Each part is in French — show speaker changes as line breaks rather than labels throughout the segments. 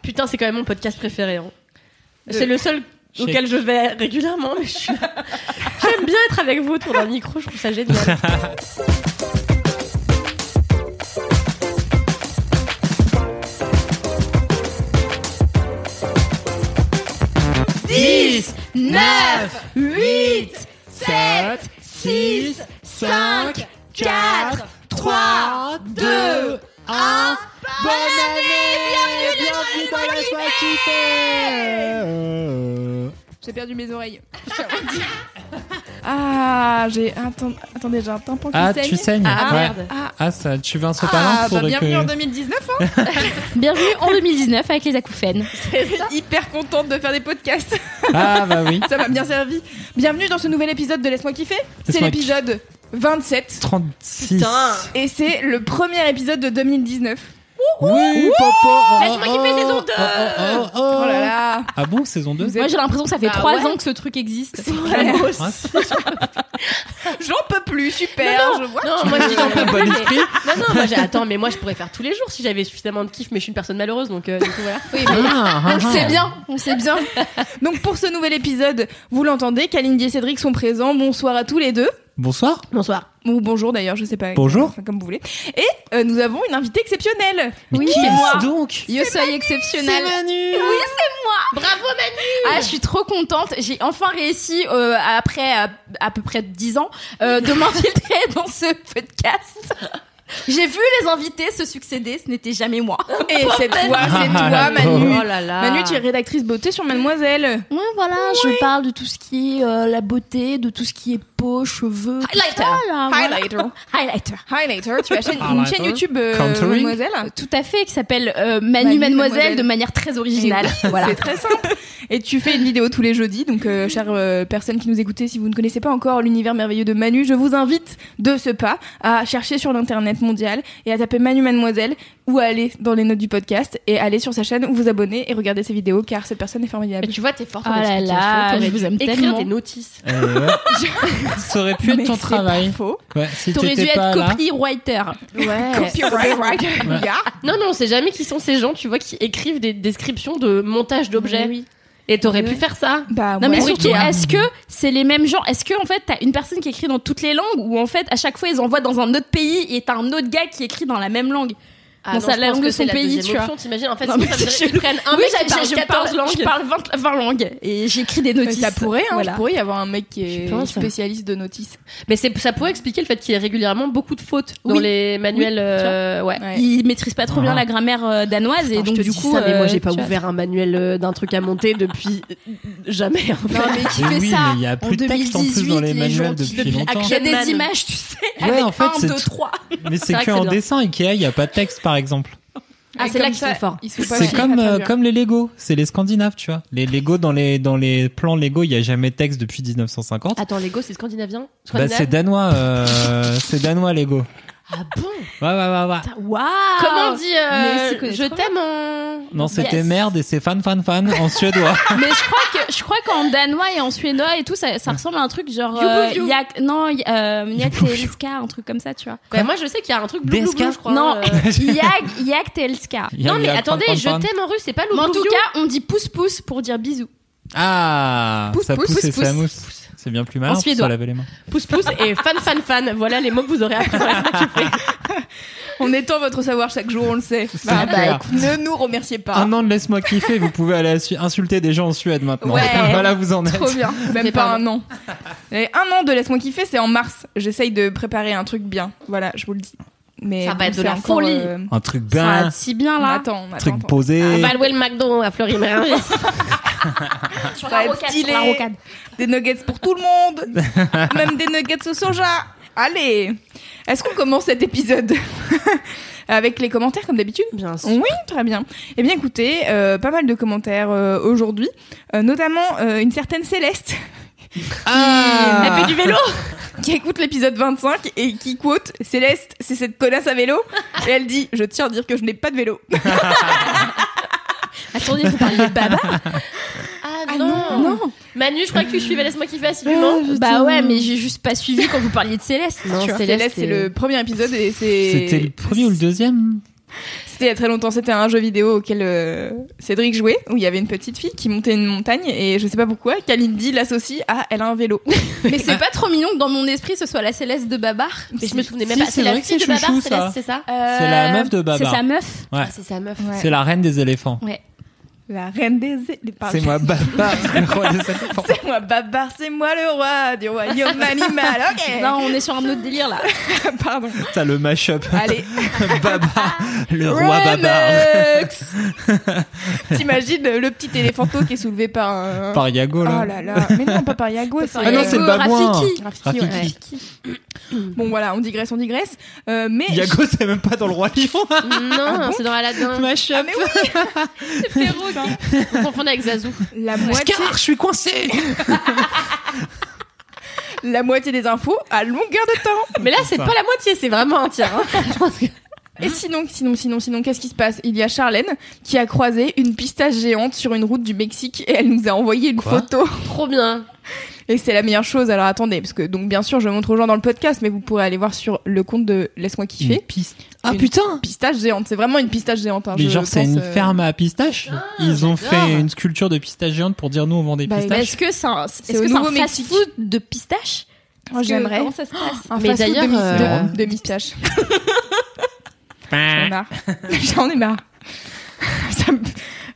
Putain, c'est quand même mon podcast préféré. hein.
De-
C'est le seul
Chez-
auquel je vais régulièrement, mais je suis là. J'aime bien être avec vous autour d'un micro, je trouve ça génial.
Dix,
9, 8,
7, 6, 5, 4, 3, 2, 1. Bonne année Bienvenue dans Laisse-moi kiffer
J'ai perdu mes oreilles. ah, j'ai un temps- Attendez, j'ai un tampon qui
Ah,
saigne.
tu saignes
Ah,
Ouais.
merde.
Ah,
Ah, ça, tu veux un sopalin
ah
pour
bah, bienvenue en
que...
2019. hein.
Bienvenue en 2019 avec les acouphènes.
Hyper contente de faire des podcasts.
Ah, bah oui.
Ça m'a bien servi. Bienvenue dans ce nouvel épisode de Laisse-moi kiffer. C'est
Laisse-moi
l'épisode 27.
36.
Putain.
Et c'est le premier épisode de 2019.
Oui, papa oh,
Laisse-moi
oh,
kiffer
oh,
saison deux.
oh, oh, oh, oh.
Oh là là.
Ah bon, saison 2
Moi j'ai l'impression que ça fait
Bah
trois
ouais.
ans que ce truc existe.
J'en peux plus, super.
Non,
Je vois.
Non, moi je dis j'en peux plus,
Bon
mais-
esprit
Non, non, moi j'ai- attends, mais moi je pourrais faire tous les jours si j'avais suffisamment de kiff, mais je suis une personne malheureuse donc euh, du coup voilà.
Oui,
Ah, ah,
On
ah.
sait bien, on sait bien. Donc pour ce nouvel épisode, vous l'entendez, Kalindi et Cédric sont présents. Bonsoir à tous les deux.
Bonsoir.
Bonsoir.
Ou bonjour d'ailleurs, je sais pas.
Bonjour.
Enfin, comme vous voulez. Et euh, nous avons une invitée exceptionnelle.
Mais
Oui,
qui
c'est
est-ce
moi.
donc
Yo soy exceptionnel.
Manu
Bravo Manu
Ah, je suis trop contente. J'ai enfin réussi, euh, après à, à peu près 10 ans, euh, de m'infiltrer dans ce podcast. J'ai vu les invités se succéder, ce n'était jamais moi.
Et c'est toi, c'est toi,
Ah,
Manu.
Oh là là
Manu, tu es rédactrice beauté sur Mademoiselle.
Ouais, voilà, je parle de tout ce qui est euh, la beauté, de tout ce qui est peau, cheveux. Highlighter.
Highlighter.
Highlighter.
Highlighter, tu as chaîne- une
Highlighter.
chaîne YouTube euh,
Contouring.
Mademoiselle.
Tout à fait, qui s'appelle euh,
Manu
Manu, Mademoiselle
Mademoiselle.
de manière très originale. voilà.
C'est très simple. Et tu fais une vidéo tous les jeudis. Donc, euh, chères euh, personnes qui nous écoutez, si vous ne connaissez pas encore l'univers merveilleux de Manu, je vous invite de ce pas à chercher sur l'internet mondial et à taper Manu Mademoiselle ou à aller dans les notes du podcast et aller sur sa chaîne ou vous abonner et regarder ses vidéos car cette personne est
Mais
formidable.
tu vois, t'es forte en
Ah là
explication,
là,
t'aurais
je vous
dû
aime
écrire
tellement.
des notices.
Euh, ouais. Ça aurait pu être
Mais
ton
c'est
travail.
pas faux.
Ouais, si
T'aurais dû
t'étais pas
être
là.
copywriter. Ouais.
Copyright. Yeah.
Non, non, on sait jamais qui sont ces gens, tu vois, qui écrivent des descriptions de montage d'objets.
Oui.
Et t'aurais
Oui,
pu
oui.
faire ça.
Bah,
Non mais
ouais.
surtout,
Ikea.
est-ce que c'est les mêmes gens Est-ce que en fait t'as une personne qui écrit dans toutes les langues ou en fait à chaque fois ils envoient dans un autre pays et t'as un autre gars qui écrit dans la même langue
Ah non,
Dans sa
je pense
langue
que
de
c'est
son
la
pays,
deuxième
tu vois.
option, T'imagines, en fait,
Non,
sinon,
mais
ça
c'est
veut dire qu'ils
chelou.
prennent un mec qui parle 14
parle, je
langues.
parle 20, 20 langues et j'écris des notices.
Ça pourrait, hein,
Voilà.
je pourrais y avoir un mec qui est
Tu penses
spécialiste de notices.
Mais c'est- ça pourrait expliquer le fait qu'il y ait régulièrement beaucoup de fautes dans
Oui.
les manuels. euh, ouais.
Ouais.
Il maîtrise pas trop
Ah.
bien la grammaire euh, danoise et
Attends,
donc
je te
du
dis
coup.
ça, mais moi j'ai
euh,
pas
tu vois.
ouvert un manuel euh, d'un truc à monter depuis euh, jamais. en fait.
Non mais qui
Mais
fait
oui,
ça
mais il y a plus
en
de texte en plus dans
2018,
les manuels
gens qui-
depuis longtemps.
Il y a des
Man.
images, tu sais,
Ouais,
avec
en fait,
1,
c'est
2,
tout.
3.
Mais c'est
vrai
que
que c'est
en
bien.
dessin Ikea, il y a pas de texte par exemple.
Ah,
Et
c'est là
comme
qu'ils
ça,
sont forts.
Ils sont pas
C'est
chiés
comme
à
euh,
traduire.
comme les Lego, c'est les Scandinaves, tu vois. Les Lego dans les dans les plans Lego, il y a jamais de texte depuis 1950.
Attends, Lego, c'est scandinavien
Bah c'est
Scandinave
danois, euh, c'est danois Lego.
Ah bon
Ouais ouais ouais ouais.
Waouh
Comment on dit
Mais
euh,
c'est connu
Je
trop
t'aime en.
Non, c'était
Yes.
merde et c'est fan fan fan en suédois.
Mais je crois que je crois qu'en danois et en suédois et tout ça, ça ressemble à un truc genre
Youbo,
euh,
you.
yak non y- euh, yak
Youbo, you.
telska un truc comme ça tu vois.
Bah, moi je sais qu'il y a un truc blou blou
DSK?
blou, je crois.
Non.
euh.
Yak yak telska.
Il y a-
Non
il
mais
y a
attendez,
fan, fan,
je
fan.
t'aime en russe, c'est pas
Mais
loup
en tout cas, on dit pouce pouce pour dire bisous.
Ah,
Pousse,
ça
pousse,
pousse, et
pousse,
ça mousse. C'est bien plus malin.
En
pour se
suédois.
laver les mains.
pouce pouce et fan fan fan. Voilà les mots que vous aurez appris.
On étend votre savoir chaque jour, on le sait.
C'est
Bah,
clair.
ne nous remerciez pas.
Un an de Ah laisse-moi kiffer, vous pouvez aller assu- insulter des gens en Suède maintenant.
Ouais.
voilà, vous en êtes.
Trop bien. Même
C'est
pas
pas
un an. Et un an de Laisse-moi kiffer, c'est en mars. J'essaye de préparer un truc bien. Voilà, je vous le dis. Mais
Ça va
bon,
être de
c'est
la
encore,
folie.
euh,
Un truc
Ça
bien,
va si bien
on
Ah,
là.
attend, on
un
attend.
truc posé.
Va Ah, bah, louer le McDo à Fleury Mérangis.
Sur
Ça va être
rocade,
stylé.
sur la rocade.
Des nuggets pour tout le monde. Même des nuggets au soja. Allez. Est-ce qu'on commence cet épisode avec les commentaires comme d'habitude.
Bien sûr.
Oui, très bien. Eh bien, écoutez, euh, pas mal de commentaires euh, aujourd'hui, euh, notamment euh, une certaine Céleste.
Ah.
Elle fait du vélo Qui écoute l'épisode 25 et qui quote Céleste, c'est cette connasse à vélo. Et elle dit Je tiens à dire que je n'ai pas de vélo.
Attendez, vous parliez de Baba Ah, non.
non.
Manu, je crois que tu suivais Laisse-moi kiffer assidûment.
Bah ouais, mais j'ai juste pas suivi quand vous parliez de Céleste.
Non,
tu vois.
Céleste,
Céleste, c'est le premier épisode et c'est.
C'était le premier ou le deuxième
C'était il y a très longtemps, c'était un jeu vidéo auquel euh, Cédric jouait, où il y avait une petite fille qui montait une montagne, et je sais pas pourquoi, Kalindi l'associe à elle a un vélo.
Mais c'est pas trop mignon que dans mon esprit ce soit la Céleste de Babar.
Mais je me souvenais même
Si,
pas.
c'est
C'est la
vrai que
fille de
c'est
Babar,
chouchou, ça.
Céleste, c'est ça
C'est la meuf de
C'est
Babar.
sa meuf.
Ouais.
Ah, C'est sa meuf.
C'est la reine des éléphants.
La reine des éléphants.
C'est moi, Babar, le roi des éléphants.
C'est moi, Babar, c'est moi le roi du royaume animal.
Eh.
Ok.
Non, on est sur un autre délire là.
pardon.
T'as le mash-up.
Allez.
Babar, le roi Babar.
Remix. T'imagines euh, le petit éléphanto qui est soulevé par un.
Par Yago,
Oh
là.
là là. Mais non, pas par Yago. c'est-
Ah non, c'est le babouin.
Rafiki.
Rafiki.
Bon voilà, on digresse, on digresse. Euh, mais.
Yago, c'est même pas dans le roi lion.
Non, c'est dans Aladdin.
Ah, mais oui,
Vous confondez avec Zazou.
la moitié,
je suis coincé.
la moitié des infos à longueur de temps.
Mais là, c'est pas la moitié, c'est vraiment un tiers. hein.
Hein
Et sinon, sinon, sinon, sinon, qu'est-ce qui se passe Il y a Charlène qui a croisé une pistache géante sur une route du Mexique et elle nous a envoyé une
Quoi
photo.
Trop bien.
Et c'est la meilleure chose. Alors attendez, parce que donc bien sûr, je montre aux gens dans le podcast, mais vous pourrez aller voir sur le compte de Laisse-moi kiffer.
Ah
Une
putain
Pistache géante, c'est vraiment une pistache géante. hein,
Mais
je
genre, c'est
pense,
une
euh,
ferme à pistache.
Ah,
Ils ont
j'adore.
fait une sculpture de pistache géante pour dire nous, on vend des
Bah,
Mais
pistaches.
Est-ce que c'est un, est-ce
C'est
que
au
c'est un
Nouveau-Mexique.
fast-food de pistache
Oh, j'aimerais.
Comment ça se passe
Un
Mais
fast-food
d'ailleurs,
de, mis-
euh,
de- de pistache.
Bah,
Hein
J'en ai marre. J'en ai marre. Ça me-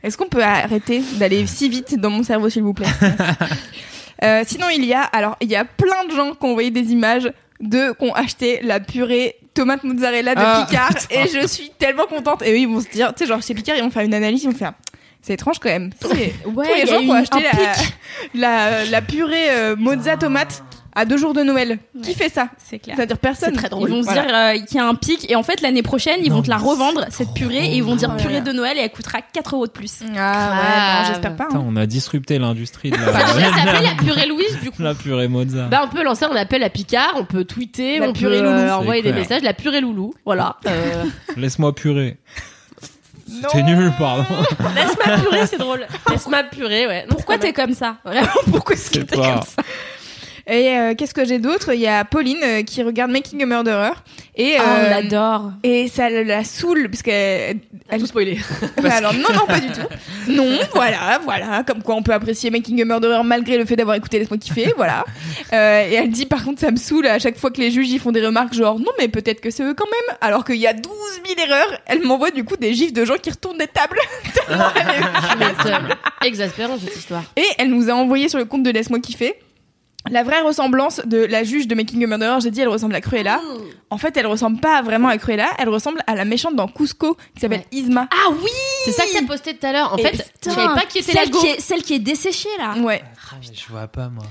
Est-ce qu'on peut arrêter d'aller si vite dans mon cerveau, s'il vous plaît Euh, Sinon, il y a alors il y a plein de gens qui ont envoyé des images de qui ont acheté la purée tomate mozzarella de
Ah,
Picard
putain.
et je suis tellement contente. Et eux, ils vont se dire, tu sais, genre chez Picard, ils vont faire une analyse, ils vont faire. C'est étrange quand même. Tous les, tous
Ouais,
les
il y a
gens
eu
qui ont
un
acheté la,
pic.
la, la purée euh, mozza tomate à deux jours de Noël. Qui fait ça
C'est clair.
C'est-à-dire personne.
C'est très drôle. Ils vont se
Voilà.
dire euh, qu'il y a un pic et en fait l'année prochaine ils
Non,
vont te la
mais
revendre
c'est
cette
trop
purée et ils vont dire
drôle.
purée de Noël et elle coûtera 4 euros de plus.
Ah ouais,
Grave.
non, j'espère pas. hein.
Putain, on a disrupté l'industrie de
Ça devrait
la,
s'appeler la purée Louise, du coup.
la purée mozza.
Bah, on peut lancer un appel à Picard, on peut tweeter,
La
on peut
purée
euh,
loulou.
envoyer
C'est
des
clair.
messages, la purée loulou. Voilà. Euh,
Laisse-moi purer. C'était
Non.
nul, pardon.
Laisse ma purée, c'est drôle. Laisse ma purée, ouais. Non,
Pourquoi
c'est
t'es
pas
comme ça Vraiment, pourquoi est-ce que
C'est
t'es
pas-
comme ça
Et euh, qu'est-ce que j'ai d'autre Il y a Pauline euh, qui regarde Making a Murderer et
Ah,
euh,
On adore.
et ça la- la saoule parce qu'elle
mal. Tout spoiler.
alors non non pas du tout non voilà voilà comme quoi on peut apprécier Making a Murderer malgré le fait d'avoir écouté laisse-moi kiffer voilà Euh, et elle dit par contre ça me saoule à chaque fois que les juges y font des remarques genre non mais peut-être que c'est eux quand même alors qu'il y a 12 000 erreurs elle m'envoie du coup des gifs de gens qui retournent des tables
Exaspérant cette histoire.
Et elle nous a envoyé sur le compte de Laisse-moi kiffer. La vraie ressemblance de la juge de Making a Murderer, j'ai dit elle ressemble à Cruella.
Mmh.
En fait, elle ressemble pas vraiment à Cruella, elle ressemble à la méchante dans Cusco qui s'appelle
Ouais.
Isma.
Ah oui
C'est ça que t'as posté tout à l'heure. En
Et
fait, je savais pas qui était la
celle
go.
qui, est, celle qui est desséchée
Ah.
là.
Ouais.
Je vois pas, moi.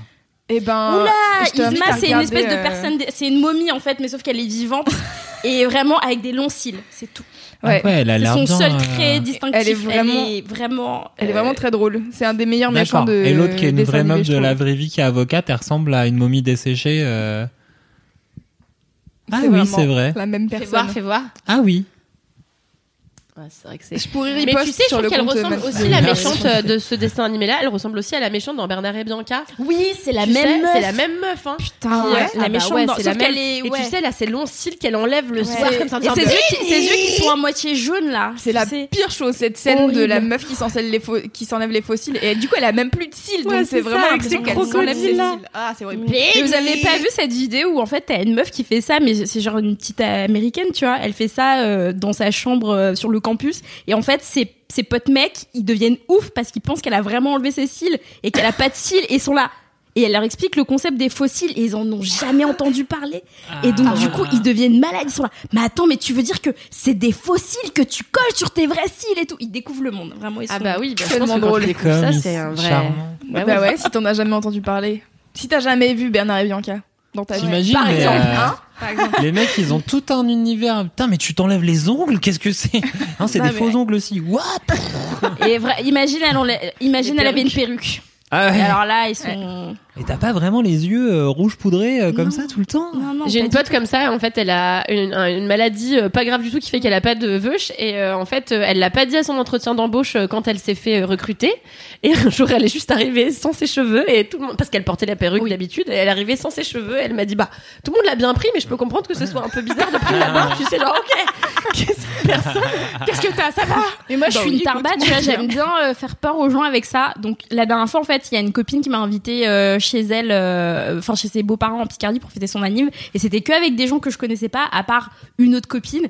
Et ben.
Oula,
je t'invite à
Isma, c'est une
regarder,
espèce de
euh,
personne, dé- c'est une momie en fait, mais sauf qu'elle est vivante et vraiment avec des longs cils, c'est tout.
Ouais.
Ah ouais, elle a
C'est
l'air
son
bien,
seul
euh,
trait distinctif.
Elle est vraiment-
Elle est vraiment.
Elle est vraiment
euh,
très drôle. C'est un des meilleurs méchants
D'accord.
de.
Et l'autre qui est une
dessin
vraie
animé,
meuf
je
de
trouve.
la vraie vie qui est avocate, elle ressemble à une momie desséchée. euh. Ah
C'est
oui,
vraiment
c'est vrai.
La même
Fais voir,
personne.
fais voir.
Ah oui.
Ouais, c'est vrai que c'est.
Je pourrais
Mais
riposte
tu sais, je
sur le
trouve qu'elle
compte
ressemble
Mad-
aussi la
Mad-
méchante euh, de ce dessin animé là. Elle ressemble aussi à la méchante dans Bernard et Bianca.
Oui, c'est la
Tu sais,
même. meuf.
C'est la même meuf, hein.
Putain,
Qui,
ouais.
euh,
Ah bah
La méchante
ouais,
dans-
c'est
sauf
la même.
qu'elle est-
Et
Et
ouais.
tu sais, là, c'est longs cils qu'elle enlève le soir
Ouais.
comme ça.
Et ses yeux, qui, ses yeux qui sont à moitié jaunes là.
C'est la
Tu sais.
pire chose, cette scène de
Horrible.
la meuf qui s'enlève les, faux- qui s'enlève les fossiles. Et du coup, elle a même plus de cils,
Ouais,
donc
c'est
c'est
ça,
vraiment
avec ses
l'impression qu'elle s'enlève ses
crocodiles, là.
cils. Ah, c'est horrible.
Mais vous avez pas vu cette vidéo où en fait t'as une meuf qui fait ça, mais c'est genre une petite américaine, tu vois. Elle fait ça euh, dans sa chambre euh, sur le campus. Et en fait, ses, ses potes mecs, ils deviennent ouf parce qu'ils pensent qu'elle a vraiment enlevé ses cils et qu'elle a pas de cils et ils sont là. Et elle leur explique le concept des fossiles et ils en ont jamais entendu parler. Et donc, du coup, ils deviennent malades. Ils sont là. Mais attends, mais tu veux dire que c'est des fossiles que tu colles sur tes vrais cils et tout. Ils découvrent le monde. Vraiment, ils sont
Ah bah oui, bah, je
Tellement
pense que quand
drôle.
tu découvres ça, c'est un vrai.
Charmant.
Bah ouais, si t'en as jamais entendu parler. Si t'as jamais vu Bernard et Bianca. dans ta vie.
T'imagines,
Par
mais,
exemple,
euh,
hein, par exemple.
Les mecs, ils ont tout un univers. Putain, mais tu t'enlèves les ongles Qu'est-ce que c'est hein, C'est
Non,
des
mais-
faux ongles aussi. What
Et vra- imagine, elle, enlève- imagine,
Les
elle avait une perruque.
ah
Et
ouais.
alors là, ils sont.
Et t'as pas vraiment les yeux euh, rouges poudrés euh, comme
Non.
ça tout le temps
Non, non,
J'ai
pas
une
du
pote comme ça, en fait, elle a une, un- une maladie euh, pas grave du tout qui fait qu'elle a pas de veuche et euh, en fait, euh, elle l'a pas dit à son entretien d'embauche euh, quand elle s'est fait euh, recruter. Et un jour, elle est juste arrivée sans ses cheveux et tout le monde, parce qu'elle portait la perruque d'habitude, et elle est arrivée sans ses cheveux. Et elle m'a dit, bah, tout le monde l'a bien pris, mais je peux comprendre que ce soit un peu bizarre de prendre la barre. Tu sais, genre, ok, qu'est-ce- personne, qu'est-ce que t'as, ça va?
Mais moi, je
Bah
suis
oui,
une tarbate, tu vois, j'aime bien euh, faire peur aux gens avec ça. Donc, la dernière fois, en fait, il y a une copine qui m'a invitée euh, chez elle, euh, enfin, chez ses beaux-parents en Picardie pour fêter son anniv. Et c'était que avec des gens que je connaissais pas, à part une autre copine.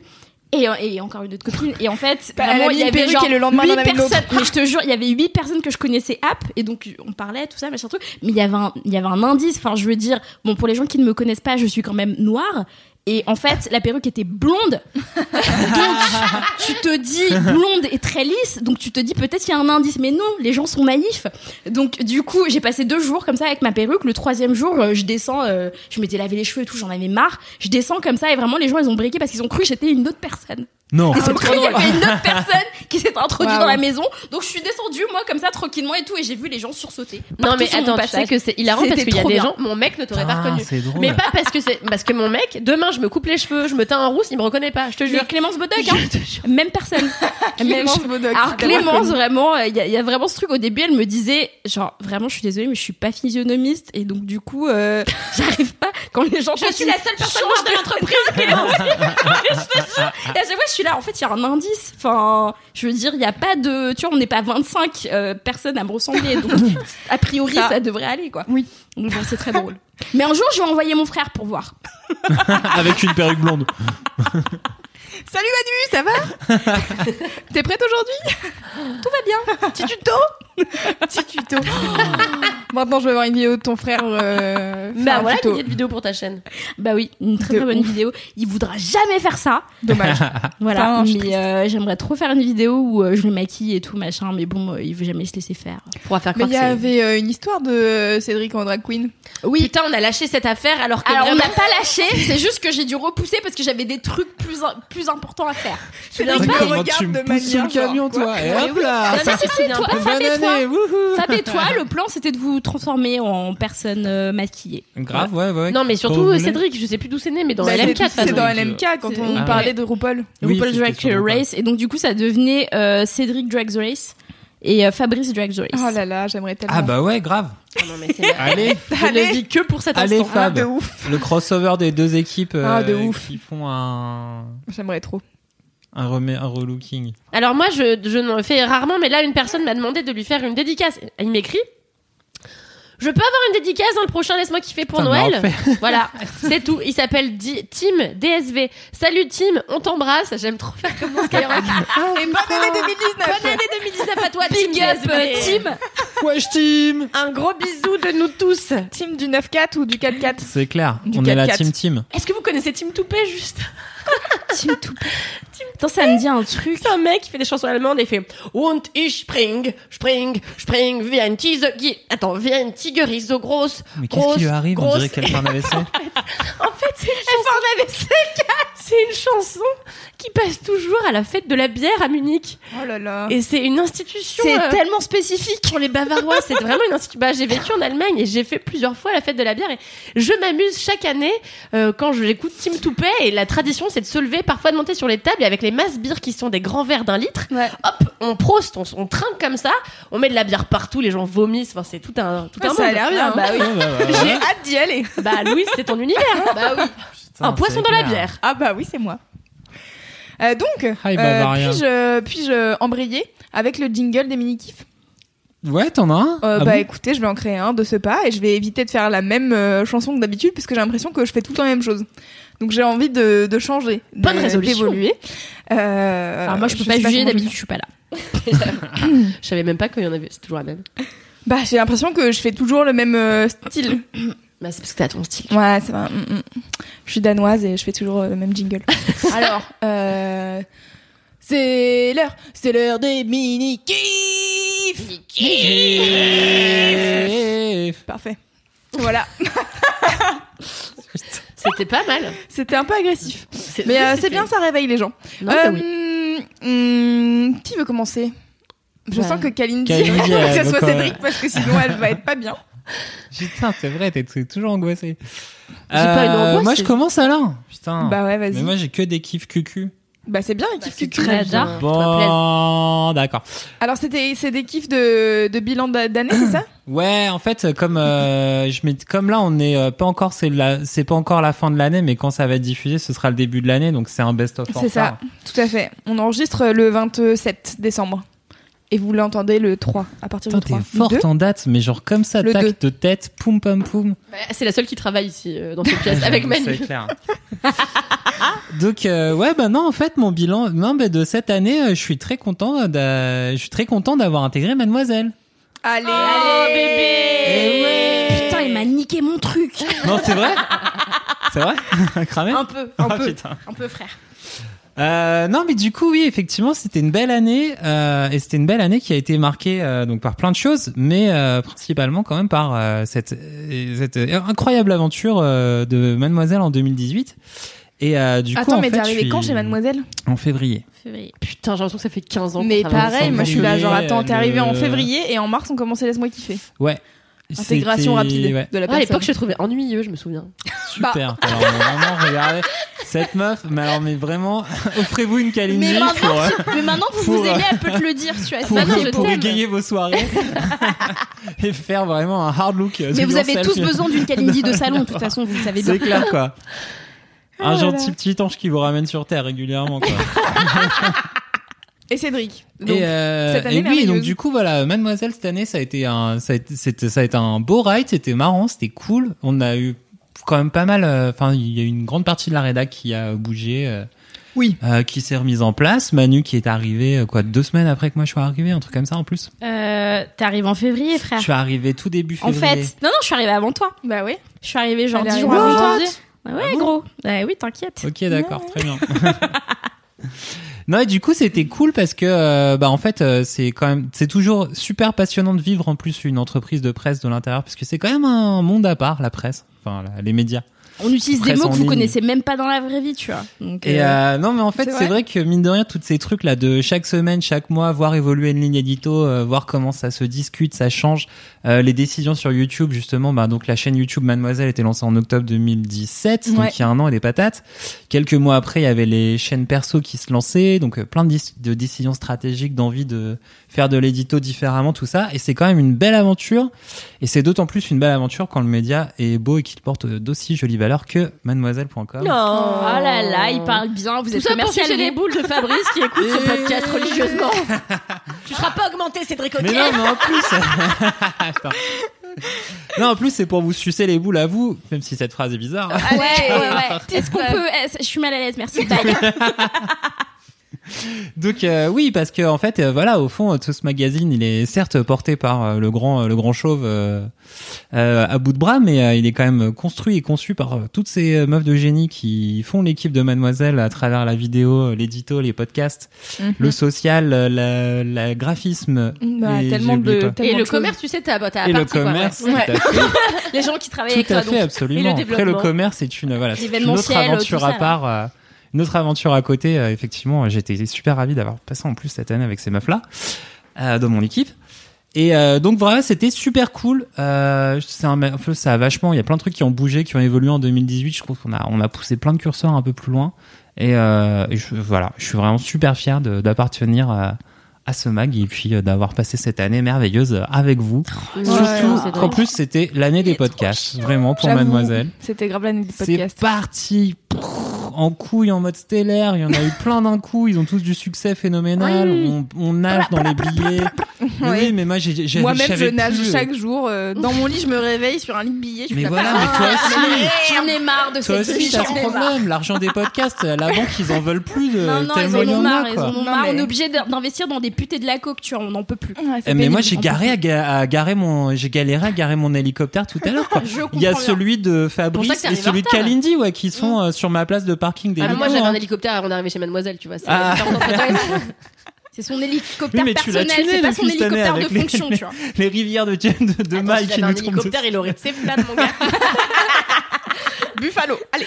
Et, euh, et encore une autre copine. Et en fait,
Bah, elle
vraiment,
a mis
il y
une
avait
perruque
genre
et le lendemain,
huit
elle en avait une autre.
personnes. Mais je te jure, il y avait huit personnes que je connaissais app. Et donc, on parlait, tout ça, machin, truc. Mais il y avait un, il y avait un indice. Enfin, je veux dire, bon, pour les gens qui ne me connaissent pas, je suis quand même noire. Et en fait, la perruque était blonde. Donc, tu te dis blonde et très lisse, donc tu te dis peut-être qu'il y a un indice, mais non, les gens sont naïfs. Donc, du coup, j'ai passé deux jours comme ça avec ma perruque. Le troisième jour, euh, je descends, euh, je m'étais lavé les cheveux et tout, j'en avais marre. Je descends comme ça et vraiment, les gens, ils ont briqué parce qu'ils ont cru que j'étais une autre personne.
Non.
Ah,
Ils ont cru qu'il y avait une autre personne qui s'était introduite
Waouh.
dans la maison. Donc, je suis descendue, moi, comme ça, tranquillement et tout, et j'ai vu les gens sursauter.
Non,
partout
mais
sur mon
attends, tu sais
passage.
que c'est hilarant parce
C'était
qu'il y a
trop
des
bien.
gens, mon mec ne t'aurait pas
Putain,
reconnu.
c'est drôle.
Mais pas parce que c'est, parce que mon mec, demain, je me coupe les cheveux, je me teins en rousse, il me reconnaît pas, je te
Mais
jure.
Clémence Bodoc, hein. même personne. Même-
Clémence Bodoc.
Alors Clémence, vraiment, il y, a- y a vraiment ce truc. Au début, elle me disait, genre, vraiment, je suis désolée, mais je suis pas physionomiste, et donc du coup, euh, j'arrive pas. Quand les gens, Je suis la seule personne noire de l'entreprise Clémence. et à chaque fois, je suis là. En fait, il y a un indice. Enfin, je veux dire, il y a pas de, tu vois, on n'est pas 25 euh, personnes à me ressembler, donc a priori, ça,
Ça-
devrait aller, quoi.
Oui.
Donc bon, c'est très drôle. Mais un jour, je vais envoyer mon frère pour voir.
Avec une perruque blonde.
Salut Manu, ça va T'es prête aujourd'hui Tout va bien. Petit tuto Petit tuto. Maintenant, je vais voir une vidéo de ton frère. Euh, faire
Bah
un
voilà, une
tuto.
idée de vidéo pour ta chaîne.
Bah oui, une très
De
très bonne vidéo. Il voudra jamais faire ça.
Dommage.
Voilà,
Putain, je suis
mais euh, j'aimerais trop faire une vidéo où euh, je le maquille et tout machin, mais bon, euh, il veut jamais se laisser faire.
Pour faire
Mais
croire que
il y
c'est-
avait euh, une histoire de euh, Cédric en drag queen.
Oui.
Putain, on a lâché cette affaire alors que
Alors on
vraiment-
n'a pas lâché, c'est juste que j'ai dû repousser parce que j'avais des trucs plus im- plus importants à faire.
Cédric me
Comment
regarde
tu
de
me
manière
pousses sous le
genre,
camion,
quoi.
toi Et
Mais
hop
oui.
là
Non, mais
ça
si, si,
fait
toi,
un peu
Fab et
bonne
toi.
année, wouhou.
Fab et toi, le plan c'était de vous transformer en personne euh, maquillée.
Ah, Grave, ouais, ouais.
Non, mais
Quand vous
surtout
voulez.
Cédric, je sais plus d'où c'est né, mais dans
Bah,
LMK de
c'est-
toute
C'est
façon.
dans
Je-
LMK quand on
Ah,
parlait
ouais.
de RuPaul.
Oui,
RuPaul's
c'était
Drag
sûrement pas.
Race et donc du coup ça devenait euh, Cédric Drag Race et euh, Fabrice Drag Race.
Oh là là, j'aimerais tellement.
Ah bah ouais, grave.
Ah non, mais c'est la-
Allez,
Je ne vis que pour cet
allez
instant.
Ah,
Fab.
de ouf.
Le crossover des deux équipes euh,
Ah, de ouf.
qui font un
J'aimerais trop.
un, remé- un relooking.
Alors moi, je, je ne le fais rarement, mais là, une personne m'a demandé de lui faire une dédicace. Il m'écrit. Je peux avoir une dédicace dans le prochain Laisse-moi kiffer pour
Putain, mais
Noël
enfin.
Voilà, c'est tout. Il s'appelle Di- Tim DSV. Salut Tim, on t'embrasse. J'aime trop faire comme dans Skyrock.
Et bonne année 2019
Ah, Bonne année 2019 à toi, Tim
Big up euh,
DSV.
team.
Wesh team
Un gros bisou de nous tous.
Team du 9-4 ou du 4-4
C'est clair,
Du
on est la
4-4.
team team.
Est-ce que vous connaissez Tim Toupet juste
Team tout. Attends, ça me dit un truc.
C'est un mec qui fait des chansons allemandes et il fait Und ich spring, spring, spring, wie ein Tiger. Attends, wie ein Tiger ist so groß.
Mais qu'est-ce qui lui arrive On
grosse-
dirait qu'elle fait un AVC.
En fait, c'est une chanson. C'est une chanson qui passe toujours à la fête de la bière à Munich.
Oh là là.
Et Ah. c'est une institution. euh,
tellement spécifique.
pour les Bavarois, c'est vraiment une institution. Bah, j'ai vécu en Allemagne et j'ai fait plusieurs fois la fête de la bière et je m'amuse chaque année euh, quand je- j'écoute Tim Toupet et la tradition c'est de se lever, parfois de monter sur les tables et avec les masses bières qui sont des grands verres d'un litre,
Ouais.
hop, on proste, on, on trinque comme ça, on met de la bière partout, les gens vomissent, enfin c'est tout un tout
Ouais,
un
ça a
monde.
l'air bien.
Ah, bah oui.
Ouais, bah, bah, ouais.
J'ai hâte d'y aller.
Bah Louis, c'est ton univers. hein. Bah oui.
Putain,
Un poisson
c'est
dans la
clair.
bière.
Ah bah oui, c'est moi. Euh, donc,
Hi,
euh,
Bavaria.
puis-je puis embrayer avec le jingle des mini-kifs
Ouais, t'en as un Ah
Euh, Bah
bon
écoutez, je vais en créer un de ce pas et je vais éviter de faire la même euh, chanson que d'habitude puisque j'ai l'impression que je fais tout le temps la même chose. Donc j'ai envie de, de changer, de-
Bonne résolution.
d'évoluer. Euh,
Alors moi je peux
sais
pas juger
comment je
d'habitude,
vais
je suis pas là.
Je savais même pas qu'il y en avait, c'est toujours la même.
faire. Bah j'ai l'impression que je fais toujours le même euh, style.
Bah c'est parce que t'as ton style.
Ouais, ça va. mm, mm. Je suis danoise et je fais toujours euh, le même jingle. Alors, euh, c'est l'heure, c'est l'heure des mini kifs.
Kiff
Parfait. Voilà.
C'était pas mal.
C'était un peu agressif. Mais euh, c'est bien, ça réveille les gens.
Non, bah
Euh,
oui.
hum, qui veut commencer Je
Bah,
sens que Kalindi,
Kalindi, elle
que ce
veut
soit
quand même.
Cédric, parce que sinon elle va être pas bien.
Putain, c'est vrai, t'es t'es toujours angoissé. Euh,
pas une angoisse,
moi, je
c'est-
commence alors. Putain.
Bah ouais, vas-y.
Mais moi, j'ai que des kiffs cucu. Euh,
Bah c'est bien, les kiffs
c'est
que tu-
très bizarre. bien.
Bon, d'accord.
Alors c'était c'est des kiffs de, de bilan d'a- d'année, c'est ça
Ouais, en fait, comme euh, je m'étais- comme là, on est euh, pas encore, c'est la, c'est pas encore la fin de l'année, mais quand ça va être diffusé, ce sera le début de l'année, donc c'est un best-of. en
C'est ça.
retard.
Tout à fait. On enregistre le 27 décembre. Et vous l'entendez le 3, à partir
Putain,
du 3.
t'es forte
Deux.
en date, mais genre comme ça,
Le
tac
deux.
de tête, poum pam poum.
Bah, c'est la seule qui travaille ici euh, dans cette pièce avec
C'est
Manu.
clair. Donc euh, ouais bah non en fait mon bilan non bah, de cette année euh, je suis très content d'a- je suis très content d'avoir intégré Mademoiselle. hein.
Allez,
Oh
allez Eh
bébé
Putain, il m'a niqué mon truc.
Non c'est vrai c'est vrai cramé
Un peu, un
Ah,
peu,
putain.
un peu, frère.
Euh, non, mais du coup, oui, effectivement, c'était une belle année, euh, et c'était une belle année qui a été marquée euh, donc par plein de choses, mais euh, principalement quand même par euh, cette, euh, cette euh, incroyable aventure euh, de Mademoiselle en 2018. Et euh, du coup,
Attends,
en fait,
mais t'es
je
arrivé
suis
quand chez Mademoiselle
En février.
Putain, j'ai l'impression que ça fait 15 ans. qu'on
Mais
travaille
pareil,
ensemble.
moi je suis là, genre
février,
attends, t'es arrivé en
le-
février et en mars on commençait Laisse-moi kiffer.
Ouais.
Intégration
C'était-
rapide
ouais,
de la
Ah, à l'époque, je
personne.
le trouvais ennuyeux, je me souviens.
super. Alors vraiment, regardez cette meuf. Mais alors, mais vraiment, offrez-vous une Kalindi
Mais maintenant,
pour, euh,
Mais maintenant que vous
Pour,
vous
euh,
aimez, elle peut te le dire, tu vois.
pour,
Maintenant, je
pour
t'aime.
égayer vos soirées et faire vraiment un hard look. euh,
Mais vous
selon
avez
celle
tous
qui-
besoin d'une Kalindi de salon, de toute façon, vous le savez bien.
C'est clair, quoi. Un
là
gentil petit ange qui vous ramène sur Terre régulièrement, quoi.
Et Cédric. Donc,
et euh,
cette année
et oui, donc
merveilleuse.
du coup, voilà, Mademoiselle, cette année, ça a été un, ça a été, c'était- ça a été un beau ride, c'était marrant, c'était cool. On a eu quand même pas mal, euh, enfin, il y a eu une grande partie de la rédac qui a bougé. euh,
Oui.
euh, qui s'est remise en place. Manu qui est arrivé, euh, quoi, deux semaines après que moi je suis arrivé, un truc comme ça en plus.
Euh, T'arrives en février,
Ah.
frère.
Je suis arrivé tout début
En
février.
fait, non, non, je suis arrivée avant toi.
Bah oui.
Je suis arrivée genre
Elle est
10 jours
arrivée
avant
avant
toi.
toi.
Ouais, ouais, gros. Ouais, oui, t'inquiète.
Ah Ok, d'accord, très bien. Non et du coup c'était cool parce que euh, bah en fait euh, c'est quand même c'est toujours super passionnant de vivre en plus une entreprise de presse de l'intérieur parce que c'est quand même un monde à part la presse enfin la- les médias
On utilise des
Presse
mots
en
que vous
ligne.
connaissez même pas dans la vraie vie, tu vois. Donc,
et
euh,
euh, non mais en fait
c'est
c'est vrai. que mine de rien tous ces trucs là de chaque semaine chaque mois voir évoluer une ligne édito euh, voir comment ça se discute ça change euh, les décisions sur YouTube justement bah donc la chaîne YouTube Mademoiselle était lancée en octobre 2017
Ouais.
donc il y a un an et des patates quelques mois après il y avait les chaînes perso qui se lançaient donc euh, plein de, dis- de décisions stratégiques d'envie de faire de l'édito différemment tout ça et c'est quand même une belle aventure et c'est d'autant plus une belle aventure quand le média est beau et qu'il porte d'aussi jolies valeurs que mademoiselle.com
Oh là là, il parle bien, vous
Tout
êtes
ça pour
commercial.
sucer les
vous.
boules de Fabrice qui écoute ce podcast religieusement. tu seras pas augmenté, Cédric
Mais
Coquet.
non, mais en plus. Attends. non, en plus, c'est pour vous sucer les boules à vous, même si cette phrase est bizarre. hein.
Ouais, ouais, ouais. Est-ce qu'on peut. est-ce- Je suis mal à l'aise, merci. Bye.
Donc euh, oui, parce que en fait, euh, voilà, au fond, euh, tout ce magazine, il est certes porté par euh, le grand, euh, le grand chauve euh, euh, à bout de bras, mais euh, il est quand même construit et conçu par euh, toutes ces euh, meufs de génie qui font l'équipe de Mademoiselle à travers la vidéo, euh, l'édito, les podcasts, le social, euh, la, la graphisme,
Bah,
et
tellement
j'ai oublié
de.
quoi.
tellement
Et le
de choses.
commerce, tu sais, t'as t'as à
et le
partie, quoi,
commerce.
ouais.
tout à fait.
Les gens qui travaillent avec
Tout
toi,
à
donc.
fait, absolument.
Et le
Après, le
développement.
commerce, c'est une, voilà, c'est une autre
L'événementiel,
aventure
tout ça,
à part. euh, une autre aventure à côté. Euh, effectivement, euh, j'étais super ravi d'avoir passé en plus cette année avec ces meufs-là euh, dans mon équipe. Et euh, donc voilà, c'était super cool. Euh, c'est un, en fait, ça a vachement. Il y a plein de trucs qui ont bougé, qui ont évolué en 2018. Je trouve qu'on a, on a poussé plein de curseurs un peu plus loin. Et, euh, et je, voilà, je suis vraiment super fier de- d'appartenir euh, à ce mag et puis euh, d'avoir passé cette année merveilleuse euh, avec vous.
Ouais,
Surtout
c'est
qu'en plus c'était l'année des podcasts, vraiment pour
J'avoue,
mademoiselle.
C'était grave l'année du
C'est
podcast.
parti prrr, en couille en mode stellaire, il y en a eu plein d'un coup, ils ont tous du succès phénoménal, on, on nage dans les billets. Mais
Ouais.
oui, mais moi j'ai j'ai-
Moi-même, je
j'avais
nage
plus, euh,
chaque jour. euh, dans mon lit, je me réveille sur un lit de billets. Je suis
Mais
là,
voilà,
bah,
mais toi aussi,
Ah, J'en ai marre de
Ah, toi
ces
aussi t'as ce
gens.
problème, l'argent des podcasts, à la banque ils en veulent plus de
Non, non, ils
tellement
en
il y
ont
en
marre,
a
ils
quoi.
en ont
Non,
marre. On
mais-
est obligé d'in- d'investir dans des putes et de la coke, tu vois, on n'en peut plus.
ouais, Ah, c'est
Eh, Mais moi
pénible.
j'ai garé à, ga- à garer mon j'ai galéré à garer mon hélicoptère tout à l'heure quoi.
Je comprends
Il y a
bien.
celui
pour
de
ça que
Fabrice
t'es
et
arrivé en
celui de
retard.
Kalindi ouais qui sont euh, sur ma place de parking des
Ah, mais moi,
hélicos,
j'avais
hein.
un hélicoptère avant d'arriver chez Mademoiselle, tu vois. c'est
Ah.
la différence entre toi et moi.
C'est son hélicoptère
Oui, mais tu l'as
personnel,
tuné
c'est pas
depuis
son
cette année
hélicoptère de
avec les-
fonction, tu vois.
les rivières de, de, de
Attends,
mailles
si
qui
j'avais
nous
un
tombent dessus.
hélicoptère, il aurait ses flammes, mon gars.
Buffalo. Allez.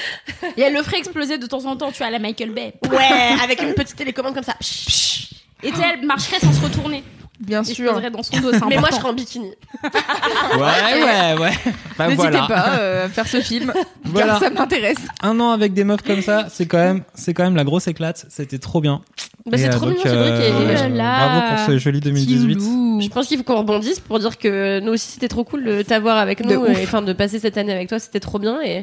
Et elle le ferait exploser de temps en temps, tu vois, à la Michael Bay.
Ouais,
Eh,
avec une petite télécommande comme ça.
Et tu sais, elle marcherait sans se retourner.
Bien
Et je
sûr.
poserais dans son dos, c'est
Mais moi, je
important.
serais en bikini.
Ouais, ouais, ouais. Bah
N'hésitez
voilà.
pas euh, à faire ce film,
Voilà.
car ça m'intéresse.
Un an avec des meufs comme ça, c'est quand même, c'est quand même la grosse éclate. C'était trop bien.
Bah,
Et,
c'est
euh,
trop
donc,
mignon, Cédric.
euh,
Et,
Oh là là.
Bravo pour ce joli 2018.
Je pense qu'il faut qu'on rebondisse pour dire que nous aussi c'était trop cool de t'avoir avec
De
nous
ouf.
et enfin de passer cette année avec toi, c'était trop bien et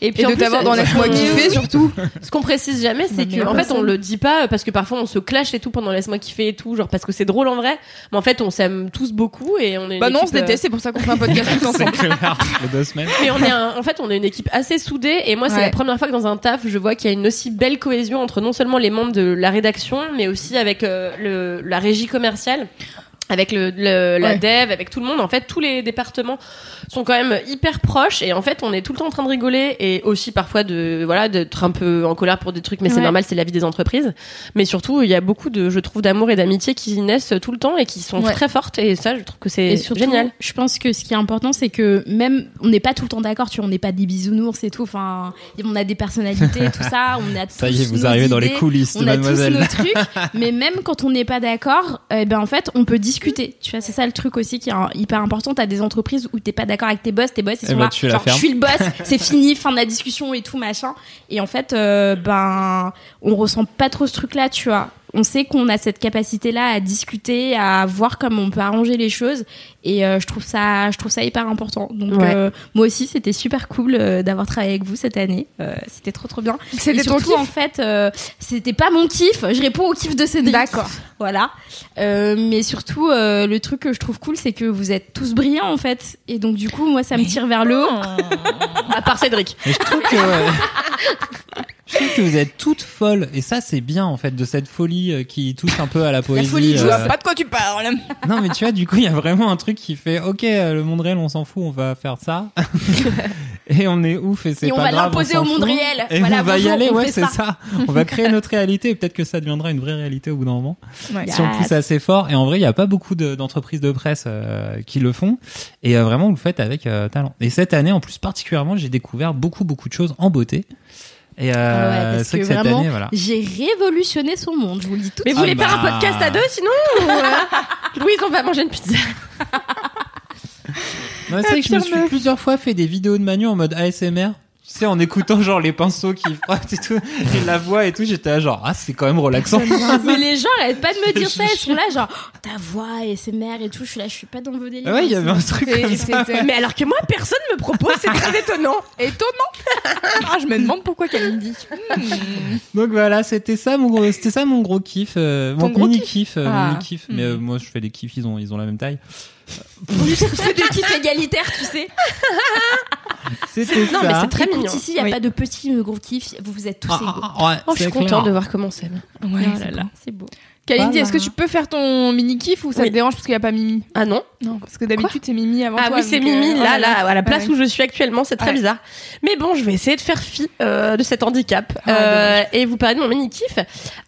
Et
en
de
plus,
t'avoir dans
euh,
Laisse-moi
euh,
kiffer, surtout.
Ce qu'on précise jamais, c'est
Bah, mais
que en fait
personne.
on le dit pas parce que parfois on se clash et tout pendant laisse-moi kiffer et tout, genre parce que c'est drôle en vrai, mais en fait on s'aime tous beaucoup et on est. une
Bah non, on se
équipe, euh,
déteste, c'est pour ça qu'on fait un podcast tous ensemble.
C'est clair. Les deux semaines.
Mais on est un- en fait, on est une équipe assez soudée et moi, c'est
Ouais.
la première fois que dans un taf, je vois qu'il y a une aussi belle cohésion entre non seulement les membres de la rédaction, mais aussi avec euh, le, la régie commerciale. Avec le, le- la
Ouais.
dev, avec tout le monde, en fait, tous les départements sont quand même hyper proches et en fait, on est tout le temps en train de rigoler et aussi parfois de voilà d'être un peu en colère pour des trucs, mais c'est
Ouais.
normal, c'est la vie des entreprises. Mais surtout, il y a beaucoup de, je trouve, d'amour et d'amitié qui naissent tout le temps et qui sont
Ouais.
très fortes et ça, je trouve que c'est
Et surtout,
génial.
je pense que ce qui est important, c'est que même on n'est pas tout le temps d'accord, tu vois, on n'est pas des bisounours et tout. Enfin, on a des personnalités, tout ça. On a
Ça y est,
tous
vous
nos
arrivez dans les
idées,
coulisses,
On a tous
mademoiselle.
nos trucs, mais même quand on n'est pas d'accord, eh ben en fait, on peut discuter. Tu vois, c'est ça le truc aussi qui est un- hyper important. T'as des entreprises où t'es pas d'accord avec tes boss, tes boss
Eh
ils sont
ben,
là,
tu la
genre, je
fermes.
suis le boss, c'est fini, fin de la discussion et tout machin. Et en fait, euh, ben, on ressent pas trop ce truc-là, tu vois. On sait qu'on a cette capacité-là à discuter, à voir comment on peut arranger les choses, et euh, je trouve ça, je trouve ça hyper important. Donc
Ouais.
euh, moi aussi, c'était super cool euh, d'avoir travaillé avec vous cette année. Euh, c'était trop trop bien. Et
C'était ton
surtout,
kiff
en fait, euh, c'était pas mon kiff. Je réponds au kiff de Cédric.
D'accord.
Voilà. Euh, mais surtout, euh, le truc que je trouve cool, c'est que vous êtes tous brillants, en fait. Et donc, du coup, moi, ça me tire vers le haut.
À part Cédric.
Mais je trouve que je trouve que vous êtes toutes folles et ça c'est bien en fait de cette folie euh, qui touche un peu à la poésie.
Folie, je
euh,
vois pas de quoi tu parles.
Non mais tu vois du coup il y a vraiment un truc qui fait ok euh, le monde réel on s'en fout on va faire ça et on est ouf et c'est
Et on
pas
va
grave,
l'imposer
s'en
au monde
fout.
réel.
et
Voilà,
on va y
bonjour,
aller
on
ouais
fait
c'est
ça.
ça. on va créer notre réalité et peut-être que ça deviendra une vraie réalité au bout d'un moment
Ouais.
si on pousse assez fort et en vrai il n'y a pas beaucoup de- d'entreprises de presse euh, qui le font et euh, vraiment vous le faites avec euh, talent et cette année en plus particulièrement j'ai découvert beaucoup beaucoup de choses en beauté et
Ah
euh,
ouais, parce
c'est vrai
que
que cette
vraiment,
année voilà
J'ai révolutionné son monde, je vous le dis tout
Mais vous
Ah
voulez faire
bah.
un podcast à deux sinon ou, euh, Louise, on va manger une pizza.
Non, mais c'est vrai que je me suis plusieurs fois fait des vidéos de Manu en mode ASMR. Tu sais, en écoutant genre les pinceaux qui frottent et tout, et la voix et tout, j'étais là genre, ah, c'est quand même relaxant.
Mais les gens arrêtent pas de me dire
Je-
ça, ils sont là genre Oh, ta voix et ses mères et tout, je suis là, je suis pas dans vos délires.
ouais, il y avait un truc
Et
comme ça.
c'était-
Mais alors que moi, personne me propose, c'est très étonnant.
Étonnant. Ah, je me demande pourquoi Camille dit.
Donc voilà, c'était ça mon gros, c'était ça mon gros kiff, euh,
Ton
mon
gros
mini kiff, euh,
Ah.
mini kiff. Mais euh, moi, je fais des kiffs, ils ont, ils ont la même taille.
C'est des kiffs égalitaires, tu sais.
C'était
Non,
ça.
mais c'est très
Écoute,
mignon.
ici, il y a
Oui.
pas de petits ou de gros kiffs, vous vous êtes tous
Ah,
égaux.
ah, ah, ouais,
Oh, je
c'est
suis
clair.
contente de voir comment c'est.
ah. Ouais,
oh là là, c'est beau.
Camille dit,
Voilà.
est-ce que tu peux faire ton mini kiff ou ça
Oui.
te dérange parce qu'il n'y a pas Mimi
Ah non
Non, parce que d'habitude c'est Mimi avant
Ah
toi,
oui, c'est
donc, euh,
Mimi,
oh
là, là, à la place
Ouais.
où je suis actuellement, c'est très
Ouais.
bizarre. Mais bon, je vais essayer de faire fi euh, de cet handicap
Ah,
euh, et vous parler de mon mini-kiff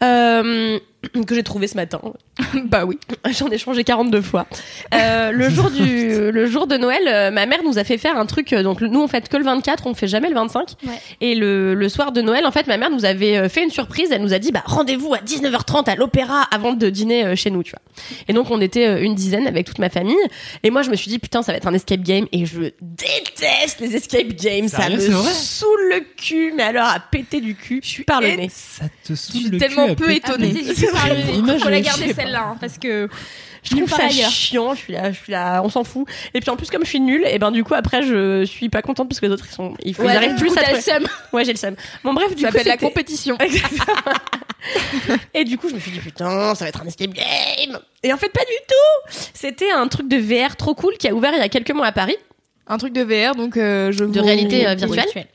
euh, que j'ai trouvé ce matin.
bah oui.
J'en ai changé 42 fois. Euh, le jour du le jour de Noël, euh, ma mère nous a fait faire un truc euh, donc le- nous on fête que le 24, on fait jamais le 25.
Ouais.
Et le, le soir de Noël, en fait, ma mère nous avait euh, fait une surprise, elle nous a dit bah rendez-vous à 19h30 à l'opéra avant de dîner euh, chez nous, tu vois. Et donc on était euh, une dizaine avec toute ma famille et moi je me suis dit putain, ça va être un escape game et je déteste les escape games, ça
Sérieux,
me
c'est vrai
saoule le cul, mais alors à péter du cul, je suis par le nez.
Ça te
Je
saoule
suis
le
tellement
cul.
peu
après.
étonnée.
Ah, mais c'est- c'est arrivé.
Image,
Faut la
je
garder
sais
celle-là hein, parce que
je trouve
Nulle part
ça
ailleurs.
chiant, je suis là, je suis là, on s'en fout. Et puis en plus comme je suis nulle, et ben du coup après je suis pas contente parce que les autres ils sont ils, ils
Ouais,
arrivent
du
plus
coup,
à
t'as le
trouver.
seum.
Ouais, j'ai le seum. Bon bref, du
ça
coup
s'appelle la
c'était-
Oh
compétition.
Exactement. et du coup, je me suis dit putain, ça va être un escape game. Et en fait pas du tout. C'était un truc de VR trop cool qui a ouvert il y a quelques mois à Paris.
Un truc de VR, donc euh, je
De
vous-
réalité, euh, virtuelle.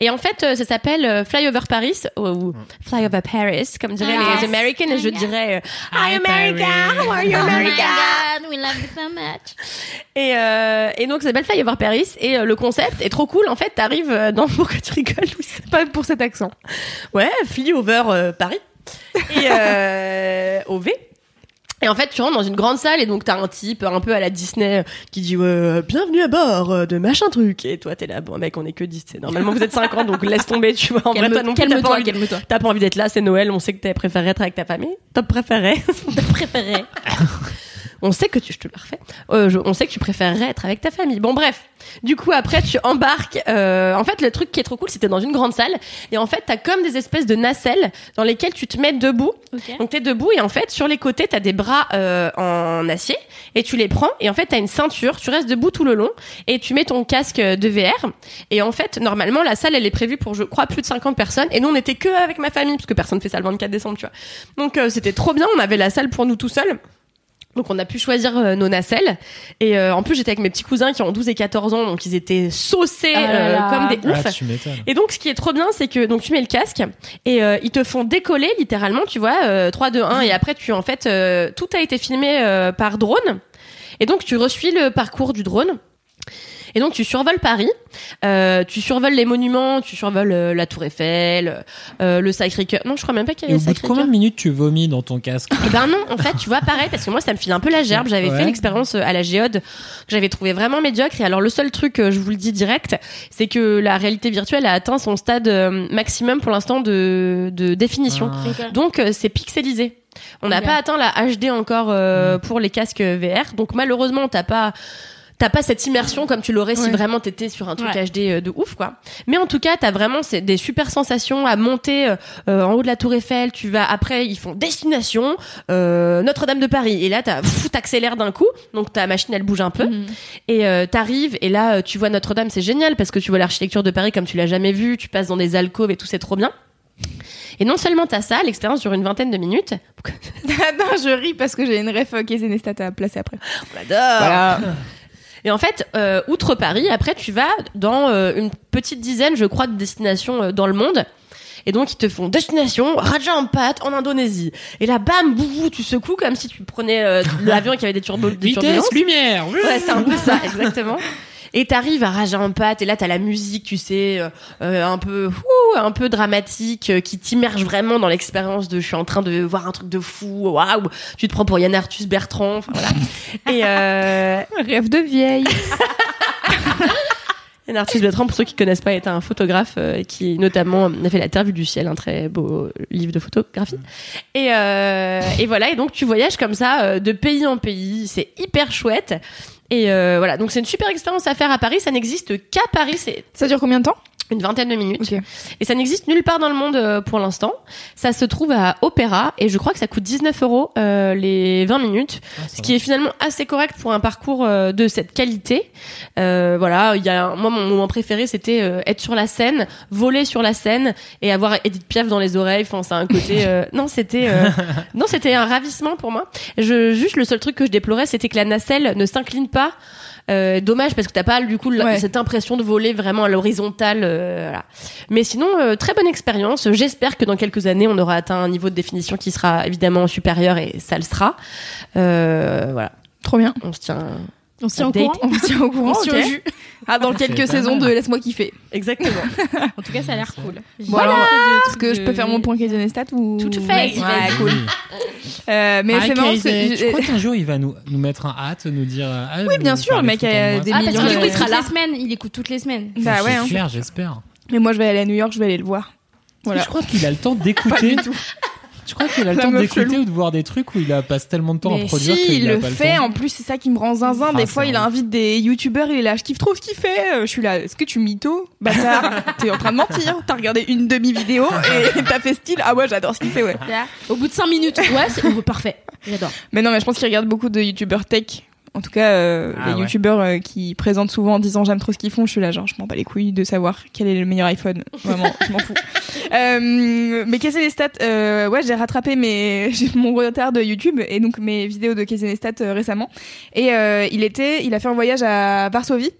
Et en fait, euh, ça s'appelle euh, Flyover Paris ou, ou Flyover Paris comme diraient
Ah,
les
yes.
Americans et je
Ah,
dirais euh, Hi
Hi,
America,
Paris.
how are you
Oh my
America?
god, we love you so much.
Et, euh, et donc ça s'appelle Flyover Paris et euh, le concept est trop cool en fait t'arrives euh, dans pourquoi tu rigoles Louis
Pas pour cet accent.
ouais Flyover euh, Paris et euh, OV Et en fait, tu rentres dans une grande salle et donc t'as un type un peu à la Disney euh, qui dit euh, bienvenue à bord euh, de machin truc. Et toi, t'es là, bon mec, on est que 10. c'est Normalement, vous êtes 50, donc laisse tomber, tu vois. En vrai, toi non plus, t'as pas
calme-toi,
envie-
calme-toi.
T'as pas envie d'être là, c'est Noël, on sait que t'as préféré être avec ta famille. Top préféré.
préféré.
On sait que tu, je te le refais. Euh, je- on sait que tu préférerais être avec ta famille. Bon, bref. Du coup, après, tu embarques. euh, en fait, le truc qui est trop cool, c'était dans une grande salle. Et en fait, t'as comme des espèces de nacelles dans lesquelles tu te mets debout. Donc, t'es debout et en fait, sur les côtés, t'as des bras euh, en acier et tu les prends. Et en fait, t'as une ceinture. Tu restes debout tout le long et tu mets ton casque euh, de VR. Et en fait, normalement, la salle, elle est prévue pour, je crois, plus de 50 personnes. Et nous, on était que avec ma famille parce que personne fait ça le 24 décembre, tu vois. Donc, euh, c'était trop bien. On avait la salle pour nous tout seuls. Donc on a pu choisir euh, nos nacelles et euh, en plus j'étais avec mes petits cousins qui ont 12 et 14 ans donc ils étaient saucés
Ah là
euh,
là.
comme des oufs.
Ah, tu m'étonnes.
Et donc, ce qui est trop bien, c'est que donc tu mets le casque et euh, ils te font décoller littéralement, tu vois, euh, 3, 2, 1, et après, tu en fait, euh, tout a été filmé euh, par drone. Et donc, tu resuis le parcours du drone. Et donc, tu survoles Paris, euh, tu survoles les monuments, tu survoles euh, la Tour Eiffel, euh, le Sacré-Cœur. Non, je crois même pas qu'il y
Et
avait
au
le
bout de
Sacré-Cœur.
combien de minutes tu vomis dans ton casque euh,
Eh ben non, en fait, tu vois, pareil, parce que moi, ça me file un peu la gerbe. J'avais
Ouais.
fait l'expérience euh, à la géode que j'avais trouvé vraiment médiocre. Et alors, le seul truc, euh, je vous le dis direct, c'est que la réalité virtuelle a atteint son stade euh, maximum pour l'instant de, de définition.
Ah.
Donc, euh, c'est pixelisé. On n'a
Ok.
pas atteint la HD encore euh, pour les casques VR. Donc, malheureusement, t'as pas. T'as pas cette immersion comme tu l'aurais si
Ouais.
vraiment t'étais sur un truc
Ouais.
HD euh, de ouf, quoi. Mais en tout cas, t'as vraiment ces- des super sensations à monter euh, euh, en haut de la Tour Eiffel. Tu vas après, ils font destination euh, Notre-Dame de Paris. Et là, t'as- pff, t'accélères d'un coup, donc ta machine elle bouge un peu. Et euh, t'arrives et là, euh, tu vois Notre-Dame, c'est génial parce que tu vois l'architecture de Paris comme tu l'as jamais vu. Tu passes dans des alcôves et tout, c'est trop bien. Et non seulement t'as ça, l'expérience dure une vingtaine de minutes.
Mmh.
Attends, je ris parce que j'ai une ref euh, Casey Neistat à placer après.
On l'adore. Et en fait, euh, outre Paris, après tu vas dans euh, une petite dizaine, je crois, de destinations euh, dans le monde. Et donc ils te font destination Raja Ampat en Indonésie. Et là, bam, boubou, tu secoues comme si tu prenais euh, l'avion qui avait des turbos. des turbulences.
Vitesse, lumière Ah,
Ouais, c'est un peu ça, exactement. Et t'arrives à Raja Ampat et là t'as la musique, tu sais, euh, euh, un peu, ouh, un peu dramatique, euh, qui t'immerge vraiment dans l'expérience de je suis en train de voir un truc de fou, waouh, tu te prends pour Yann Arthus Bertrand, enfin voilà. Et euh,
Rêve de vieille.
Yann Arthus Bertrand, pour ceux qui connaissent pas, est un photographe euh, qui notamment a fait La Terre vue du ciel, un très beau livre de photographie. Et, euh, et voilà, et donc tu voyages comme ça euh, de pays en pays, c'est hyper chouette. Et euh, voilà, donc c'est une super expérience à faire à Paris, ça n'existe qu'à Paris, c'est
Ça dure combien de temps
une vingtaine de minutes.
Ok.
Et ça n'existe nulle part dans le monde euh, pour l'instant. Ça se trouve à Opéra et je crois que ça coûte 19 euros euh, les 20 minutes, ce qui est finalement assez correct pour un parcours euh, de cette qualité. Euh, voilà, il y a un- moi mon moment préféré c'était euh, être sur la scène, voler sur la scène et avoir Edith Piaf dans les oreilles. Enfin, c'est un côté euh, non c'était euh, non c'était un ravissement pour moi. Je juste le seul truc que je déplorais c'était que la nacelle ne s'incline pas. Euh, dommage parce que t'as pas du coup la-
Ouais.
cette impression de voler vraiment à l'horizontale. euh, voilà. Mais sinon, euh, très bonne expérience. J'espère que dans quelques années, on aura atteint un niveau de définition qui sera évidemment supérieur et ça le sera. Euh, voilà,
Trop bien.
on se tient. Oh,
On se tient au
Update.
courant.
On se tient au courant.
On se tient au
ok.
jus.
Ah, dans
C'est
quelques
pas
saisons de
mal.
Laisse-moi kiffer.
Exactement.
En tout cas, ça a l'air cool.
Voilà.
Est-ce
Est-ce que je peux faire mon point Casey Neistat ou
Tout à fait.
Ouais,
Vas-y,
Ah,
ouais,
vas-y.
cool. Euh, mais c'est marrant. c'est-
Je Ah, crois qu'un jour il va nous, nous mettre un hâte, nous dire. euh, Ah,
Oui, bien
vous
sûr, le
parlez
mec
tout le temps
a
de moi.
des
Ah, parce
millions
qu'il
de-
écoute
Il sera
toutes
là.
les semaines. Il écoute toutes les semaines.
Bah ouais.
C'est
hein.
clair, j'espère.
Mais moi, je vais aller à New York. Je vais aller le voir. Voilà.
Je crois qu'il a le temps d'écouter. Je crois qu'il a le
La
temps
meuf
d'écouter
chelou.
ou de voir des trucs où il a passe tellement de temps à
Mais
produire
si,
qu'il
il
a
le
pas
fait.
le temps.
En plus, c'est ça qui me rend zinzin.
Ah,
des
c'est
fois, il
vrai.
invite des youtubeurs, il est là, je kiffe trop ce qu'il fait. Euh, Je suis là, est-ce que tu mytho Bâtard, t'es en train de mentir. T'as regardé une demi-vidéo et t'as fait style. Ah ouais, j'adore ce qu'il fait, ouais.
Au bout de 5 minutes. Ouais, c'est oh, parfait. J'adore.
Mais non, mais je pense qu'il regarde beaucoup de youtubeurs tech. En tout cas, euh,
Ah
les
ouais.
youtubeurs euh, qui présentent souvent en disant j'aime trop ce qu'ils font, je suis là, genre, je m'en bats les couilles de savoir quel est le meilleur iPhone. Vraiment, je m'en fous. Euh, mais Casey Neistat, euh, ouais, j'ai rattrapé mes, j'ai mon retard de YouTube et donc mes vidéos de Casey Neistat euh, récemment. Et euh, il était, il a fait un voyage à Varsovie.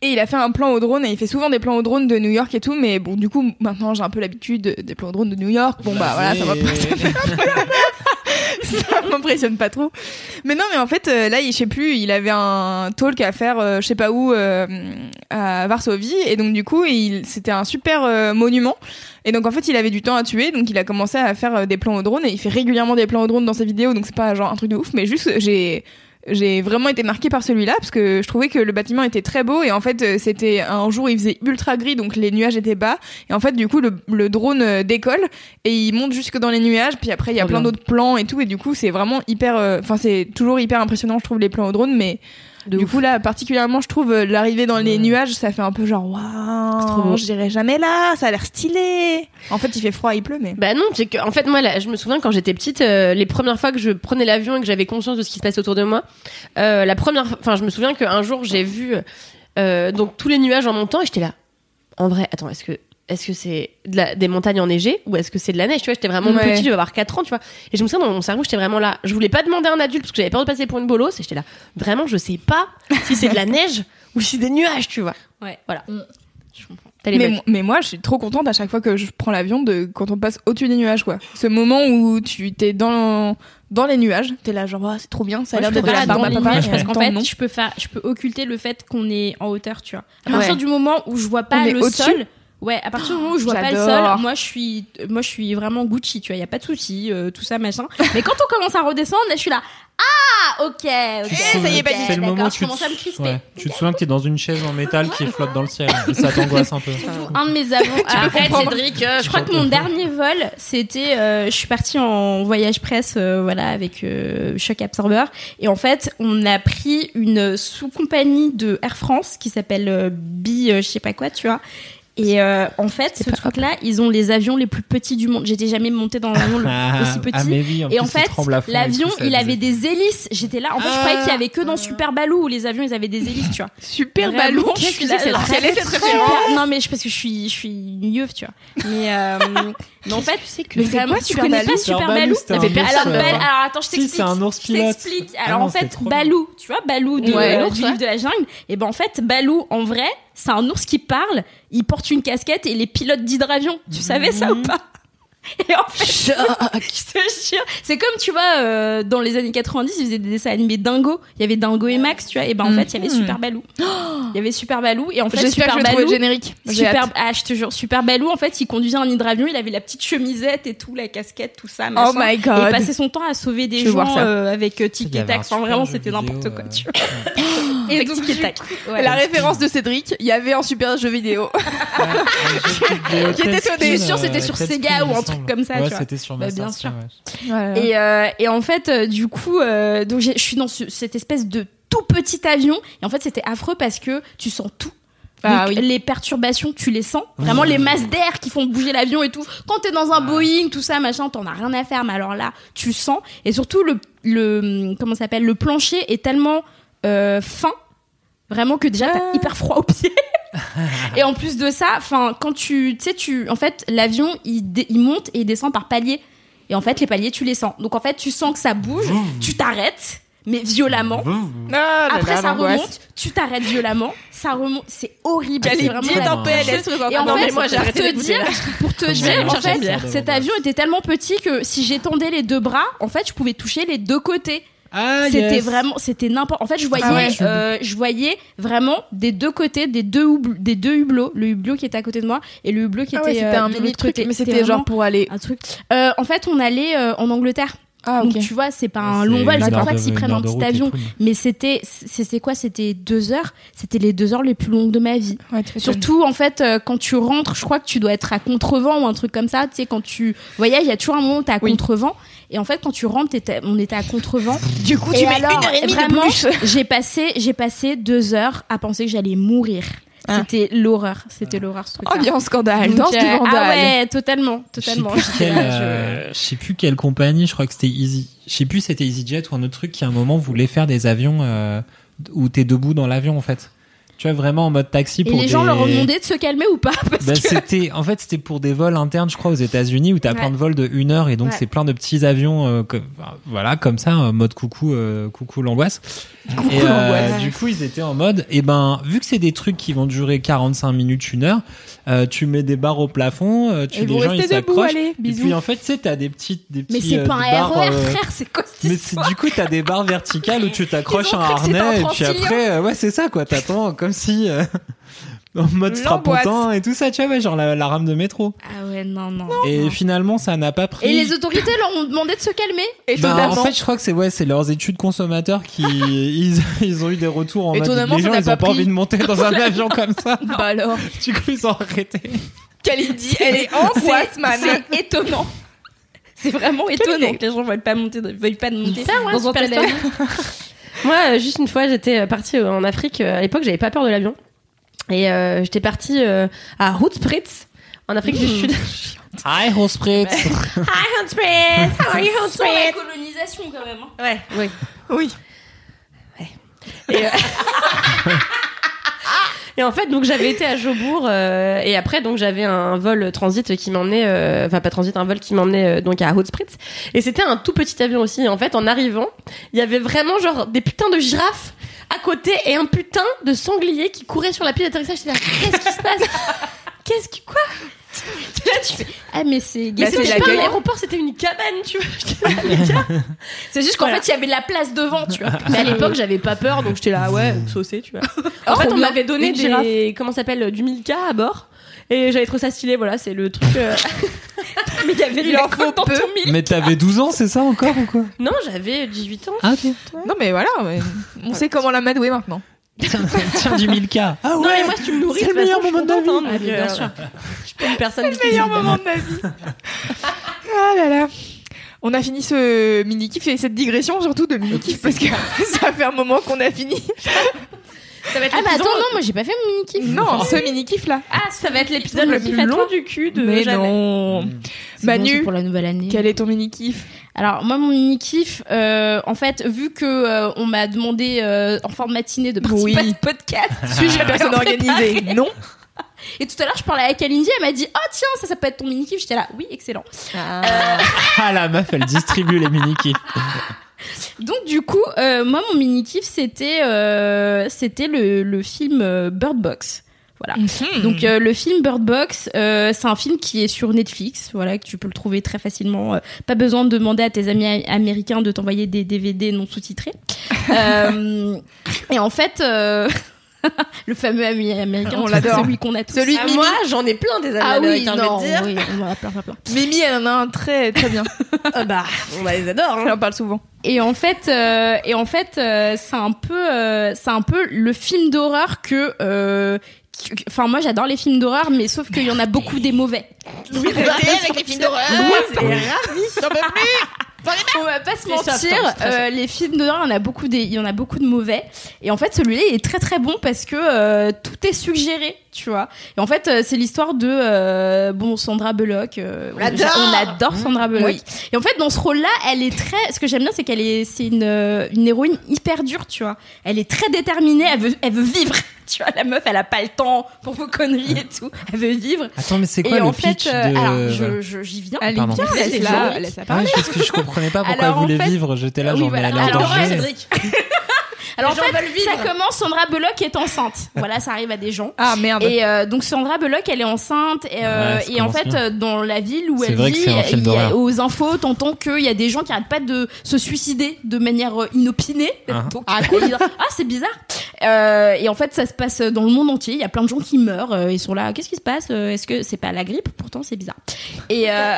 Et il a fait un plan au drone et il fait souvent des plans au drone de New York et tout, mais bon, du bah, coup, maintenant j'ai un peu l'habitude des plans au drone de New York. Bon, bah voilà, ça va pas. ça m'impressionne pas trop. Mais non, mais en fait, euh, là, il- je sais plus, il avait un talk à faire, euh, je sais pas où, euh, à Varsovie, et donc du coup, il, c'était un super euh, monument. Et donc en fait, il avait du temps à tuer, donc il a commencé à faire euh, des plans au drone, et il fait régulièrement des plans au drone dans ses vidéos, donc c'est pas genre un truc de ouf, mais juste, j'ai j'ai vraiment été marquée par celui-là parce que je trouvais que le bâtiment était très beau et en fait euh, c'était un jour il faisait ultra gris donc les nuages étaient bas et en fait du coup le, le drone euh, décolle et il monte jusque dans les nuages puis après il y a
Trop
plein
bien.
d'autres plans et tout et du coup c'est vraiment hyper euh, enfin c'est toujours hyper impressionnant je trouve les plans au drone mais
De
du
ouf.
coup là particulièrement je trouve euh, l'arrivée dans les
Ouais.
nuages ça fait un peu genre
C'est trop
waouh
beau.
j'irai jamais là ça a l'air stylé en fait il fait froid il pleut mais
Bah non, c'est que en fait moi là, je me souviens quand j'étais petite, euh, les premières fois que je prenais l'avion et que j'avais conscience de ce qui se passait autour de moi, euh, la première, enfin je me souviens qu'un jour j'ai vu euh, donc tous les nuages en montant et j'étais là. En vrai, attends, est-ce que est-ce que c'est de la- des montagnes enneigées ou est-ce que c'est de la neige Tu vois, j'étais vraiment
Ouais.
petite, je devais avoir 4 ans, tu vois. Et je me souviens dans mon cerveau, j'étais vraiment là. Je voulais pas demander à un adulte parce que j'avais peur de passer pour une bolosse et j'étais là. Vraiment, je sais pas si c'est de la neige ou si c'est des nuages, tu vois.
Ouais.
Voilà.
Mm.
Je comprends. T'as les
mais,
mecs.
mo- mais moi, je suis trop contente à chaque fois que je prends l'avion de quand on passe au-dessus des nuages, quoi. Ce moment où tu t'es dans dans les nuages, t'es là genre Ah, c'est trop bien, ça a l'air
Moi, je
d'être
trouve
la
pas dans
barbe à
les
bah, papa,
nuages
et en
parce
même
qu'en
temps,
fait,
non.
je peux faire, je peux occulter le fait qu'on est en hauteur, tu vois. À
Ouais.
partir du moment où je vois pas
On est
le
au-dessus
sol, ouais, à partir du moment où je vois pas le
j'adore.
sol, moi je suis, euh, moi je suis vraiment Gucci, tu vois, y a pas de souci, euh, tout ça machin. Mais quand on commence à redescendre, là, je suis là, ah, ok, ok,
Tu te souviens-
ça y est, bah,
c'est le moment
d'accord,
où
je
tu te,
commence à me crisper.
ouais. tu te souviens que t'es dans une chaise en métal qui flotte dans le ciel. Et ça t'angoisse un peu.
Un de mes avons. Arrête,
comprendre.
Cédric. euh, je crois que mon dernier vol, c'était, euh, je suis partie en voyage presse, euh, voilà, avec euh, choc absorbeur. Et en fait, on a pris une sous-compagnie de Air France qui s'appelle euh, Bi, euh, je sais pas quoi, tu vois. Et euh, en fait, ce
pas
truc-là, ils ont les avions les plus petits du monde. J'étais jamais montée dans un avion le- aussi petit.
Ah, mais oui, en
Et
plus,
en
il
fait,
tremble à fond et
l'avion,
tout, ça
il
disait-
avait des hélices. J'étais là. En fait, je croyais qu'il y avait que
Ah.
dans Super Baloo où les avions, ils avaient des hélices, tu vois.
super
Vraiment,
ballon.
je suis là, alors,
Quelle est cette
super-
référence
Non, mais je, parce que je suis, je suis une yeuf, tu vois. Mais, euh, mais en fait, tu sais que
Mais c'est quoi,
tu
Super
connais
Baloo
pas
Super
Super
Baloo,
Baloo.
c'était un ours,
alors, ah,
euh,
Bal- alors, attends, je
Si,
t'explique.
c'est un ours
Je
pilote.
t'explique.
Ah
Alors
non,
en
c'était
fait,
trop bien.
Baloo, tu vois, Baloo de,
Ouais,
euh,
l'ours,
du
ouais.
livre de la jungle, et ben en fait, Baloo, en vrai, c'est un ours qui parle, il porte une casquette et il est pilote d'hydravion.
Mm.
Tu savais ça ou pas Et en fait, je te jure, c'est comme tu vois, euh, dans les années 90, ils faisaient des dessins animés Dingo, il y avait Dingo et Max, tu vois, et ben en fait, il y avait
Mhm.
Super Baloo. Il y avait Super Baloo, et en fait,
J'espère que
Super
je vais trouver le
Baloo.
générique. J'ai
Super,
hâte.
ah, je te jure, Super Baloo, en fait, il conduisait un hydravion, il avait la petite chemisette et tout, la casquette, tout ça,
Oh
machin
my
et
god.
passait son temps à sauver des
Je veux voir
gens
ça.
euh, avec euh,
Il
Tic
y
et
avait
Tac.
un
Enfin,
super
vraiment,
jeu
c'était
vidéo,
n'importe quoi.
euh,
Tu
ouais.
vois.
Et
Avec
donc,
Tic et
du
Tac. Ouais.
La référence de Cédric, il y avait un super jeu vidéo.
ah,
Un jeu vidéo
Qui était sur des-
touchscreen,
sûr, c'était
euh,
ah. sur
touchscreen,
Sega
il
ou un
me
truc
semble.
comme ça,
Ouais,
tu vois.
c'était sur
Bah, bien
Master
sûr.
System, ouais.
Et-
Et, euh, et en fait, euh, du coup, euh, donc j'ai- je suis dans ce- cette espèce de tout petit avion. Et en fait, c'était affreux parce que tu sens tout.
Ah
Donc,
oui.
Les perturbations, tu les sens. Vraiment, les masses d'air qui font bouger l'avion et tout. Quand t'es dans un Boeing, tout ça, machin, t'en as rien à faire. Mais alors là, tu sens. Et surtout, le, le comment ça s'appelle, le plancher est tellement euh, fin, vraiment que déjà
Ah.
t'as hyper froid aux pieds. et en plus de ça, enfin, quand tu, tu sais, tu, en fait, l'avion, il, dé- il monte et il descend par paliers. Et en fait, les paliers, tu les sens. Donc en fait, tu sens que ça bouge, tu t'arrêtes, mais violemment.
Mmh. Ah là
Après,
là,
ça
l'angoisse.
remonte, tu t'arrêtes violemment, ça remonte, c'est horrible.
Ah,
c'est
c'est
vraiment
dur,
la
hein.
pire
PLS,
chose.
mais
Et en
non,
fait,
mais moi, j'ai
pour
arrêté
te
d'écouter,
dire,
là. Ah,
pour te
Comment
dire,
on
en
mange
fait,
ça, d'abord,
cet
ouais.
avion était tellement petit que si j'étendais les deux bras, en fait, je pouvais toucher les deux côtés.
Ah,
c'était
yes.
vraiment, c'était n'importe. En fait, je voyais,
Ah ouais.
euh, je voyais vraiment des deux côtés, des deux hubl- des deux hublots, le hublot qui était à côté de moi et le hublot qui
Ah ouais,
était
c'était
euh,
un
de
mini
l'autre
truc,
côté.
mais c'était genre
vraiment
pour aller.
un truc. Euh, en fait, on allait euh, en Angleterre.
Ah
Donc tu vois, c'est pas un long vol, c'est pour ça qu'ils prennent un petit avion. Mais c'était, c'était quoi C'était deux heures. C'était les deux heures les plus longues de ma vie. Surtout en fait, euh, quand tu rentres, je crois que tu dois être à contrevent ou un truc comme ça. Tu sais, quand tu voyages, il y a toujours un moment où t'es à
Oui.
contrevent. Et en fait, quand tu rentres, t'étais- on était à contrevent.
Du coup,
Et
tu mets une
alors,
heure et demie de
vraiment,
plus.
J'ai passé, j'ai passé deux heures à penser que j'allais mourir.
Ah.
C'était l'horreur. C'était l'horreur ce truc.
Oh, bien scandale.
Donc,
Danse du
euh, ah
vandale.
ouais, totalement, totalement.
Je sais plus,
J'étais
quelle,
là, je-
euh, je sais plus quelle compagnie, je crois que c'était Easy. Je sais plus c'était EasyJet ou un autre truc qui à un moment voulait faire des avions euh, où t'es debout dans l'avion en fait. tu vois, vraiment en mode taxi
Et
pour
les gens
des-
leur ont demandé de se calmer ou pas parce
Bah,
que
c'était en fait c'était pour des vols internes je crois aux États-Unis où t'as
Ouais.
plein de vols de une heure et donc
Ouais.
c'est plein de petits avions euh, comme, bah, voilà comme ça en mode coucou euh, coucou l'angoisse et euh,
l'angoisse.
du coup ils étaient en mode et ben vu que c'est des trucs qui vont durer 45 minutes une heure euh, tu mets des barres au plafond euh, tu
Et vous
les gens ils
restez debout,
s'accrochent
allez,
et
bisous.
puis en fait tu sais t'as des petites des
mais
petits,
c'est
euh,
pas un
des barres,
RER
euh,
frère, c'est quoi cette
mais c'est-
histoire
du coup, t'as des barres verticales où tu t'accroches
Ils
à
ont
un
cru que c'était
harnais
un
et puis
transilien.
après, euh, ouais, c'est ça quoi. T'attends comme si euh, en mode
L'angoisse.
strapontant et tout ça, tu vois, ouais, genre la, la rame de métro.
Ah ouais, non non.
et finalement, ça n'a pas pris.
Oh. Et les autorités leur ont demandé de se calmer.
Bah, en
Étonnamment.
fait, je crois que c'est ouais, c'est leurs études consommateurs qui ils, ils ont eu des retours en mode
Étonnamment,
les
ça
gens
n'a
ils
pas
ont pas
pris.
envie de monter dans un avion comme ça.
Bah alors,
Du coup, ils ont arrêté.
Kalindi, elle est angoisse, man.
C'est étonnant. C'est vraiment étonnant que les gens veulent pas monter, veulent pas monter
Ça, ouais,
dans un
super
tel
étonnant.
avion.
Moi, euh, juste une fois, j'étais euh, partie euh, en Afrique. euh, À l'époque, j'avais pas peur de l'avion. Et euh, j'étais partie euh, à Houtspritz, en Afrique du Sud.
Hi, Hospritz.
Hi Houtspritz! How are you Houtspritz?
colonisation quand même. hein.
Ouais, oui.
Oui.
Et, euh, et en fait, donc j'avais été à Jobourg euh, et après donc j'avais un vol transit qui m'emmenait, euh, enfin pas transit, un vol qui m'emmenait euh, donc à Haute-Spritz et c'était un tout petit avion aussi. Et en fait, en arrivant, il y avait vraiment genre des putains de girafes à côté et un putain de sanglier qui courait sur la piste d'atterrissage. J'étais là, qu'est-ce qui se passe Qu'est-ce qui quoi Là, tu fais,
Ah mais c'est
Bah,
mais
c'est
c'était
la
pas un
gueule.
aéroport, c'était une cabane, tu vois. J'étais là,
C'est juste qu'en
Voilà. Ah,
fait il y avait de la place devant, tu vois.
Mais à l'époque, j'avais pas peur, donc j'étais là, ouais, saucée, tu vois. Mmh. En fait, on
bien.
m'avait donné
Une
des.
girafe.
Comment ça s'appelle euh, Du Milka à bord. Et j'avais trouvé ça stylé, voilà, c'est le truc. euh,
Mais il y avait de
Il
la
en faut
colle dans
peu.
ton milieu.
Mais t'avais 12 ans, c'est ça encore ou quoi
Non, j'avais 18 ans.
Ah, ok.
Non mais voilà, mais on sait comment la madouer maintenant.
Tiens, tiens du 1000K. Ah ouais.
non, mais moi, si tu me nourris,
c'est
de toute
le meilleur
façon, je suis
moment de ma
contente,
vie.
hein, donc,
Ah, bien
euh,
sûr.
Je suis pas une personne qui
meilleur moment de ma vie. Ah là là. On a fini ce mini kiff et cette digression surtout de mini kiff parce que ça fait un moment qu'on a fini.
Ça va être
Ah bah attends,
l'épisode-
non, moi j'ai pas fait mon mini kiff.
Non, ce mini kiff là.
Ah, ça va être l'épisode le
Le plus
plus
long
long du cul de
Mais
jamais.
non.
Mm.
Manu,
pour la nouvelle année.
quel est ton mini kiff
Alors moi mon mini kiff, euh, en fait vu que euh, on m'a demandé euh, en fin de matinée de participer
Oui.
à ce podcast
Suis-je la personne organisée Non.
et tout à l'heure je parlais avec Kalindi, elle m'a dit oh tiens ça ça peut être ton mini kiff, j'étais là oui excellent.
Ah la meuf, elle distribue les mini kits.
Donc du coup euh, moi mon mini kiff c'était euh, c'était le, le film euh, Bird Box. Voilà. Donc
Mhm.
euh, le film Bird Box, euh, c'est un film qui est sur Netflix, voilà, que tu peux le trouver très facilement. euh, pas besoin de demander à tes amis a- américains de t'envoyer des DVD non sous-titrés. Euh, et en fait, euh, le fameux ami américain,
On
tu vois,
l'adore.
celui qu'on a tous.
Celui de
Ah,
Mimi.
moi, j'en ai plein des amis
ah oui,
américains, je vais
non,
te dire.
oui, on en a plein, plein, plein.
Mimi, elle en a un très très bien.
Ah bah, on les adore.
Elle en parle souvent.
Et en fait, euh, et en fait, euh, c'est un peu, euh, c'est un peu le film d'horreur que. euh, qui- qui- Enfin, moi, j'adore les films d'horreur, mais sauf qu'il y en a beaucoup des mauvais.
bah, avec les films d'horreur. J'en peux plus.
On va pas se
C'est soft,
mentir,
hein, c'est très
euh, les films d'horreur, il y en a beaucoup des, il y en a beaucoup de mauvais. Et en fait, celui-là, il est très très bon parce que euh, tout est suggéré, tu vois. Et en fait, euh, c'est l'histoire de euh, bon Sandra Bullock. euh, on,
J'adore
on adore Sandra Bullock.
Oui.
Et en fait, dans ce rôle-là, elle est très. Ce que j'aime bien, c'est qu'elle est, c'est une, euh, une héroïne hyper dure, tu vois. Elle est très déterminée. Elle veut, elle veut vivre. Tu vois, la meuf, elle a pas le temps pour vos conneries et tout. Elle veut vivre.
Attends, mais c'est quoi
et
le
en
pitch
fait, euh,
de
alors,
Voilà.
je- je- j'y viens.
Elle est
Pardon.
bien, laisse-la.
Laisse-la.
Laisse-la
Ah,
parler.
parce que je comprenais pas pourquoi
Alors,
elle voulait
en fait-
vivre. J'étais là,
Ah Oui,
genre,
voilà.
mais elle est en
Alors,
danger.
ouais, Alors en
Les gens
fait,
veulent vivre.
ça commence, Sandra Bullock est enceinte. voilà, ça arrive à des gens.
Ah merde.
Et euh, donc Sandra Bullock, elle est enceinte et, euh,
Ouais, ça
et en
commence
fait
bien.
euh, dans la ville où
C'est
elle
vrai que
vit,
c'est un film
il y a-
d'horreur.
aux infos, t'entends qu'il y a des gens qui arrêtent pas de se suicider de manière euh, inopinée.
Ah.
Donc, ah c'est bizarre. Euh, et en fait, ça se passe dans le monde entier. Il y a plein de gens qui meurent. euh, ils sont là. Qu'est-ce qui se passe Euh, Est-ce que c'est pas la grippe Pourtant, c'est bizarre. Et euh...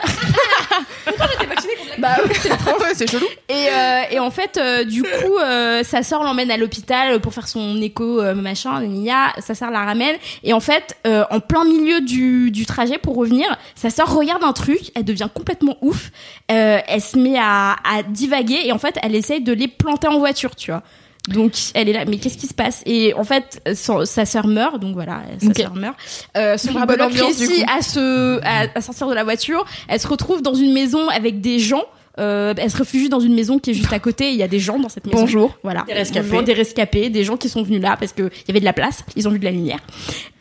Bah, oui, c'est
Ouais, c'est chelou.
et, euh, et en fait, euh, du coup, euh, sa sœur l'emmène à l'hôpital pour faire son écho, euh, machin, gna, sa sœur la ramène. Et en fait, euh, en plein milieu du, du trajet pour revenir, sa sœur regarde un truc, elle devient complètement ouf, euh, elle se met à, à divaguer et en fait, elle essaye de les planter en voiture, tu vois. Donc elle est là, mais qu'est-ce qui se passe Et en fait, son- sa sœur meurt, donc voilà, sa
Ok.
sœur meurt. Euh, son
Bonne
Bullock
ambiance, du
réussit
coup.
à se à, à sortir de la voiture. Elle se retrouve dans une maison avec des gens euh, elle se réfugie dans une maison qui est juste à côté. et Il y a des gens dans cette maison.
Bonjour.
Voilà.
Des rescapés.
Bonjour, Des rescapés, des gens qui sont venus là parce qu'il y avait de la place, ils ont vu de la lumière.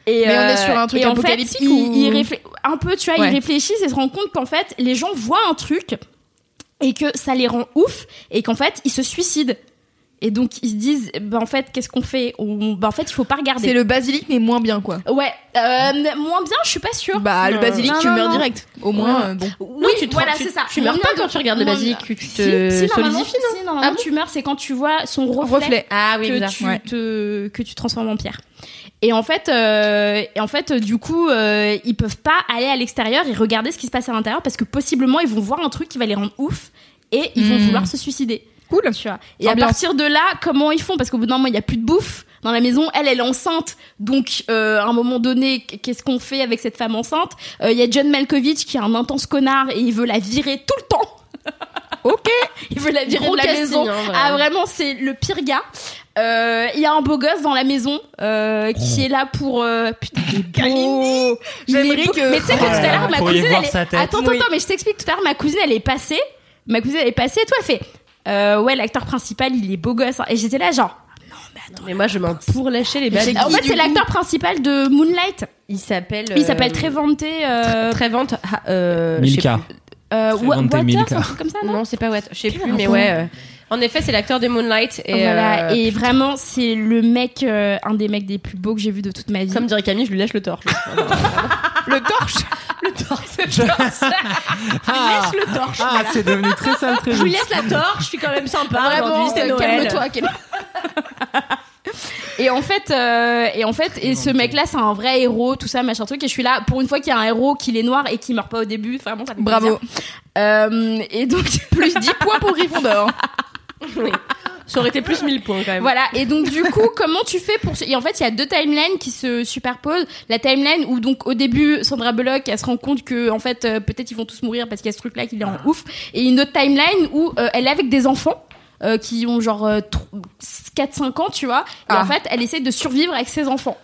Et euh,
Mais on est sur un truc
et en fait,
apocalyptique
ils-
ou-
ils réflé- un peu, tu vois,
Ouais.
ils réfléchissent et se rendent compte qu'en fait, les gens voient un truc et que ça les rend ouf et qu'en fait, ils se suicident. Et donc, ils se disent, bah, en fait, qu'est-ce qu'on fait On- bah, En fait, il faut pas regarder.
C'est le basilic, mais moins bien, quoi.
Ouais, euh, moins bien, je suis pas sûre. Euh,
Bah, le basilic,
Non,
tu
non,
meurs
non.
direct. Au moins,
Ouais.
euh, bon.
Oui,
Non, tu te-
voilà,
tu-
c'est ça.
tu meurs
On est
pas
dans-
quand tu regardes le
on est-
basique, tu te
Si, si, normalement,
solidifies, non
si, normalement,
Ah bon
tu meurs, c'est quand tu vois son reflet,
Ah oui,
que
bizarre.
tu
ouais.
te que tu transformes en pierre. Et en fait, euh, et en fait, euh, du coup, euh, ils peuvent pas aller à l'extérieur et regarder ce qui se passe à l'intérieur parce que possiblement ils vont voir un truc qui va les rendre ouf et ils vont
Hmm.
vouloir se suicider.
Cool.
Tu vois. Et à
Ambiance.
partir de là, comment ils font Parce qu'au bout d'un moment, il n'y a plus de bouffe dans la maison. Elle, elle est enceinte. Donc, euh, à un moment donné, qu- qu'est-ce qu'on fait avec cette femme enceinte Euh, Il y a John Malkovich qui est un intense connard et il veut la virer tout le temps. ok. Il veut la virer
Gros
de la
casting,
maison.
hein, voilà.
Ah, vraiment, c'est le pire gars. Euh, Il y a un beau gosse dans la maison euh,
Oh.
qui est là pour euh, putain il est beau.
Oh,
Il est
J'aimerais
beau.
que-
mais tu sais que tout
Oh là
à
là,
l'heure ma
vous pourriez
cousine
voir
elle est-
sa tête.
attends attends
Oui.
attends, mais je t'explique tout à l'heure ma cousine elle est passée ma cousine elle est passée et toi elle fait euh, ouais l'acteur principal il est beau gosse hein. et j'étais là genre
Mais moi, je m'en pour lâcher les balles.
c'est
en
qui,
fait
du
c'est
coup
l'acteur principal de Moonlight
Il s'appelle.
il s'appelle Trevante euh,
Trévante. Euh, je sais
Milka.
plus.
euh, Wa-
Trevante
Waters
Milka.
un truc comme ça non
Non, c'est pas Watt. Je sais plus,
Quel
mais
rapport
ouais. euh, En effet, c'est l'acteur de Moonlight. Et,
voilà
euh,
Oh et vraiment c'est le mec euh, un des mecs des plus beaux que j'ai vu de toute ma vie
Comme dirait Camille, je lui lâche le torche.
Le torche
Ah,
le torche
ah, c'est devenu très sale, très
je lui
vite.
laisse la torche, je suis quand même sympa.
Vraiment,
Aujourd'hui, c'est
euh,
Noël.
calme-toi, Ken. Et en fait, euh, et en fait, et ce mec-là, c'est un vrai héros, tout ça, machin truc. Et je suis là pour une fois qu'il y a un héros, qu'il est noir et qu'il meurt pas au début. Vraiment, ça me fait
Bravo.
plaisir. Euh, et donc
Plus 10 points pour Gryffondor.
Oui. Ça aurait été plus 1000 points quand même.
voilà. Et donc du coup, comment tu fais pour ce- Et en fait, il y a deux timelines qui se superposent. La timeline où donc au début, Sandra Bullock, elle se rend compte que en fait, euh, peut-être ils vont tous mourir parce qu'il y a ce truc-là qui les
Ah.
rend ouf. Et une autre timeline où euh, elle est avec des enfants. euh, qui ont genre 4-5 ans, tu vois. Et
Ah.
en fait, elle essaie de survivre avec ses enfants.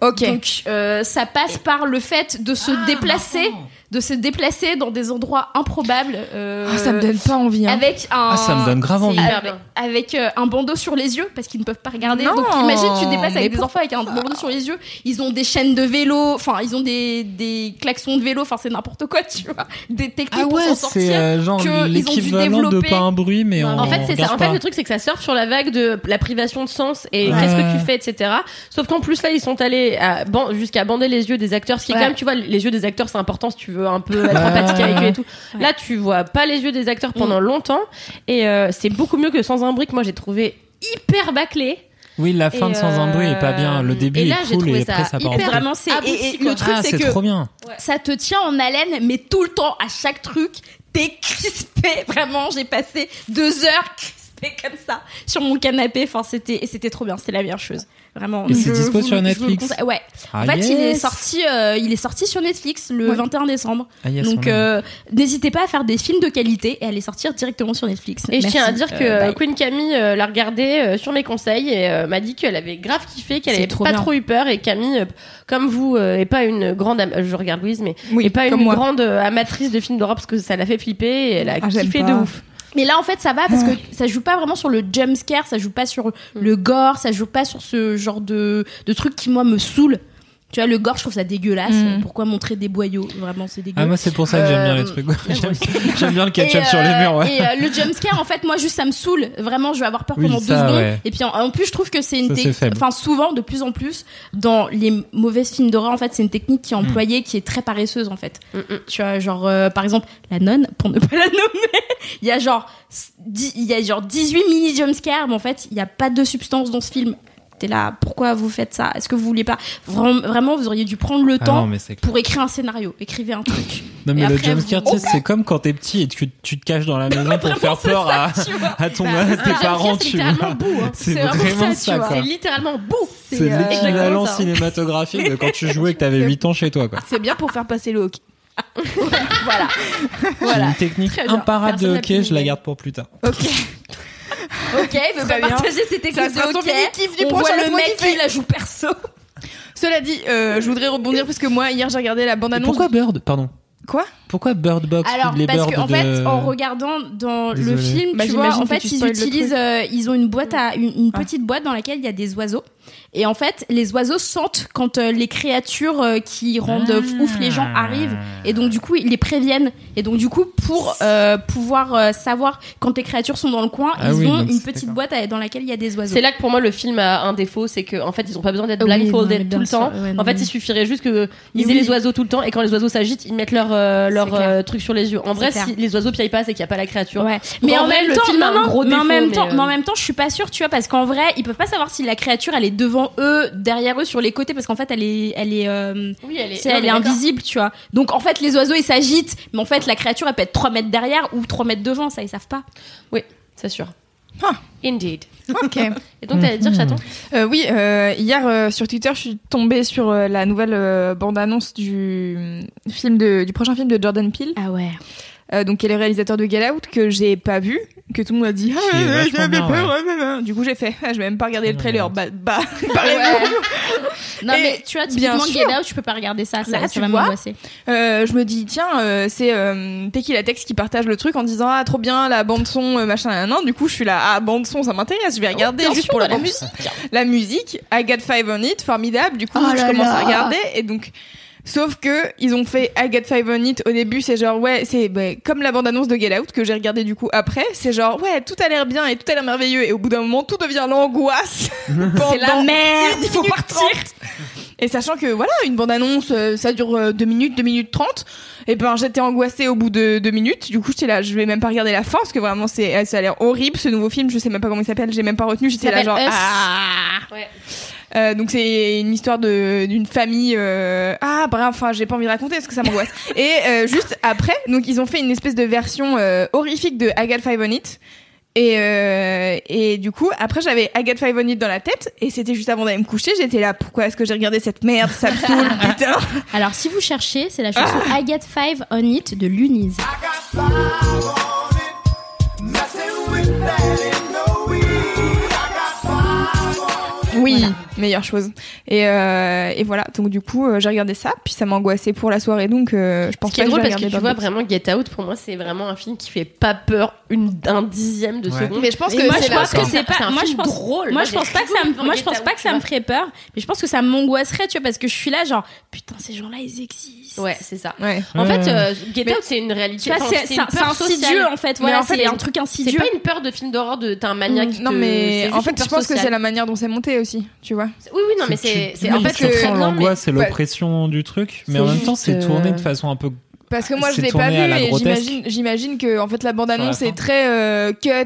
Ok. Ah,
Donc euh, ça passe par le fait de se déplacer, de se déplacer dans des endroits improbables. euh,
Ah, ça me donne pas envie. Hein.
Avec un.
Ah, ça me donne grave envie.
hyper
Avec,
bien.
avec, euh, un bandeau sur les yeux parce qu'ils ne peuvent pas regarder.
Non,
Donc imagine tu te déplaces
mais
avec des enfants avec un bandeau sur les yeux. Ils ont des chaînes de vélo, enfin ils ont des, des klaxons de vélo, enfin c'est n'importe quoi, tu vois. Des techniques
Ah ouais,
pour s'en
c'est
sortir.
euh, genre
que ils ont dû
l'équivalent de
développer.
pas un bruit, mais on
En fait, c'est ça.
regarde
En fait,
pas.
le truc, c'est que ça surfe sur la vague de la privation de sens et
Ouais.
qu'est-ce que tu fais, etc. Sauf qu'en plus, là, ils sont allés à ban- jusqu'à bander les yeux des acteurs, ce qui est
Ouais.
quand même, tu vois, les yeux des acteurs, c'est important si tu veux un peu être
Ouais.
empathique avec eux et tout.
Ouais. Mm.
Là, tu vois pas les yeux des acteurs pendant longtemps et euh, c'est beaucoup mieux que sans un brick. Moi, j'ai trouvé hyper bâclé.
Oui, la fin
Et,
de Sans un bruit est pas bien. Le
euh,
début
et là,
est
j'ai
cool
trouvé
et
ça
après ça part en
hyper
couille.
Vraiment, c'est et, et
quoi.
le truc
Ah,
c'est
c'est
que
trop bien.
ça te tient en haleine, mais tout le temps, à chaque truc, t'es crispé. Vraiment, j'ai passé deux heures crispée comme ça sur mon canapé. Enfin, c'était et c'était trop bien. C'était la meilleure chose. Vraiment.
Et
Je
c'est dispo
vous
sur
le- je vous le
Netflix.
conseille. Ouais.
Ah,
en fait, il est
yes.
sorti, euh, il est sorti sur Netflix le
Ouais.
21 décembre.
Ah, yes, on
Donc,
aime.
euh, n'hésitez pas à faire des films de qualité et à les sortir directement sur Netflix.
Et je tiens à dire que
Euh, bye.
Queen Camille euh, l'a regardé euh, sur mes conseils et euh, m'a dit qu'elle avait grave kiffé, qu'elle
C'est
avait
trop
pas
bien.
trop eu peur. Et Camille, euh, comme vous, euh, est pas une grande, am- euh, je regarde Louise, mais
Oui,
est pas
comme
une
moi.
grande euh, amatrice de films d'horreur parce que ça l'a fait flipper et elle a
Ah, j'aime
kiffé
pas.
de ouf.
Mais là, en fait, ça va parce que ça joue pas vraiment sur le jump scare, ça joue pas sur le gore, ça joue pas sur ce genre de, de truc qui, moi, me saoule. Tu vois, le gore, je trouve ça dégueulasse.
Mm.
Pourquoi montrer des boyaux Vraiment, c'est dégueu.
Ah, moi, c'est pour ça que j'aime bien les
Euh,
trucs. J'aime- J'aime bien le ketchup
Et,
sur les
euh,
murs, ouais.
Et euh, le jump scare, en fait, moi, juste, ça me saoule. Vraiment, je vais avoir peur
Oui,
pendant
ça,
deux secondes.
ouais.
Et puis, en, en plus, je trouve que c'est une
Ça, c'est
technique.
faible.
Enfin, souvent, de plus en plus, dans les mauvais films d'horreur, en fait, c'est une technique qui est
Mm.
employée, qui est très paresseuse, en fait. Tu vois, genre, euh, par exemple, la nonne, pour ne pas la nommer, il y a genre, dix- il y a genre 18 mini jump scares, mais en fait, il n'y a pas de substance dans ce film. T'es là, pourquoi vous faites ça Est-ce que vous voulez pas Vra- Vraiment, vous auriez dû prendre le
Ah
temps
non, mais c'est clair.
pour écrire un scénario. Écrivez un truc.
Non,
Et
mais le
après,
jumpscare,
vous-
tu sais, c'est comme quand t'es petit et que tu te caches dans la maison pour faire peur à,
tu vois.
à ton,
Bah,
à
c'est
tes
ça.
parents, tu vois.
boue.
hein. C'est vraiment ça,
C'est
quoi.
littéralement boue.
C'est l'équivalent
exactement ça.
cinématographique de quand tu jouais que t'avais 8 ans chez toi, quoi.
C'est bien pour faire passer le hockey.
voilà.
J'ai
voilà.
une technique
Très bien.
imparable de
Personne n'a
hockey,
pu
je la
me-
garde pour plus tard.
Ok.
Ok, il veut
Très
pas
bien.
partager ses techniques
Ça
de
sera son
hockey.
mini-kiff du
On
prochain
voit le
Laisse-moi
mec
kiffer.
qui la joue perso.
Cela dit, euh, je voudrais rebondir parce que moi, hier, j'ai regardé la
Et
bande-annonce.
pourquoi Bird Pardon.
Quoi
Pourquoi Bird Box
Alors,
puis les
parce
birds
qu'en fait,
de-
en regardant dans
Désolé.
le film,
Bah,
tu
j'imagine
vois, en
que
fait,
tu
ils
spoil le
utilisent,
truc.
euh, ils ont une boîte à, une, une
Ah.
petite boîte dans laquelle il y a des oiseaux. Et en fait, les oiseaux sentent quand euh, les créatures euh, qui rendent
Ah.
ouf les gens arrivent. Et donc, du coup, ils les préviennent. Et donc, du coup, pour euh, pouvoir euh, savoir quand les créatures sont dans le coin,
Ah
ils
oui,
ont
donc
une
c'est-
petite
d'accord.
boîte à- dans laquelle il y a des oiseaux.
C'est là que pour moi le film a un défaut, c'est que en fait ils ont pas besoin d'être
Ah oui,
blindfolded
non, mais
tout le
bien
temps.
sûr, ouais,
en
non,
fait,
mais-
il suffirait juste que ils
Oui.
aient les oiseaux tout le temps et quand les oiseaux s'agitent, ils mettent leur euh, leur
C'est clair.
euh, truc sur les yeux. En vrai,
clair.
si les oiseaux piaillent pas, c'est qu'il y a pas la créature.
Ouais. Mais
en
en,
vrai,
même
le
temps,
film a
non,
un
non,
gros
mais en
défaut,
même
mais,
temps,
euh,
mais en même temps, je suis pas sûre, tu vois, parce qu'en vrai, ils peuvent pas savoir si la créature elle est devant eux, derrière eux, sur les côtés, parce qu'en fait, elle est, elle est, euh,
Oui, elle
c'est- elle est invisible, tu vois. Donc en fait, les oiseaux ils s'agitent, mais en fait, la créature elle peut être 3 mètres derrière ou 3 mètres devant, ça ils savent pas.
Oui, c'est sûr.
Ah.
Indeed.
Ok.
Et donc t'allais
Hmm.
dire chaton
Euh, oui, euh, hier euh, sur Twitter, je suis tombée sur euh, la nouvelle euh, bande-annonce du mm, film de, du prochain film de Jordan Peele,
Ah ouais.
euh, donc qui est le réalisateur de Get Out que j'ai pas vu, que tout le monde a dit. Ah,
est
ouais,
vachement
j'avais
bien,
peur, ouais, ouais, ouais. Du coup, j'ai fait. Ah, je vais même pas regarder le
Ouais,
trailer.
ouais.
Bah, bah, pareil.
Non
Et
mais tu vois,
bien
typiquement
sûr.
Get Out, tu peux pas regarder ça, ça,
Là,
ça
tu
va
vois.
m'angoisser.
Euh, je me dis tiens euh, c'est euh, Tequila Tex qui partage le truc en disant ah trop bien la bande son euh, machin nan, nan. du coup je suis là ah bande son ça m'intéresse je
Oh,
vais regarder juste pour la, bande- la musique I Got Five on It formidable du coup
Oh
je
là
commence
là.
à regarder et donc sauf que ils ont fait I Got Five on It au début c'est genre ouais c'est bah, comme la bande annonce de Get Out que j'ai regardé du coup après c'est genre ouais tout a l'air bien et tout a l'air merveilleux et au bout d'un moment tout devient l'angoisse
C'est la
Pendant
merde,
il faut partir. Et sachant que voilà, une bande-annonce, euh, ça dure 2 minutes, 2 minutes 30, et ben j'étais angoissée au bout de 2 minutes. Du coup, j'étais là, je vais même pas regarder la fin parce que vraiment c'est euh, ça a l'air horrible ce nouveau film, je sais même pas comment il s'appelle, j'ai même pas retenu, j'étais là
s'appelle
genre
Us.
ah.
Ouais.
Euh, donc c'est une histoire de d'une famille euh, ah bref, enfin, j'ai pas envie de raconter parce que ça m'angoisse. et euh, juste après, donc ils ont fait une espèce de version euh, horrifique de I Got Five on It. Et, euh, et du coup, après, j'avais Agathe Five on It dans la tête, et c'était juste avant d'aller me coucher, j'étais là, pourquoi est-ce que j'ai regardé cette merde, ça me saoule, putain
Alors si vous cherchez, c'est la chanson
Ah.
I Get Five on It de Luniz.
Oui, meilleure chose. Et, euh, et voilà, donc du coup, euh, j'ai regardé ça, puis ça m'a angoissée pour la soirée, donc euh, je pense
Ce qui est
pas
drôle
que je vais
parce que
regarder
tu vois
Bird Box.
vraiment Get Out, pour moi c'est vraiment un film qui fait pas peur une, un dixième de
Ouais.
seconde.
Mais je pense
Mais
que
moi,
c'est
je pense
la-
que c'est
C'est
pas.
un
Moi, je
film
pense
drôle.
Moi,
Moi,
je
j'ai
pense pas que ça me.
rigolé
Moi,
quand
je pense
j'étais
pas que ça me
ado,
ferait peur. Mais je pense que ça m'angoisserait, tu vois, parce que je suis là, genre, putain, ces gens-là, ils existent.
Ouais, c'est ça.
Ouais.
En
Ouais.
fait, euh, Get
Mais-
Out c'est une réalité.
Tu vois,
Enfin,
c'est
c'est
c'est un
une
c'est
peur
insidieux
sociale.
en fait.
Mais
Voilà,
en fait,
c'est
c'est-
un truc
C'est
insidieux.
pas une peur de film d'horreur de t'as un maniaque. qui
Non,
te- c'est
mais
juste
en
une
fait,
peur
je pense que
sociale.
c'est la manière dont c'est monté aussi, tu vois.
Oui, oui, non, mais c'est c'est- en fait
tu
que-
très
ressens
bien,
l'angoisse et
mais-
l'oppression du truc, mais
C'est
en même temps,
juste,
c'est tourné
euh,
de façon un peu.
Parce que moi, je
C'est
l'ai pas vu
tourné à la
et
grotesque.
j'imagine, j'imagine que en fait la bande annonce
Sur la
est
fin.
très euh, cut. Il y a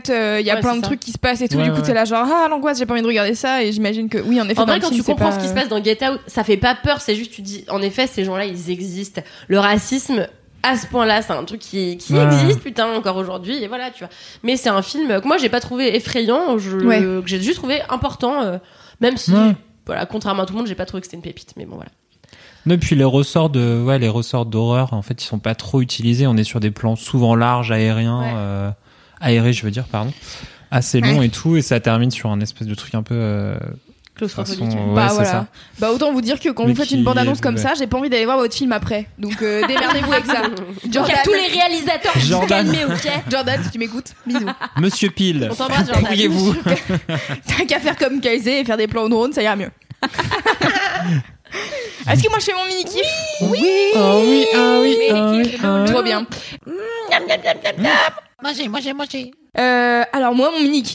Ouais,
plein
c'est
de
ça.
trucs qui se passent et tout.
Ouais,
du coup,
ouais.
c'est là genre ah l'angoisse, j'ai pas envie de regarder ça. Et j'imagine que oui, en effet.
En vrai, quand
dans le
tu
film, c'est
comprends
pas,
ce qui se
euh,
passe dans Get Out, ça fait pas peur, c'est juste tu dis, en effet, ces gens-là, ils existent. Le racisme, à ce point-là, c'est un truc qui, qui
Ouais.
existe, putain, encore aujourd'hui, et voilà, tu vois. Mais c'est un film que moi, j'ai pas trouvé effrayant, je-
Ouais.
que j'ai juste trouvé important, euh, même si,
Ouais.
voilà, contrairement à tout le monde, j'ai pas trouvé que c'était une pépite, mais bon, voilà.
Et puis les ressorts de, ouais, les ressorts d'horreur, en fait, ils sont pas trop utilisés. On est sur des plans souvent larges, aériens,
Ouais.
euh, aérés, je veux dire, pardon, assez longs et tout, et ça termine sur un espèce de truc un peu. euh,
Claustrophobique.
façon- ouais,
Bah
c'est
voilà.
ça.
Bah autant vous dire que quand
Mais
vous faites
qui-
une bande annonce comme
ouais.
ça, j'ai pas envie d'aller voir votre film après. Donc euh, démerdez-vous avec ça.
Donc,
Jordan,
à tous les réalisateurs, je suis
Jordan.
calmée, ok
Jordan, si tu m'écoutes, bisous.
Monsieur Pile,
On t'embrasse, Jordan.
vous
T'as qu'à faire comme Kaizé et faire des plans au drone, ça ira mieux. Est-ce que moi je fais mon mini kiff Oui.
Ah oui, ah oui, ah oui, ah oui.
Trop bien.
Mangez, mangez, mangez.
Euh, alors moi mon mini kiff,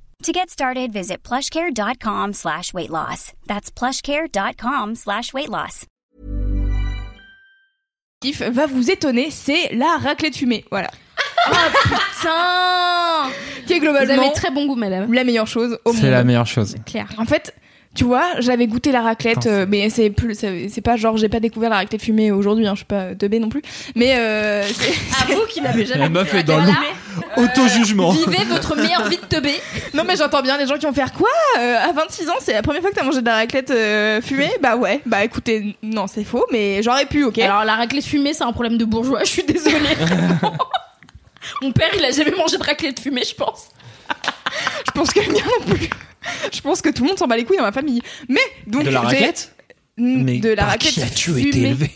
To get started, visit plushcare.com slash weight loss. That's plushcare.com slash weight loss.
kiff va vous étonner, c'est la raclette fumée. Voilà. Ah,
Putain
Qui est
Vous
globalement
avez très bon goût, madame.
la meilleure chose au monde.
C'est la meilleure chose.
Claire.
En fait, Tu vois, j'avais goûté la raclette,
Putain,
euh, mais c'est plus, c'est c'est pas genre j'ai pas découvert la raclette fumée aujourd'hui, hein, je suis pas teubée non plus. Mais euh, c'est-
Avoue qu'il n'avait jamais.
La meuf est dans le
Voilà.
auto-jugement.
Vivez votre meilleure vie de teubé.
non mais j'entends bien les gens qui vont faire quoi euh, à 26 ans, c'est la première fois que t'as mangé de la raclette euh, fumée. Bah ouais, bah écoutez, non c'est faux, mais j'aurais pu, ok.
Alors la raclette fumée, c'est un problème de bourgeois. Je suis désolée. vraiment. Mon père, il a jamais mangé de raclette fumée, je pense.
je pense que le mien non plus. Je pense que tout le monde s'en bat les couilles dans ma famille. Mais donc
De la
j'ai-
raclette
Mm,
Mais
de la
par
raclette
Qui as-tu
fumée.
été élevé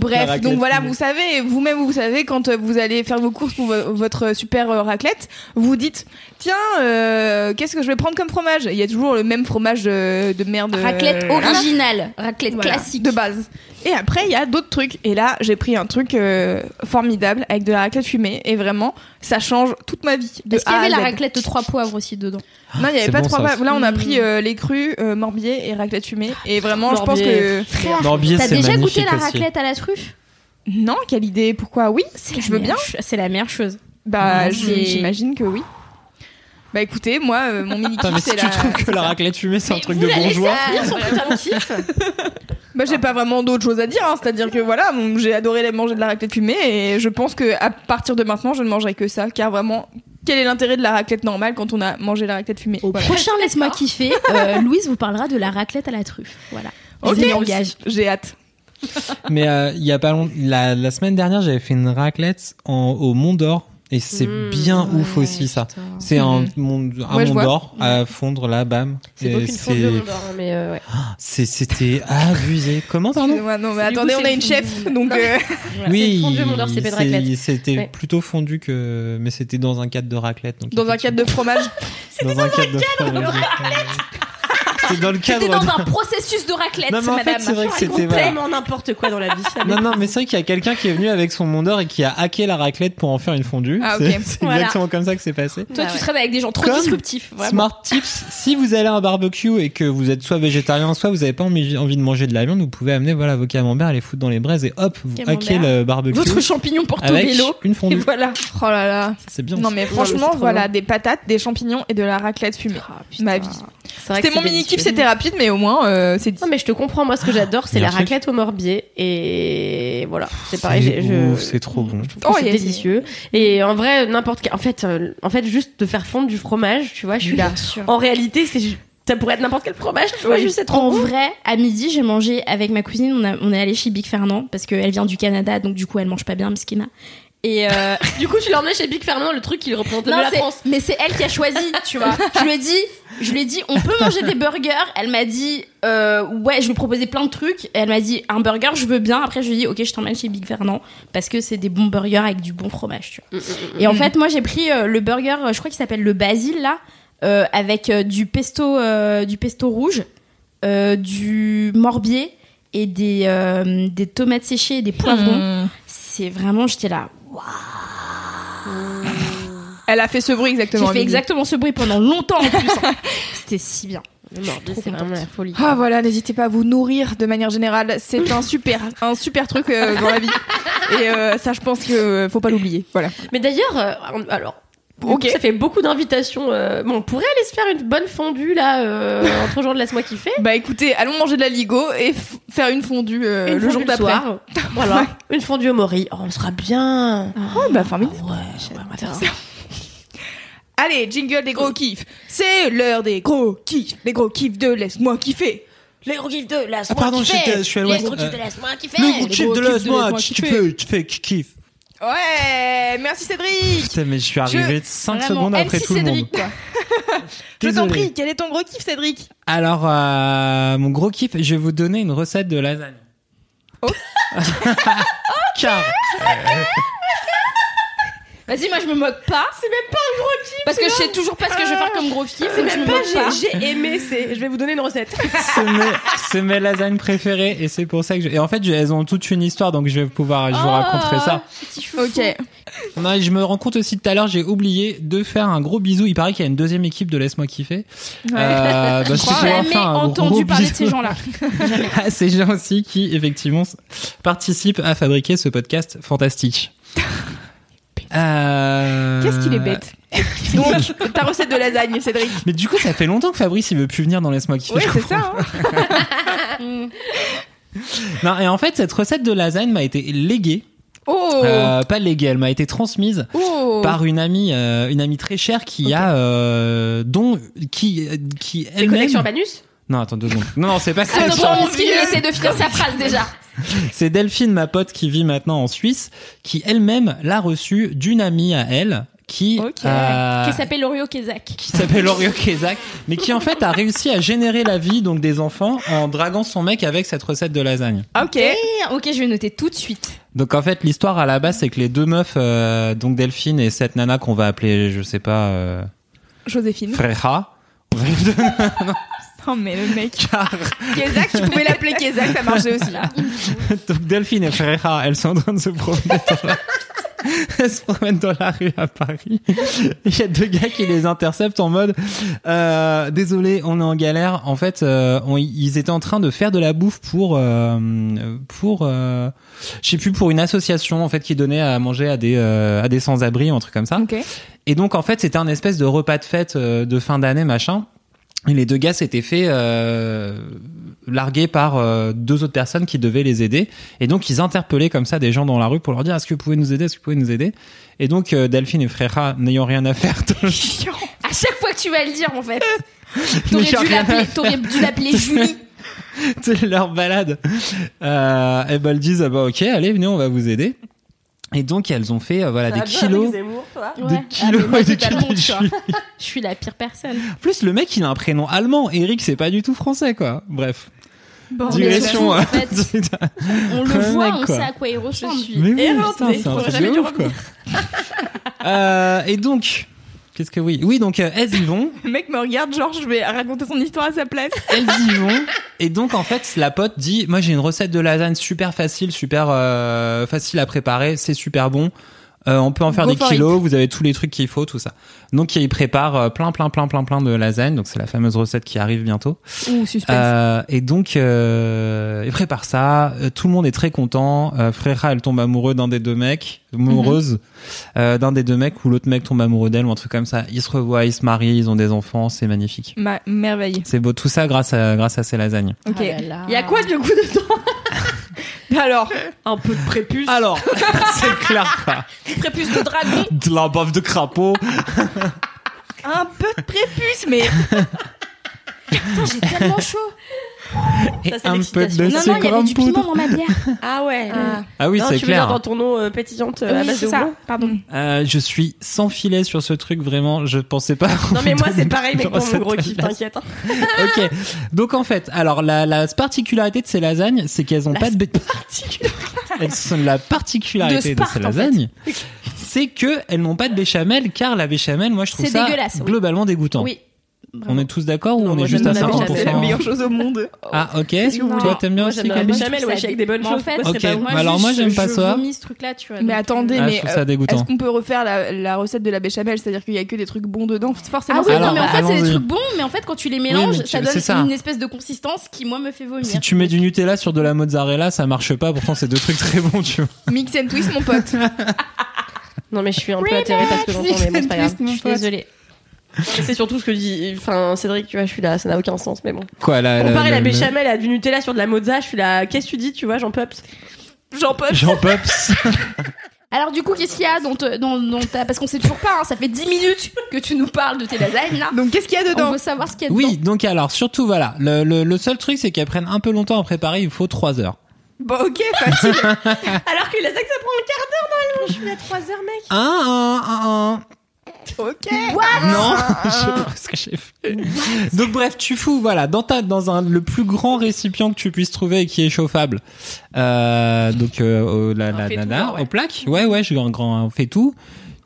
Bref,
La raclette
donc voilà,
fumée.
vous savez, vous-même vous savez quand euh, vous allez faire vos courses pour vo- votre super euh, raclette, vous dites tiens, euh, qu'est-ce que je vais prendre comme fromage Il y a toujours le même fromage euh, de merde. euh,
Raclette
voilà.
originale, raclette
Voilà,
classique.
de base. Et après, il y a d'autres trucs. Et là, j'ai pris un truc euh, formidable avec de la raclette fumée. Et vraiment, ça change toute ma vie. de
Est-ce qu'il y
A à
avait la
Z.
raclette aux trois poivres aussi dedans
Non, il n'y avait
C'est
pas
bon,
trois.
ça
pas-
aussi.
Là, on a
Mm.
pris euh, les crus, euh, morbier et raclette fumée. Et vraiment, je pense
Morbier.
que.
Frère,
Morbier,
t'as
c'est
déjà goûté
magnifique
la
aussi.
raclette à la truffe
Non, quelle idée Pourquoi Oui,
C'est
je veux bien.
C'est la meilleure chose.
Bah,
Non,
j-
c'est-
j'imagine que oui. Bah écoutez, moi, euh, mon mini
Putain, mais
kiff
si
c'est
tu
la.
trouves que la raclette fumée, c'est un truc de bourgeois.
finir son putain de kiff.
Bah j'ai pas vraiment d'autre chose à dire, hein. c'est-à-dire que voilà, bon, j'ai adoré les manger de la raclette fumée et je pense que à partir de maintenant, je ne mangerai que ça, car vraiment, quel est l'intérêt de la raclette normale quand on a mangé la raclette fumée
Au
Voilà.
prochain Laisse-moi kiffer, euh, Louise vous parlera de la raclette à la truffe. Voilà.
Ok,
Je m'y engage.
j'ai hâte.
Mais euh, il y a pas long- la, la semaine dernière, j'avais fait une raclette en- au Mont d'Or et c'est bien ouf aussi ça. C'est un Mont, un
Ouais,
Mont
je vois.
d'Or à fondre là, bam.
C'est
Euh,
Et
beau qu'une
c'est-
fondue au Mont d'Or, hein, mais euh, ouais.
c'est- C'était abusé. Comment pardon
Excusez-moi, non mais
C'est- du
attendez,
coup,
on a
c'est
une
le-
chef, donc...
Non, mais-
euh,
Voilà, c'est une fondue au Mont d'Or, c'est pas une
c'est-
raclette.
C'était
Ouais.
plutôt fondu que, mais c'était dans un cadre de raclette. Donc
Dans un cadre de fromage.
dans un cadre de raclette. C'était dans le cadre.
T'es dans
de-
un processus de raclette,
Non, mais en fait,
madame.
c'est vrai que c'était voilà.
Tellement n'importe quoi dans la vie. ça.
Non, non, mais c'est vrai qu'il y a quelqu'un qui est venu avec son Mont d'Or et qui a hacké la raclette pour en faire une fondue.
Ah, ok.
C'est- C'est
Voilà.
exactement comme ça que c'est passé.
Toi, tu traînes avec des gens trop
Comme
disruptifs. Vraiment.
Smart tips, si vous allez à un barbecue et que vous êtes soit végétarien, soit vous n'avez pas envie envie de manger de la viande, vous pouvez amener voilà, vos camemberts, les foutre dans les braises et hop, vous
Camembert.
hackez le barbecue
Votre champignon
avec
portobello.
une
Et
fondue.
voilà. Oh là là.
C'est bien.
Non
ça.
mais
mais c'est
franchement,
trop
voilà, des patates, des champignons et de la raclette fumée.
Ah,
Ma vie. C'était mon mini kiff, c'était rapide, mais au moins euh, c'est dit.
Non mais je te comprends, moi ce que j'adore c'est
Ah, Il y a
la
un truc.
raclette au morbier et voilà, c'est
C'est
pareil, j'ai- je-
ouf, c'est trop bon.
je trouve que
Oh,
c'est
yes.
délicieux et en vrai n'importe quel en fait euh, en fait juste de faire fondre du fromage, tu vois, je suis là. En réalité, c'est ju- ça pourrait être n'importe quel fromage, tu vois,
Oui.
juste c'est trop
En
bon.
vrai, à midi, j'ai mangé avec ma cousine. On, a- on est allé chez Big Fernand parce qu'elle vient du Canada, donc du coup, elle mange pas bien, Mskina. Et euh,
Du coup, tu l'as emmené chez Big Fernand, le truc qui représente
non,
la
c'est-
France.
mais c'est elle qui a choisi, tu vois. Je lui ai dit, je lui ai dit, on peut manger des burgers. Elle m'a dit, euh, ouais, je lui ai proposé plein de trucs. Et elle m'a dit, un burger, je veux bien. Après, je lui ai dit, ok, je t'emmène chez Big Fernand parce que c'est des bons burgers avec du bon fromage, tu vois.
Mm,
Et en fait, moi, j'ai pris euh, le burger, euh, je crois qu'il s'appelle le basil là, euh, avec euh, du pesto, euh, du pesto rouge, euh, du morbier et des euh, des tomates séchées et des poivrons.
Mm.
Mmh.
C'est vraiment, j'étais là.
Elle a fait ce bruit exactement.
J'ai fait
Amélie.
exactement ce bruit pendant longtemps en plus. hein. C'était si bien.
Le morbier,
trop
c'est vraiment
contente.
la folie.
Ah voilà, n'hésitez pas à vous nourrir de manière générale. C'est un super, un super truc euh, dans la vie. Et euh, ça, je pense que euh, faut pas l'oublier. Voilà.
Mais d'ailleurs, euh, on- alors.
Ok.
Ça fait beaucoup d'invitations. euh, bon, on pourrait aller se faire une bonne fondue là, euh, entre gens de laisse-moi kiffer.
Bah écoutez, allons manger de la ligo et f- faire une fondue euh,
Une
le
fondue
jour d'après.
soir. Voilà. Une fondue au mori. Oh, on sera bien.
Oh, bah formidable.
Ouais, ouais, on va faire ça.
Allez, jingle des gros kiffs. C'est l'heure des gros kiffs. Les gros kiffs de laisse-moi kiffer.
Les gros kiffs de la
Ah, pardon, j'étais- je suis à l'ouest. Euh,
laisse-moi kiffer.
Le
Les
chip
gros
de
kiffs
l'os, moi,
laisse-moi
tu
kiffer.
fais, tu fais, qui kiffe.
Ouais, merci Cédric.
Putain, mais je suis arrivé 5 secondes après
MC
tout le monde.
Cédric, quoi. Je t'en
Désolé.
prie, quel est ton gros kiff, Cédric
Alors, euh, mon gros kiff, je vais vous donner une recette de lasagne.
Oh.
Car
Vas-y, moi je me moque pas.
C'est même pas un gros kiff.
Parce que je sais toujours pas ce que je vais faire comme gros kiff.
C'est
donc je
même
me
pas.
moque
j'ai- J'ai aimé. C'est. Je vais vous donner une recette.
c'est mes, c'est mes lasagnes préférées et c'est pour ça que je... Et en fait, je- elles ont toute une histoire, donc je vais pouvoir, je vous
Oh.
raconterai ça.
Petit chou.
Ok.
Non, et je me rends compte aussi tout à l'heure, j'ai oublié de faire un gros bisou. Il paraît qu'il y a une deuxième équipe de Laisse-moi kiffer. Euh, bah, je sais
crois.
qu'on va
Jamais
faire un gros
entendu parler de
bisou
ces gens-là.
à ces gens aussi qui, effectivement, s- participent à fabriquer ce podcast fantastique. Euh,
Qu'est-ce qu'il est bête. Donc, ta recette de lasagne, Cédric.
Mais du coup, ça fait longtemps que Fabrice, il veut plus venir dans Laisse-moi kiffer.
Oui,
je
c'est
comprends.
ça. hein.
Ah.
Mm.
Non, et en fait, cette recette de lasagne m'a été léguée.
Oh.
Euh, pas léguée, elle m'a été transmise
Oh.
par une amie, euh, une amie très chère qui a, euh, dont, qui, qui
C'est
elle-même.
Connexion Urbanus
Non, attends deux secondes. Non, non, c'est pas ça.
Attends,
ça.
attends.
Parce qu'il essaie de finir sa phrase déjà.
C'est Delphine, ma pote, qui vit maintenant en Suisse, qui elle-même l'a reçue d'une amie à elle, qui,
Ok.
euh,
Qui s'appelle Orio Kezak.
qui s'appelle Orio Kezak, mais qui en fait a réussi à générer la vie donc des enfants en draguant son mec avec cette recette de lasagne.
Ok.
Ah, Ok, je vais noter tout de suite.
Donc en fait l'histoire à la base c'est que les deux meufs, euh, donc Delphine et cette nana qu'on va appeler je sais pas euh,
Joséphine.
Freja, on va lui donner
Oh, mais le mec.
un
Kézak, tu pouvais l'appeler Kézak, ça marchait aussi.
Donc Delphine et Ferreira, elles sont en train de se promener dans la... elles se promènent dans la rue à Paris. Il y a deux gars qui les interceptent en mode euh, désolé, on est en galère. En fait, euh, on- ils étaient en train de faire de la bouffe pour euh, pour euh, je sais plus pour une association en fait qui donnait à manger à des euh, à des sans-abri, un truc comme ça.
Ok.
Et donc en fait, c'était un espèce de repas de fête euh, de fin d'année machin. Et les deux gars s'étaient fait euh, larguer par euh, deux autres personnes qui devaient les aider. Et donc ils interpellaient comme ça des gens dans la rue pour leur dire est-ce que vous pouvez nous aider, est-ce que vous pouvez nous aider. Et donc euh, Delphine et Frera n'ayant rien à faire, dans le-
À chaque fois que tu vas le dire, en fait. T'aurais
N'ayant
dû
rien à
l'appeler- T'aurais dû l'appeler Julie.
de leur balade, euh, et ben elles disent ah bah ok allez venez on va vous aider. Et donc elles ont fait euh, voilà
Ah,
des kilos, des
Ouais.
kilos
Ah, mais moi,
et des
totalement,
kilos de
tu vois.
chili.
Je suis la pire personne.
En plus le mec il a un prénom allemand, Eric c'est pas du tout français quoi. Bref
Bon,
Oh, mais
digression.
surtout, en
hein.
fait, On le
Un
voit,
mec,
on
quoi.
sait à quoi il ressemble.
Mais oui,
Errante,
putain,
mais
c'est un
faudrait
truc
jamais
de
lui
ouf, quoi. Euh, et donc, qu'est-ce que oui Oui, donc euh, elles y vont,
Le mec me regarde, genre, je vais raconter son histoire à sa place.
elles y vont. Et donc en fait, la pote dit "Moi, j'ai une recette de lasagne super facile, super euh, facile à préparer, c'est super bon. Euh, on peut en faire
Go
des
for
kilos, vous avez tous les trucs qu'il faut, tout ça." Donc ils préparent euh, plein plein plein plein plein de lasagne, donc c'est la fameuse recette qui arrive bientôt.
Ouh, suspense.
Euh, et donc, euh, il prépare ça. Euh, Tout le monde est très content. Euh, Frera, elle tombe amoureuse d'un des deux mecs, amoureuse euh, d'un des deux mecs, ou l'autre mec tombe amoureux d'elle, ou un truc comme ça. Ils se revoient, ils se marient, ils ont des enfants, c'est magnifique.
Ma merveille.
C'est beau, tout ça grâce à grâce à ces lasagnes.
Ok.
Oh là là.
Il y a quoi de coup dedans Alors, un peu de prépuce.
Alors, c'est clair, quoi.
Prépuce de dragon.
de la bave de crapaud.
Un peu de prépuce, mais
Putain, j'ai tellement chaud.
Et
Ça, c'est
un peu
l'excitation.
de
Non, non, il y
sucre
avait
en
du piment
poudre.
dans ma bière.
Ah ouais.
Ah.
Ah oui,
non,
c'est
tu veux dire
clair.
dans ton eau euh, pétillante euh, à
Oui,
base de
c'est ça.
houblon
Pardon.
Euh, je suis sans filet sur ce truc, vraiment. Je pensais pas.
Non mais moi c'est pareil mais
Dans
pour mon
cette
gros kiff,
tablette.
t'inquiète. hein.
Ok. Donc en fait, alors la, la particularité de ces lasagnes, c'est qu'elles ont pas de bê- Elles sont la particularité de,
De Sparte,
ces
en fait.
lasagnes, c'est que elles n'ont pas de béchamel car la béchamel, moi je trouve
C'est
ça
dégueulasse, oui.
globalement dégoûtant.
Oui.
On est tous d'accord ou
Non,
on est
moi,
juste
j'aime
à
la béchamel,
c'est la
50%
meilleure chose au monde.
Ah ok.
que vous-
Toi t'aimes bien
Moi
aussi
j'aime la
Camille
béchamel, ouais, je suis avec des bonnes
Mais en
choses.
fait,
Moi, c'est
Ok.
pas ouf.
Moi,
Alors, moi,
juste,
j'aime pas
je
ça.
vomis ce truc-là, tu vois.
Mais
donc,
attendez,
Ah, je
mais
trouve ça
euh,
dégoûtant.
est-ce qu'on peut refaire la, la recette de la béchamel C'est-à-dire qu'il y a que des trucs bons dedans Forcément,
Ah oui,
c'est
Alors,
non, mais en
bah,
fait, c'est
allons-y.
des trucs bons, mais en fait, quand tu les
mais
mélanges,
tu-
ça
c'est
donne
ça.
une espèce de consistance qui, moi, me fait vomir.
Si tu mets du Nutella sur de la mozzarella, ça marche pas. Pourtant c'est deux trucs très bons, tu vois.
mix and twist, mon pote.
Non mais je suis un peu atterrée parce que j'entends mais bon c'est pas grave.
Je suis désolée.
C'est surtout ce que dit enfin Cédric, tu vois, je suis là, ça n'a aucun sens mais bon.
Quoi la
Comparer la
le-
béchamel à du Nutella sur de la mozza, je suis là, qu'est-ce que tu dis, tu vois, j'en peux
J'en peux.
Jean Pops.
Alors, du coup, qu'est-ce qu'il y a dans, te- dans, dans ta. Parce qu'on sait toujours pas, hein, ça fait 10 minutes que tu nous parles de tes lasagnes, là.
Donc, qu'est-ce qu'il y a
On
dedans
veut savoir ce qu'il y a
Oui, donc alors surtout voilà, le, le- le seul truc c'est qu'elles prennent un peu longtemps à préparer, il faut 3 heures.
Bon, ok, facile.
Alors que la sac ça prend un quart d'heure normalement, je suis là 3 heures mec.
Un, un, un, un.
ok.
Non, je sais pas ce que j'ai fait. Donc bref, tu fous voilà dans ta dans un le plus grand récipient que tu puisses trouver et qui est chauffable. Euh, donc euh, au- la la
fait
nana,
tout, là, ouais.
aux plaques. Ouais ouais, je veux un grand on fait tout.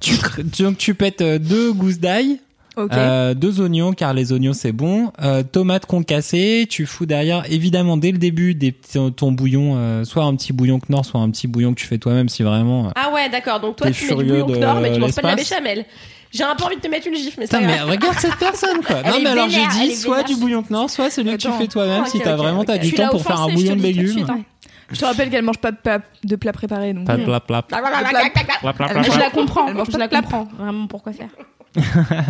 Tu cr- donc tu pètes euh, deux gousses d'ail,
Ok.
euh, deux oignons car les oignons c'est bon, euh, tomates concassées, tu fous derrière évidemment dès le début des petits- ton bouillon euh, soit un petit bouillon Knorr soit un petit bouillon que tu fais toi-même si vraiment euh,
Ah ouais, d'accord. Donc toi
T'es
tu mets du
furieux
bouillon
de
Knorr mais tu manges pas de la
l'espace
béchamel. J'ai un peu envie de te mettre une gifle mais c'est
Putain,
pas
mais
grave.
regarde cette personne, quoi.
Elle
non,
est
mais alors
vénère,
j'ai
elle
dit
est
soit
vénère.
du bouillon de Nord, soit celui que tu
Attends.
fais toi-même
Ok,
si t'as
ok,
vraiment t'as
ok.
du
Tu
temps
l'as
pour faire un
offensée, je
bouillon
te
de
le dis tout de
légumes.
suite, hein.
Je te rappelle qu'elle mange pas de plat, de plat préparé. Donc. euh,
Plap, plap, plap.
De plat-
Plap, plap, plap,
Je
plap.
la comprends,
Elle mange
je
pas
la
de clap.
comprends vraiment pourquoi faire.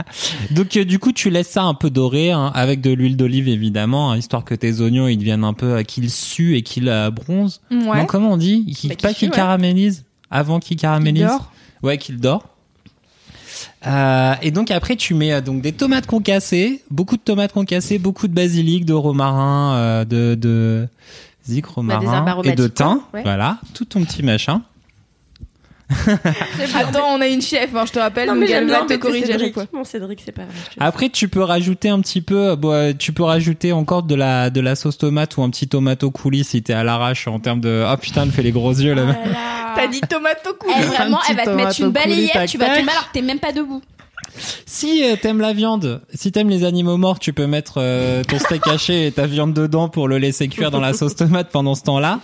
Donc euh, du coup, tu laisses ça un peu doré hein, avec de l'huile d'olive évidemment, hein, histoire que tes oignons ils deviennent un peu euh, qu'ils suent et qu'ils euh, bronzent.
Ouais.
Non, comment on dit Qu'ils-
Bah, qu'ils
Pas qu'ils
suent, ouais.
caramélisent avant qu'ils
Il
caramélisent.
dort.
Ouais, qu'il dort. Euh, et donc après tu mets euh, donc des tomates concassées, beaucoup de tomates concassées, beaucoup de basilic, de romarin, euh, de de zic
des
romarin
herbes
et de
aromatiques,
thym.
ouais.
Voilà, tout ton petit machin.
Attends, on a une chef, hein, je te rappelle,
Non, mais
donc elle
j'aime
va
bien
te
embêter
corriger à chaque
Cédric.
fois.
Mon Cédric, c'est pas grave. je te-
Après, tu peux rajouter un petit peu, euh, bon, euh, tu peux rajouter encore de la, de la sauce tomate ou un petit tomato coulis si t'es à l'arrache en termes de, oh putain, elle fait les gros yeux là.
T'as dit tomate au cou.
Elle, vraiment,
petit
elle va te mettre une
tomate au coulis,
balayette, tu vas
tac,
tomber
tac.
alors que t'es même pas debout.
si euh, t'aimes la viande, si t'aimes les animaux morts, tu peux mettre euh, ton steak haché et ta viande dedans pour le laisser cuire dans la sauce tomate pendant ce temps-là.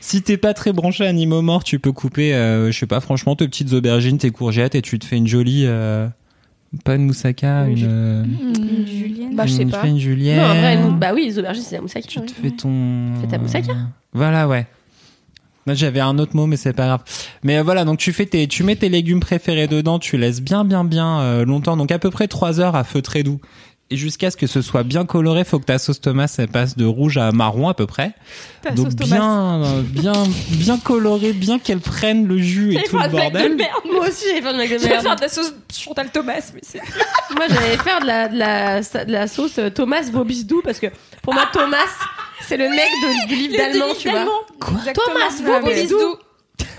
Si t'es pas très branché animaux morts, tu peux couper, euh, je sais pas, franchement, tes petites aubergines, tes courgettes et tu te fais une jolie, euh, pas une moussaka,
Une
une,
ju-
euh,
Julienne. Bah, je sais
une-
pas.
fais une julienne.
Non, en vrai, nous- bah oui, les aubergines, c'est la moussaka.
Tu
oui.
te fais ton.
Fais ta moussaka.
Voilà, ouais. Là, J'avais un autre mot, mais c'est pas grave. Mais euh, voilà, donc tu fais tes, tu mets tes légumes préférés dedans, tu laisses bien, bien, bien euh, longtemps, donc à peu près 3 heures à feu très doux. Et jusqu'à ce que ce soit bien coloré, faut que ta sauce tomate elle passe de rouge à marron à peu près.
Ta
donc
sauce tomate.
bien, euh, bien, bien coloré, bien qu'elle prenne le jus et
J'allais
tout le
faire une blague
bordel.
de merde.
Moi aussi, j'avais fait une blague de
J'allais
merde.
faire de la sauce Chantal Thomas, mais c'est.
Moi, j'allais faire de la, de la, de la sauce euh, Thomas Vobisdou parce que pour moi, Thomas, c'est le mec de, du livre d'allemand, tu vois.
Exactement.
Thomas,
Ah,
vos
mais-
bisous.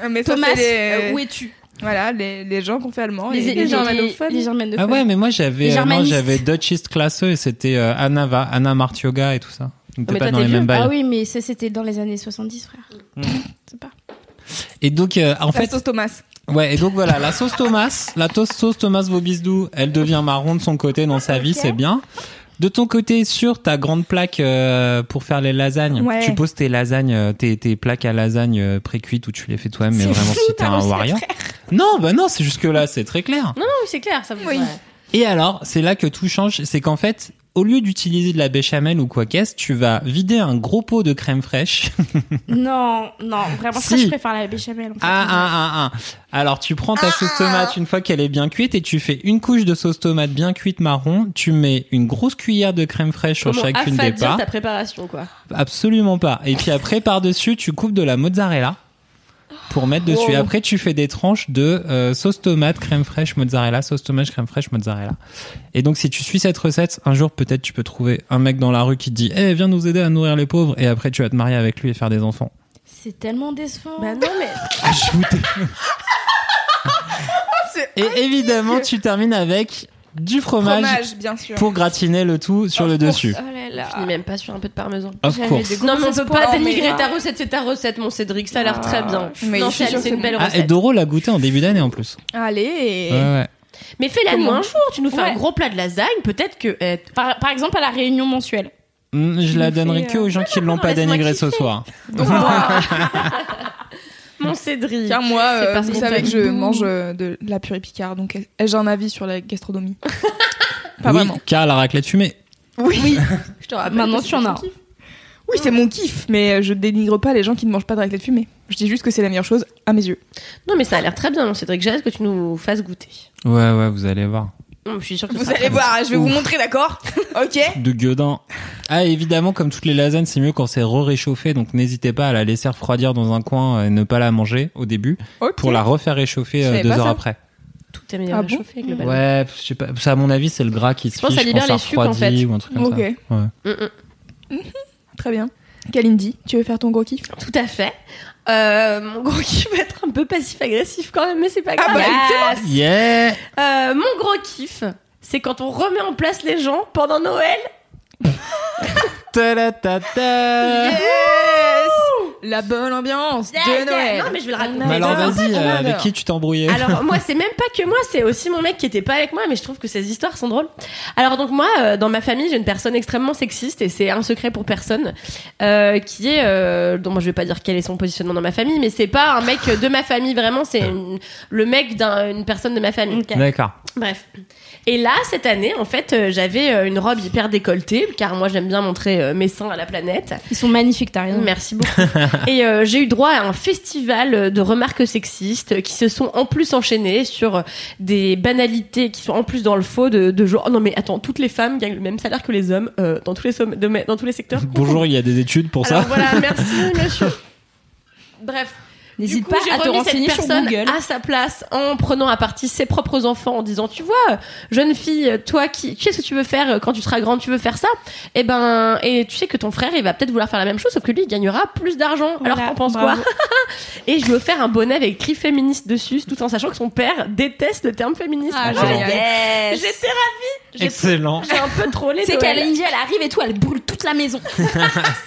Ah, Mais ça,
Thomas,
c'est les...
euh, où es-tu
Voilà, les, les gens qu'on fait allemand. et-
les germanophones.
Les germanophones.
Ah ouais, mais moi j'avais,
Les
euh, non,
germanistes.
j'avais Dutchist classeux et c'était euh, Anna, Va- Anna Martioga et tout ça. Donc
Ah, mais
t'es pas
toi,
dans
t'es
les
vieux.
mêmes bails.
Ah oui, mais ça c'était dans les années 70, frère. C'est pas.
Et donc, euh, en
La
fait,
sauce Thomas.
Ouais, et donc voilà, la sauce Thomas, la to- sauce Thomas Vobisdou, elle devient marron de son côté dans sa vie, c'est bien. De ton côté, sur ta grande plaque euh, pour faire les lasagnes,
Ouais.
tu poses tes lasagnes, euh, tes, tes plaques à lasagne euh, pré-cuites où tu les fais toi-même, mais
C'est
vraiment
fou,
si t'es un
pardon, c'est
warrior. Non, bah non, c'est jusque là, c'est très clair.
Non, oui, c'est clair, ça me
Oui.
Et alors, c'est là que tout change, c'est qu'en fait, au lieu d'utiliser de la béchamel ou quoi qu'est-ce, tu vas vider un gros pot de crème fraîche.
Non, non, vraiment, ça
Si.
je préfère la béchamel. En fait.
Ah, ah, ah, ah. Alors, tu prends ta sauce tomate une fois qu'elle est bien cuite et tu fais une couche de sauce tomate bien cuite marron. Tu mets une grosse cuillère de crème fraîche sur
Comment
chacune des
affadir
parts.
ta préparation, quoi.
Absolument pas. Et puis après, par-dessus, tu coupes de la mozzarella pour mettre dessus. Et Après, tu fais des tranches de euh, sauce tomate, crème fraîche, mozzarella, sauce tomate, crème fraîche, mozzarella. Et donc, si tu suis cette recette, un jour, peut-être, tu peux trouver un mec dans la rue qui te dit, eh, viens nous aider à nourrir les pauvres. Et après, tu vas te marier avec lui et faire des enfants.
C'est tellement décevant.
Bah non, mais
Je vous
Oh,
Et évidemment, tu termines avec du fromage,
Fromage, bien sûr.
pour gratiner le tout sur le dessus.
Oh là
je
là.
finis même pas sur un peu de parmesan.
Of course.
Non, mais on peut pas
espoirs,
dénigrer
mais-
ta recette, c'est ta recette, mon Cédric, ça a l'air très bien.
mais
non,
je suis
c'est
sûre que
c'est une
c'est
belle
bon.
Ah, et
recette.
Doro l'a goûté en début d'année en plus.
Allez.
Ouais, ouais.
Mais fais-la nous
Comment
un jour, tu nous fais un
Ouais.
gros plat de lasagne, peut-être que. euh,
Par, par exemple, à la réunion mensuelle.
Mm, Je la donnerai que aux gens qui l'ont
Ah,
non,
bah,
pas
laisse-moi
dénigré ce
kiffer.
soir.
mon Cédric.
Car moi,
C'est
euh,
pas
vous
spontané.
savez que je mange euh, de la purée Picard, donc euh, j'ai un avis sur la gastronomie. pas
oui,
vraiment.
car la raclette fumée.
Oui. je te rappelle.
Maintenant,
que
tu en
c'est
as.
ton kiff. Oui, c'est mon kiff, mais euh, je dénigre pas les gens qui ne mangent pas de raclette fumée. Je dis juste que c'est la meilleure chose à mes yeux.
Non, mais ça a l'air très bien, mon Cédric. J'ai hâte que tu nous fasses goûter.
Ouais, ouais, vous allez voir.
Non, je suis sûre que ça
Vous
sera
allez
très bon.
voir, je vais vous montrer, d'accord Ok
De gueudin. Ah, et évidemment, comme toutes les lasagnes, c'est mieux quand c'est re-réchauffé, donc n'hésitez pas à la laisser refroidir dans un coin et ne pas la manger au début
Ok.
pour la refaire réchauffer
Je
euh,
savais
deux
pas
heures
ça.
après.
Tout est meilleur
Ah bon
réchauffé, globalement.
Ouais, je sais pas, ça à mon avis, c'est le gras qui se
pense que
fiche,
ça libère
ça
les sucres, en
refroidit
fait.
ou un truc comme
Ok,
ça. Ouais.
Mm, mm.
très bien. Kalindi, tu veux faire ton gros kiff
Tout à fait. Euh, mon gros kiff va être un peu passif-agressif quand même, mais c'est pas grave.
bah,
Yeah
Euh, mon gros kiff, c'est quand on remet en place les gens pendant Noël.
Ta la ta ta.
Yes La bonne ambiance
Yeah, yeah.
de Noël
Non, mais je vais le raconter.
Mais alors
Noël.
vas-y, euh,
Noël.
avec qui tu t'embrouillais
Alors moi c'est même pas que moi, c'est aussi mon mec qui était pas avec moi, mais je trouve que ces histoires sont drôles. Alors donc moi euh, dans ma famille j'ai une personne extrêmement sexiste et c'est un secret pour personne, euh, qui est, euh, donc moi je vais pas dire quel est son positionnement dans ma famille, mais c'est pas un mec de ma famille vraiment, c'est une- le mec d'une personne de ma famille.
D'accord.
Bref. Et là, cette année, en fait, euh, j'avais euh, une robe hyper décolletée, car moi j'aime bien montrer euh, mes seins à la planète.
Ils sont magnifiques, t'as rien.
Merci beaucoup. Et euh, j'ai eu droit à un festival de remarques sexistes qui se sont en plus enchaînées sur des banalités qui sont en plus dans le faux de, de genre. Oh non mais attends, toutes les femmes gagnent le même salaire que les hommes euh, dans tous les somm- domaines- dans tous les secteurs.
Bonjour, il y a des études pour
Alors
ça.
voilà, merci monsieur. Bref.
N'hésite
Du coup,
pas
j'ai
à te
remis cette
renseigner sur
personne
Google.
à sa place en prenant à partie ses propres enfants en disant tu vois jeune fille toi qui qu'est-ce que tu veux faire euh, quand tu seras grande tu veux faire ça et ben et tu sais que ton frère il va peut-être vouloir faire la même chose sauf que lui il gagnera plus d'argent alors
Voilà,
t'en penses
bravo.
quoi et je lui ai offert un bonnet avec écrit féministe dessus tout en sachant que son père déteste le terme féministe
Ah,
Voilà.
génial.
j'étais
Yes.
ravie J'ai-
Excellent,
j'ai un peu trollé
C'est
Noël.
qu'Alindy, elle arrive et tout, elle brûle toute la maison.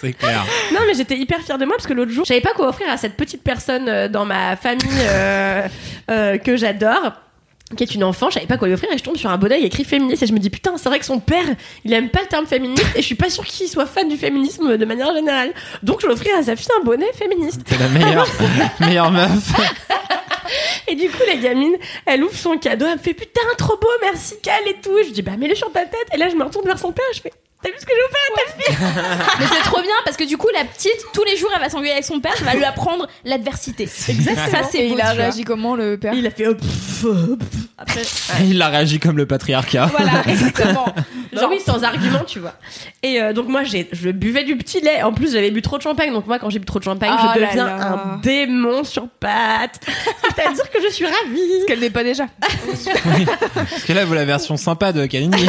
c'est clair.
Non, mais j'étais hyper fière de moi parce que l'autre jour, je savais pas quoi offrir à cette petite personne euh, dans ma famille euh, euh, que j'adore qui est une enfant, je savais pas quoi lui offrir et je tombe sur un bonnet il y a écrit féministe et je me dis putain c'est vrai que son père il aime pas le terme féministe et je suis pas sûre qu'il soit fan du féminisme de manière générale donc je vais offrir à sa fille un bonnet féministe
T'es la meilleure, meilleure meuf.
et du coup la gamine elle ouvre son cadeau elle me fait putain trop beau merci Cal et tout Et je lui dis bah mets-le sur ta tête et là je me retourne vers son père et je fais t'as vu ce que j'ai offert à ta fille
Mais c'est trop bien parce que du coup, la petite, tous les jours, elle va s'engueuler avec son père, elle va lui apprendre l'adversité. Ça, c'est
Et
beau,
il a
tu vois.
réagi comment le père
Et il a fait oh, pff, oh, pff. après
Il a réagi comme le patriarcat.
Voilà, exactement.
Bah
Genre Bah oui, sans argument, tu vois. Et euh, donc moi, j'ai, je buvais du petit lait. En plus, j'avais bu trop de champagne. Donc moi, quand j'ai bu trop de champagne,
Oh
je
là
deviens
là.
un démon sur pattes. C'est-à-dire que je suis ravie.
Qu'elle n'est pas déjà.
Parce que là, vous la version sympa de Kalini.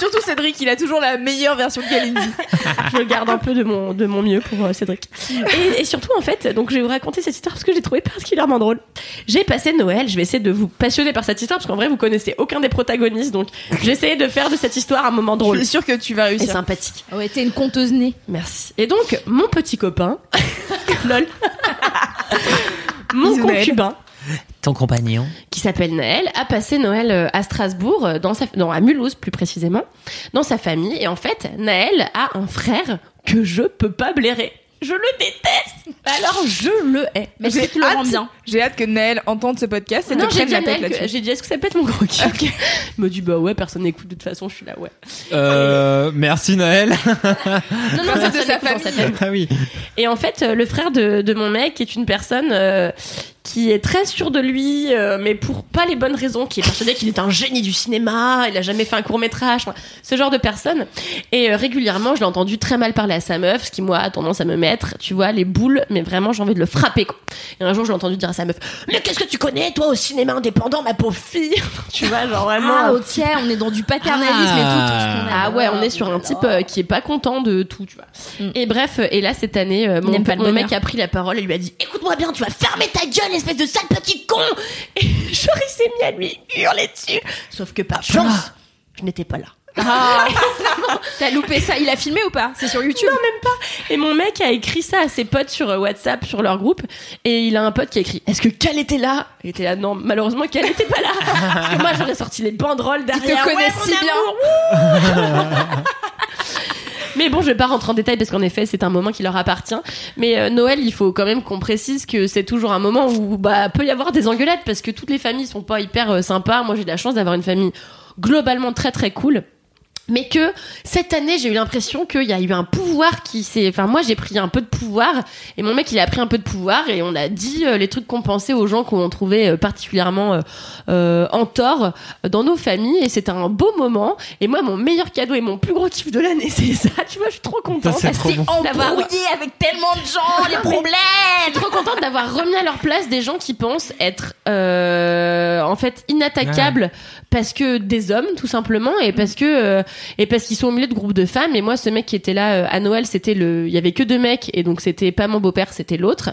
Surtout Cédric, il a toujours la meilleure version de Kalindi.
Je garde un peu de mon, de mon mieux pour euh, Cédric. Et, et surtout, en fait, donc je vais vous raconter cette histoire parce que j'ai trouvé particulièrement drôle. J'ai passé Noël. Je vais essayer de vous passionner par cette histoire parce qu'en vrai, vous connaissez aucun des protagonistes. Donc j'ai essayé de faire de cette histoire un moment
Je
drôle
suis sûre que tu vas
et
réussir.
sympathique.
Ouais, t'es une conteuse née.
Merci. Et donc, mon petit copain, lol, mon
Bisous, Noël.
concubin,
Ton compagnon.
qui s'appelle Naël, a passé Noël euh, à Strasbourg, euh, dans sa, non, à Mulhouse plus précisément, dans sa famille. Et en fait, Naël a un frère que je peux pas blairer. Je le déteste. Alors je le hais.
Mais je sais que tu le rends bien.
J'ai hâte que Naël entende ce podcast et
Non,
te
j'ai
prenne
dit, à
la tête
Naël que-
là-dessus.
j'ai dit, est-ce que ça peut être mon gros kiff Il me dit, bah ouais, personne n'écoute, de toute façon, je suis là, ouais.
Euh, merci Noël.
Non, non, personne
Personne de sa
n'écoute dans
famille.
Ah oui.
Et en fait, euh, le frère de, de mon mec est une personne euh, qui est très sûre de lui, euh, mais pour pas les bonnes raisons, qui est persuadé qu'il est un génie du cinéma, il a jamais fait un court métrage, enfin, ce genre de personne. Et euh, régulièrement, je l'ai entendu très mal parler à sa meuf, ce qui moi a tendance à me mettre, tu vois, les boules, mais vraiment j'ai envie de le frapper. Quoi. Et un jour, je l'ai entendu dire à sa meuf, mais qu'est-ce que tu connais toi au cinéma indépendant, ma pauvre fille Tu vois, genre vraiment.
Ah, ok, on est dans du paternalisme et tout. tout ce qu'on
Ah
adore.
ouais, on est sur un type euh, qui est pas content de tout, tu vois.
Mm.
Et bref, euh, et là cette année, euh,
Il
mon,
n'aime pas le
mon
bonheur.
mec a pris la parole et lui a dit "Écoute-moi bien, tu vas fermer ta gueule, espèce de sale petit con." Et Joris s'est mis à lui hurler dessus. Sauf que par chance, je n'étais pas là.
Ah. T'as loupé ça, il a filmé ou pas C'est sur YouTube.
Non, même pas. Et mon mec a écrit ça à ses potes sur euh, WhatsApp, sur leur groupe. Et il a un pote qui a écrit Est-ce que Cal était là Il était là, non, malheureusement, Cal était pas là. Parce que moi, j'aurais sorti les banderoles derrière.
connaît
Ouais, mon
si bien.
amour, wouh Mais bon, je vais pas rentrer en détail parce qu'en effet, c'est un moment qui leur appartient. Mais euh, Noël, il faut quand même qu'on précise que c'est toujours un moment où bah peut y avoir des engueulades parce que toutes les familles sont pas hyper euh, sympas. Moi, j'ai de la chance d'avoir une famille globalement très très cool mais que cette année j'ai eu l'impression qu'il y a eu un pouvoir qui s'est enfin moi j'ai pris un peu de pouvoir et mon mec il a pris un peu de pouvoir et on a dit euh, les trucs qu'on pensait aux gens qu'on trouvait euh, particulièrement euh, euh, en tort euh, dans nos familles et c'était un beau moment et moi mon meilleur cadeau et mon plus gros kiff de l'année c'est ça tu vois je suis trop contente
c'est trop bon.
d'avoir
Embrouillé avec tellement de gens, les problèmes.
suis trop contente d'avoir remis à leur place des gens qui pensent être euh, en fait inattaquables parce que des hommes tout simplement et parce que euh, et parce qu'ils sont au milieu de groupes de femmes et moi ce mec qui était là euh, à Noël c'était le il y avait que deux mecs et donc c'était pas mon beau-père c'était l'autre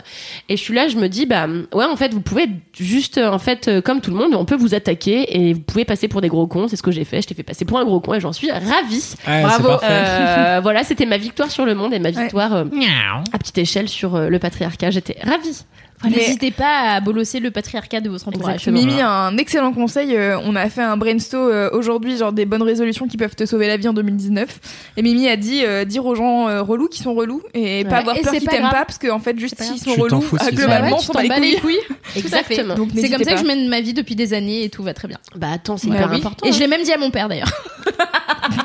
et je suis là je me dis bah ouais en fait vous pouvez être juste euh, en fait euh, comme tout le monde on peut vous attaquer et vous pouvez passer pour des gros cons c'est ce que j'ai fait je t'ai fait passer pour un gros con et j'en suis ravie
Bravo.
Euh, voilà c'était ma victoire sur le monde et ma victoire euh,
Miaou.
à petite échelle sur euh, le patriarcat. J'étais ravie.
Mais-
N'hésitez pas à bolosser le patriarcat de votre entourage.
Exactement.
Mimi a un excellent conseil. euh, on a fait un brainstorm euh, aujourd'hui, genre des bonnes résolutions qui peuvent te sauver la vie en 2019. Et Mimi a dit euh, dire aux gens euh, relous qui sont relous et pas
Ouais.
avoir
Et
peur
c'est
qu'ils
pas
t'aiment
grave.
pas parce qu'en fait juste
pas
s'ils
grave.
sont
Tu t'en
relous,
fous
euh,
s'ils sont
globalement,
relous.
on s'en bat les couilles.
Exactement.
Donc
C'est comme
n'hésitez
ça que
pas.
je mène ma vie depuis des années et tout va très bien.
Bah attends, c'est
Bah
hyper
oui.
important.
Et
hein.
je l'ai même dit à mon père d'ailleurs.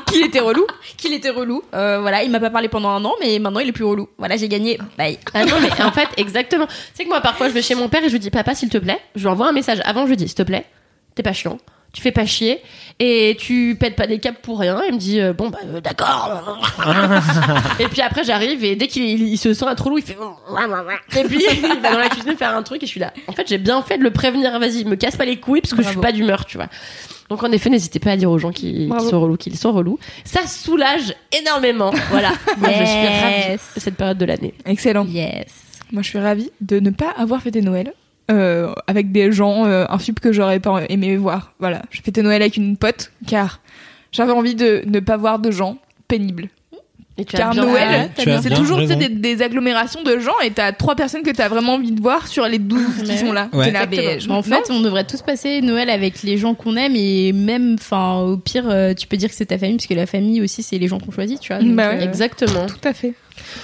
qu'il était relou, qu'il était relou. Euh, voilà, il m'a pas parlé pendant un an, mais maintenant il est plus relou. Voilà, j'ai gagné. Bye.
Ah non, mais en fait, exactement. Tu sais que moi, parfois, je vais chez mon père et je lui dis, papa, s'il te plaît, je lui envoie un message. Avant, je lui dis, s'il te plaît, t'es pas chiant, tu fais pas chier et tu pètes pas des câbles pour rien. Il me dit, euh, bon, bah, euh, d'accord. et puis après, j'arrive et dès qu'il il- il se sent trop lourd, il fait. Et puis, il va dans la cuisine faire un truc et je suis là. En fait, j'ai bien fait de le prévenir, vas-y, me casse pas les couilles parce que je suis pas d'humeur, tu vois. Donc, en effet, n'hésitez pas à dire aux gens qui, qui
Bravo.
sont relous qu'ils sont relous. Ça soulage énormément. Voilà. Moi, je suis ravie
Yes.
de cette période de l'année.
Excellent.
Yes.
Moi, je suis ravie de ne pas avoir fêté Noël euh, avec des gens, euh, un film que j'aurais pas aimé voir. Voilà, je fêtais Noël avec une pote car j'avais envie de ne pas voir de gens pénibles.
Et tu as
Car
bien fait.
Noël,
t'as bien
c'est
raison.
toujours tu sais,
raison.
des, des agglomérations de gens et t'as trois personnes que t'as vraiment envie de voir sur les 12 qui
Ouais.
sont là.
Ouais.
T'es là, mais
Ah,
euh,
en
non.
fait, on devrait tous passer Noël avec les gens qu'on aime et même, enfin, au pire, euh, tu peux dire que c'est ta famille parce que la famille aussi, c'est les gens qu'on choisit, tu vois. donc,
Bah ouais.
euh,
Exactement.
tout à fait.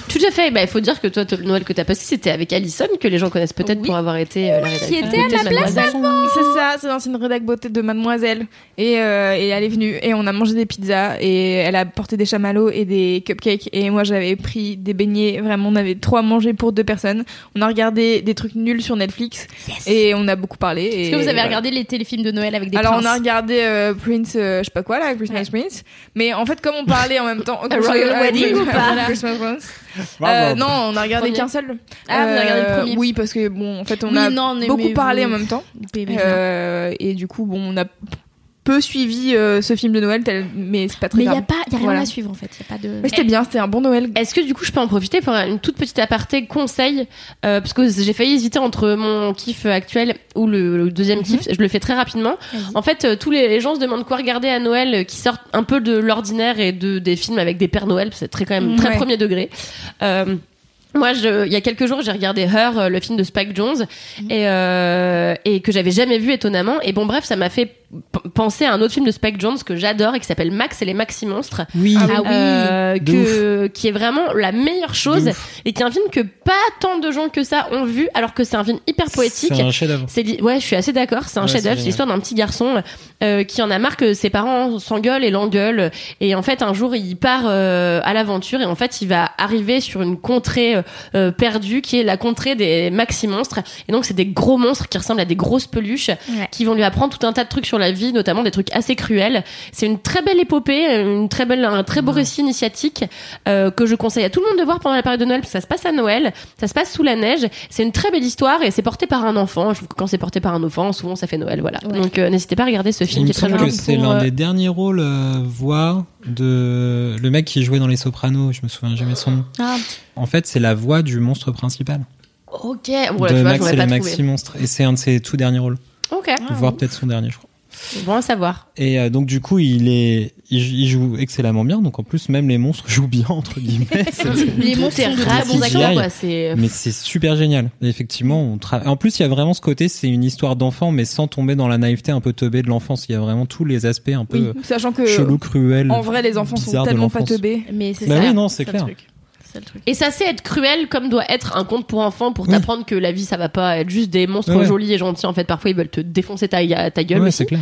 Tout à fait. Bah, il faut dire que toi, t- le Noël que t'as passé, c'était avec Alison, que les gens connaissent peut-être
Oui.
pour avoir été euh, la
qui était à
la place
C'est ça, c'est l'ancienne rédac beauté de Mademoiselle. Et, euh, et elle est venue et on a mangé des pizzas et elle a porté des chamallows et des cupcakes. Et moi j'avais pris des beignets, vraiment on avait trois à manger pour deux personnes. On a regardé des trucs nuls sur Netflix et on a beaucoup parlé.
Est-ce
et
que vous avez
voilà.
regardé les téléfilms de Noël avec des
Alors
princes
on a regardé euh, Prince, euh, je sais pas quoi là, Christmas Prince. Mais en fait comme on parlait en même temps,
A Royal Wedding ou pas, là
Christmas Prince. Euh, non, on a regardé
Premier.
qu'un seul.
Ah, vous avez regardé le
Euh,
premier.
Oui, parce que bon, en fait on
Oui,
a
non, mais
beaucoup
vous-
parlé en même temps.
Bébé,
Euh, et du coup, bon, on a peu suivi euh, ce film de Noël, tel- mais c'est pas très
Mais il
grave.
n'y a, pas- y a rien
Voilà.
à suivre en fait. Il a pas de.
Mais c'était bien, c'était un bon
Euh,
Noël.
Est-ce que du coup je peux en profiter pour une toute petite aparté conseil euh, parce que j'ai failli hésiter entre mon kiff actuel ou le, le deuxième kiff je le fais très rapidement
Vas-y.
en fait euh, tous les, les gens se demandent quoi regarder à Noël euh, qui sortent un peu de l'ordinaire et de des films avec des pères Noël c'est très quand même très
Ouais.
premier degré Euh, moi, je- il y a quelques jours, j'ai regardé Her, euh, le film de Spike Jones, et, euh, et que j'avais jamais vu étonnamment. Et bon, bref, ça m'a fait p- penser à un autre film de Spike Jones que j'adore et qui s'appelle Max et les Maxi Monstres.
Oui.
Ah
Euh,
de
que, qui est vraiment la meilleure chose et qui est un film que pas tant de gens que ça ont vu alors que c'est un film hyper poétique.
C'est un chef-d'œuvre.
C'est li- ouais, je suis assez d'accord. C'est un
Ouais, c'est
chef-d'œuvre.
génial.
C'est l'histoire d'un petit garçon euh, qui en a marre que ses parents s'engueulent et l'engueulent. Et en fait, un jour, il part euh, à l'aventure et en fait, il va arriver sur une contrée euh, perdue qui est la contrée des maxi monstres. Et donc, c'est des gros monstres qui ressemblent à des grosses peluches
Ouais.
qui vont lui apprendre tout un tas de trucs sur la vie, notamment des trucs assez cruels. C'est une très belle épopée, une très belle, un très beau récit initiatique euh, que je conseille à tout le monde de voir pendant la période de Noël parce que ça se passe à Noël, ça se passe sous la neige. C'est une très belle histoire et c'est porté par un enfant. Je trouve que quand c'est porté par un enfant, souvent ça fait Noël, voilà.
Ouais.
Donc euh, n'hésitez pas à regarder ce
Il
film
me
qui est très
semble
joli.
que c'est
pour,
l'un
euh,
des derniers rôles euh, voix de le mec qui jouait dans Les Sopranos. Je me souviens jamais de son nom.
Ah.
En fait, c'est la voix du monstre principal
Ok, voilà,
de
tu vois,
Max
j'aurais
et
pas
les
trouvé.
Maxi Monstres. Et c'est un de ses tout derniers rôles,
Ok,
voire peut-être son dernier, je crois.
bon à savoir.
Et euh, donc du coup, il est, il, jou- il joue excellemment bien. Donc en plus, même les monstres jouent bien entre guillemets. C'est-
Les monstres
C'est
sont de
grave,
très
très
bon
bons
bons
CGI.
acteurs,
acteurs.
quoi. C'est
mais c'est super génial. Et effectivement, on tra- en plus, il y a vraiment ce côté, c'est une histoire d'enfant, mais sans tomber dans la naïveté un peu teubée de l'enfance. Il y a vraiment tous les aspects un
Oui,
peu
sachant que
chelou, cruel.
en vrai, les enfants sont
bizarre de
tellement pas
l'enfance.
teubés.
Mais c'est
Bah
ça.
oui, non, c'est
le
clair.
truc. C'est le truc.
Et ça sait être cruel comme doit être un conte pour enfants pour
Oui.
t'apprendre que la vie ça va pas être juste des monstres
Ouais.
jolis et gentils en fait parfois ils veulent te défoncer ta, ta gueule
Ouais,
aussi.
c'est clair.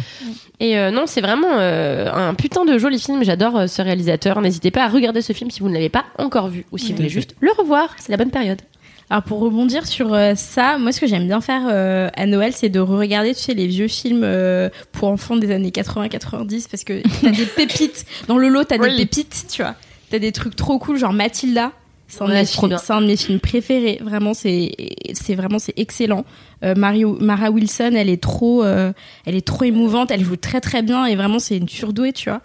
Et euh, non c'est vraiment euh, un putain de joli film j'adore euh, ce réalisateur n'hésitez pas à regarder ce film si vous ne l'avez pas encore vu ou si vous voulez juste le revoir c'est la bonne période.
Alors pour rebondir sur euh, ça, moi ce que j'aime bien faire euh, à Noël, c'est de regarder tu sais les vieux films euh, pour enfants des années 80-90 parce que t'as des pépites dans le lot, t'as
Oui.
des pépites, tu vois. T'as des trucs trop cool genre Mathilda. C'est un, de
Ouais,
mes
c'est trop
films-
bien.
c'est un de mes films préférés. Vraiment, c'est c'est vraiment c'est excellent. Euh, Mario, Mara Wilson, elle est trop, euh, elle est trop émouvante. Elle joue très très bien et vraiment c'est une surdouée, tu vois.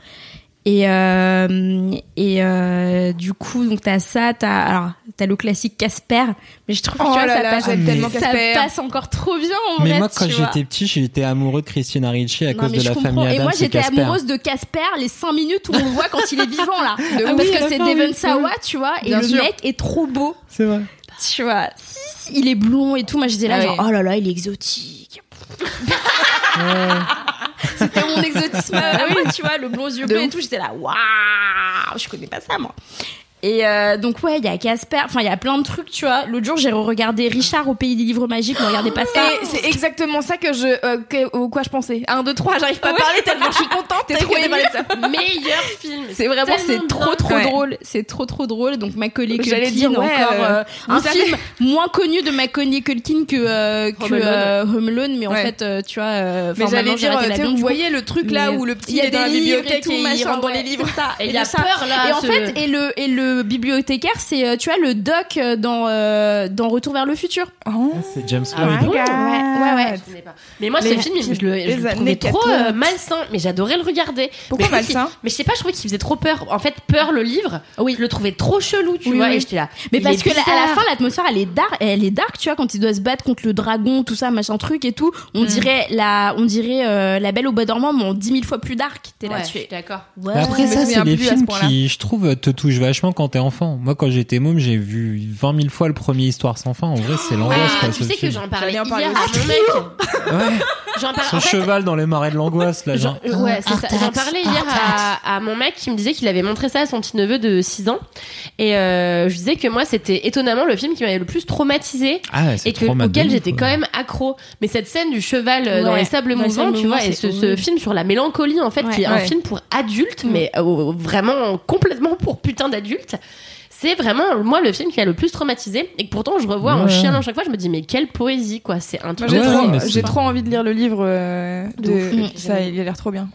Et, euh, et euh, du coup, donc t'as ça, t'as alors t'as le classique Casper, mais je trouve
Oh
que tu vois,
là
ça,
là,
passe,
j'aime
Ah,
tellement
ça
Casper.
passe encore trop bien. En
Mais
vrai,
moi,
tu
quand
vois.
j'étais petit, j'étais amoureux de Christina Ricci à
Non,
cause
mais
de
je
la
comprends.
famille
Et moi,
Adams
j'étais
Casper.
amoureuse de Casper les 5 minutes où on le voit quand il est vivant là,
Ah
parce
oui, à
que
la
c'est
fin,
Devon
oui.
Sawa, tu vois, et
Bien
le
sûr.
mec est trop beau,
C'est vrai.
tu vois. Si, si, il est blond et tout, moi j'étais là
Ah
genre
ouais.
oh là là, il est exotique. C'était mon exotisme. Ah oui, tu vois, le blond aux yeux
De
bleus et
ouf.
tout, j'étais là waouh, je connais pas ça moi. Et euh, donc ouais, il y a Casper, enfin il y a plein de trucs, tu vois. L'autre jour, j'ai regardé Richard au pays des livres magiques, ne regardez pas ça.
Et c'est exactement ça que je, euh, que- au quoi je pensais. 1, 2, 3, j'arrive pas à parler tellement je suis contente. T'es trop émue.
Meilleur film.
C'est vraiment, c'est
tellement
trop
dingue.
trop
Ouais.
drôle. C'est trop trop drôle. Donc Macaulay Culkin,
J'allais dire, ouais,
encore
euh,
euh, un
vous avez-
film moins connu de Macaulay Culkin que euh, que
Home Alone.
euh, Home Alone, mais en
Ouais.
fait, euh, tu vois, euh,
Mais
enfin,
j'allais
maintenant, j'ai
dire,
arrêté
tu sais,
l'avion,
vous
du coup.
voyez le truc là
Mais
où le petit
il y a
est dans la
des livres
bibliothèque
tout,
et, il
machin,
rentre dans
ouais,
les livres.
c'est ça. Et il y a
ça.
peur là. Et en
ce-
fait, et le et le bibliothécaire, c'est euh, tu vois le doc euh, dans euh, dans Retour vers le futur.
C'est James
Ah
Lloyd.
bon
God.
Ouais, ouais, ouais.
Je connais pas. Mais moi,
Les
ce film, il- je le, je
les
le trouvais
années
trop
80.
euh, malsain, mais j'adorais le regarder.
Pourquoi
Mais je trouvais
malsain
qu'il- Mais je sais pas, je trouvais qu'il faisait trop peur. En fait, peur le livre, oui. je le trouvais trop chelou, tu
Oui,
vois,
oui.
et j'étais là.
Mais
il
parce
est
que la- à la
bizarre.
fin, l'atmosphère, elle est dark, elle est dark, tu vois, quand il doit se battre contre le dragon, tout ça, machin truc et tout. On
Hmm.
dirait la, on dirait euh, la Belle au bois dormant, mais en dix mille fois plus dark. T'es là,
Ouais,
tu
je
es.
suis d'accord.
Mais Après
Je me
ça, c'est
souviens
des
plus à ce
films
point-là.
qui, je trouve, te touchent vachement quand t'es enfant. Moi, quand j'étais môme, j'ai vu 20 000 fois le premier Histoire sans fin. En vrai, c'est l'angoisse.
Ah,
quoi, ce
tu sais que
film.
j'en parlais
J'allais
hier
en parler
à
aussi.
mon mec.
Ouais,
J'en parlais.
son
en fait,
cheval dans les marais de l'angoisse, là. genre.
J'en- Euh, ouais, c'est ça. J'en parlais hier à, à mon mec qui me disait qu'il avait montré ça à son petit neveu de 6 ans. Et euh, je disais que moi, c'était étonnamment le film qui m'avait le plus traumatisé
Ah, ouais, c'est
et que,
trop ma
auquel
douille,
j'étais
quoi.
quand même accro. Mais cette scène du cheval euh, dans
Ouais,
les sables
dans les
mouvants,
sables
tu vois,
mouvants,
et ce,
c'est
ce
horrible.
film sur la mélancolie, en fait,
Ouais, Mm.
qui est un
ouais.
film pour adultes, mais euh, vraiment complètement pour putain d'adultes. C'est vraiment, moi, le film qui m'a le plus traumatisé. Et que pourtant, je revois en
Ouais.
chialant chaque fois, je me dis, mais quelle poésie, quoi. C'est un
Moi,
truc
j'ai
Ouais,
trop,
mais c'est-
j'ai trop envie de lire le livre euh,
De
de,
ouf.
ça, il a l'air trop bien.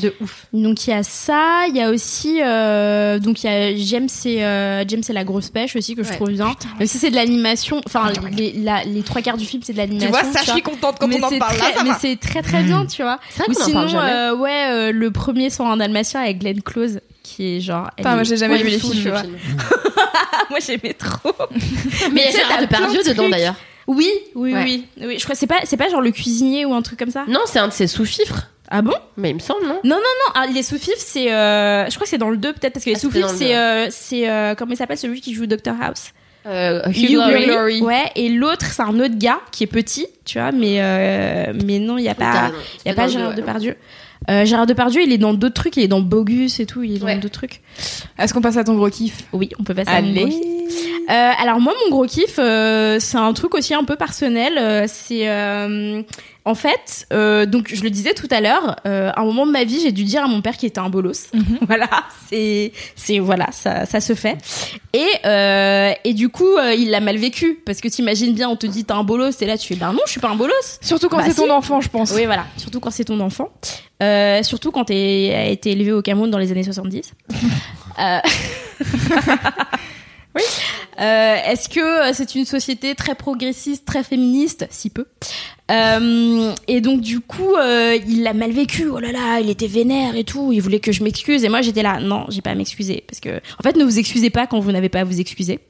de ouf.
Donc il y a ça, il y a aussi, euh, donc il y a James et euh, James et la grosse pêche aussi que je
Ouais.
trouve bien. Même si c'est de l'animation, enfin les, la- les trois quarts du film c'est de
Tu
l'animation.
vois, ça, je
vois.
suis contente quand
mais
on en
c'est
parle.
très,
Là, ça
mais
va.
c'est très très bien, tu vois.
C'est vrai
Ou
qu'on en parle
sinon,
jamais.
euh, ouais, euh, le premier sans un dalmatien avec Glenn Close, qui est genre. elle
Putain, moi,
est
j'ai jamais
folle
vu les
sous
films, tu
le
vois.
film.
Ah, moi, j'aimais trop.
Mais il y a
tu sais,
Gérard
t'as plein
Depardieu
de
dedans
trucs.
d'ailleurs.
Oui, oui,
Ouais.
oui, oui. Je crois que c'est pas, c'est pas genre le cuisinier ou un truc comme ça.
Non, c'est un de ses sous-fifres.
Ah bon
Mais il me semble, non
Non, ah, les sous-fifs, c'est, euh, je crois que c'est dans le 2 peut-être parce que les
Ah, c'était
sous-fifs,
dans le
c'est,
deux.
euh, c'est euh, comment il s'appelle celui qui joue Dr House
euh, Hugh
Hugh
Laurie.
Laurie. Ouais, et l'autre, c'est un autre gars qui est petit, tu vois, mais euh, mais non, il y a
T'as
pas,
raison,
il y a
c'est
pas
dans le
Gérard
deux, ouais.
Depardieu. Euh, Gérard Depardieu, il est dans d'autres trucs, il est dans Bogus et tout, il est dans
Ouais.
d'autres trucs.
Est-ce qu'on passe à ton gros kiff
Oui, on peut passer à mon gros kiff.
Allez.
Euh, alors moi, mon gros kiff, euh, c'est un truc aussi un peu personnel. euh, c'est euh, en fait, euh, donc je le disais tout à l'heure, euh, à un moment de ma vie, j'ai dû dire à mon père qu'il était un bolos. voilà, c'est c'est voilà, ça, ça se fait. Et euh, et du coup, euh, il l'a mal vécu parce que t'imagines bien, on te dit t'es un bolos, et là tu fais ben non, je suis pas un bolos.
Surtout quand
Bah,
c'est
si.
ton enfant, je pense.
Oui, voilà. Surtout quand c'est ton enfant. Euh, surtout quand t'es- a été élevé au Cameroun dans les années 70. Euh, oui. Euh, Est-ce que euh, c'est une société très progressiste, très féministe Si peu. Euh, et donc du coup, euh, il l'a mal vécu. Oh là là, il était vénère et tout. Il voulait que je m'excuse. Et moi, j'étais là. Non, j'ai pas à m'excuser parce que, en fait, ne vous excusez pas quand vous n'avez pas à vous excuser.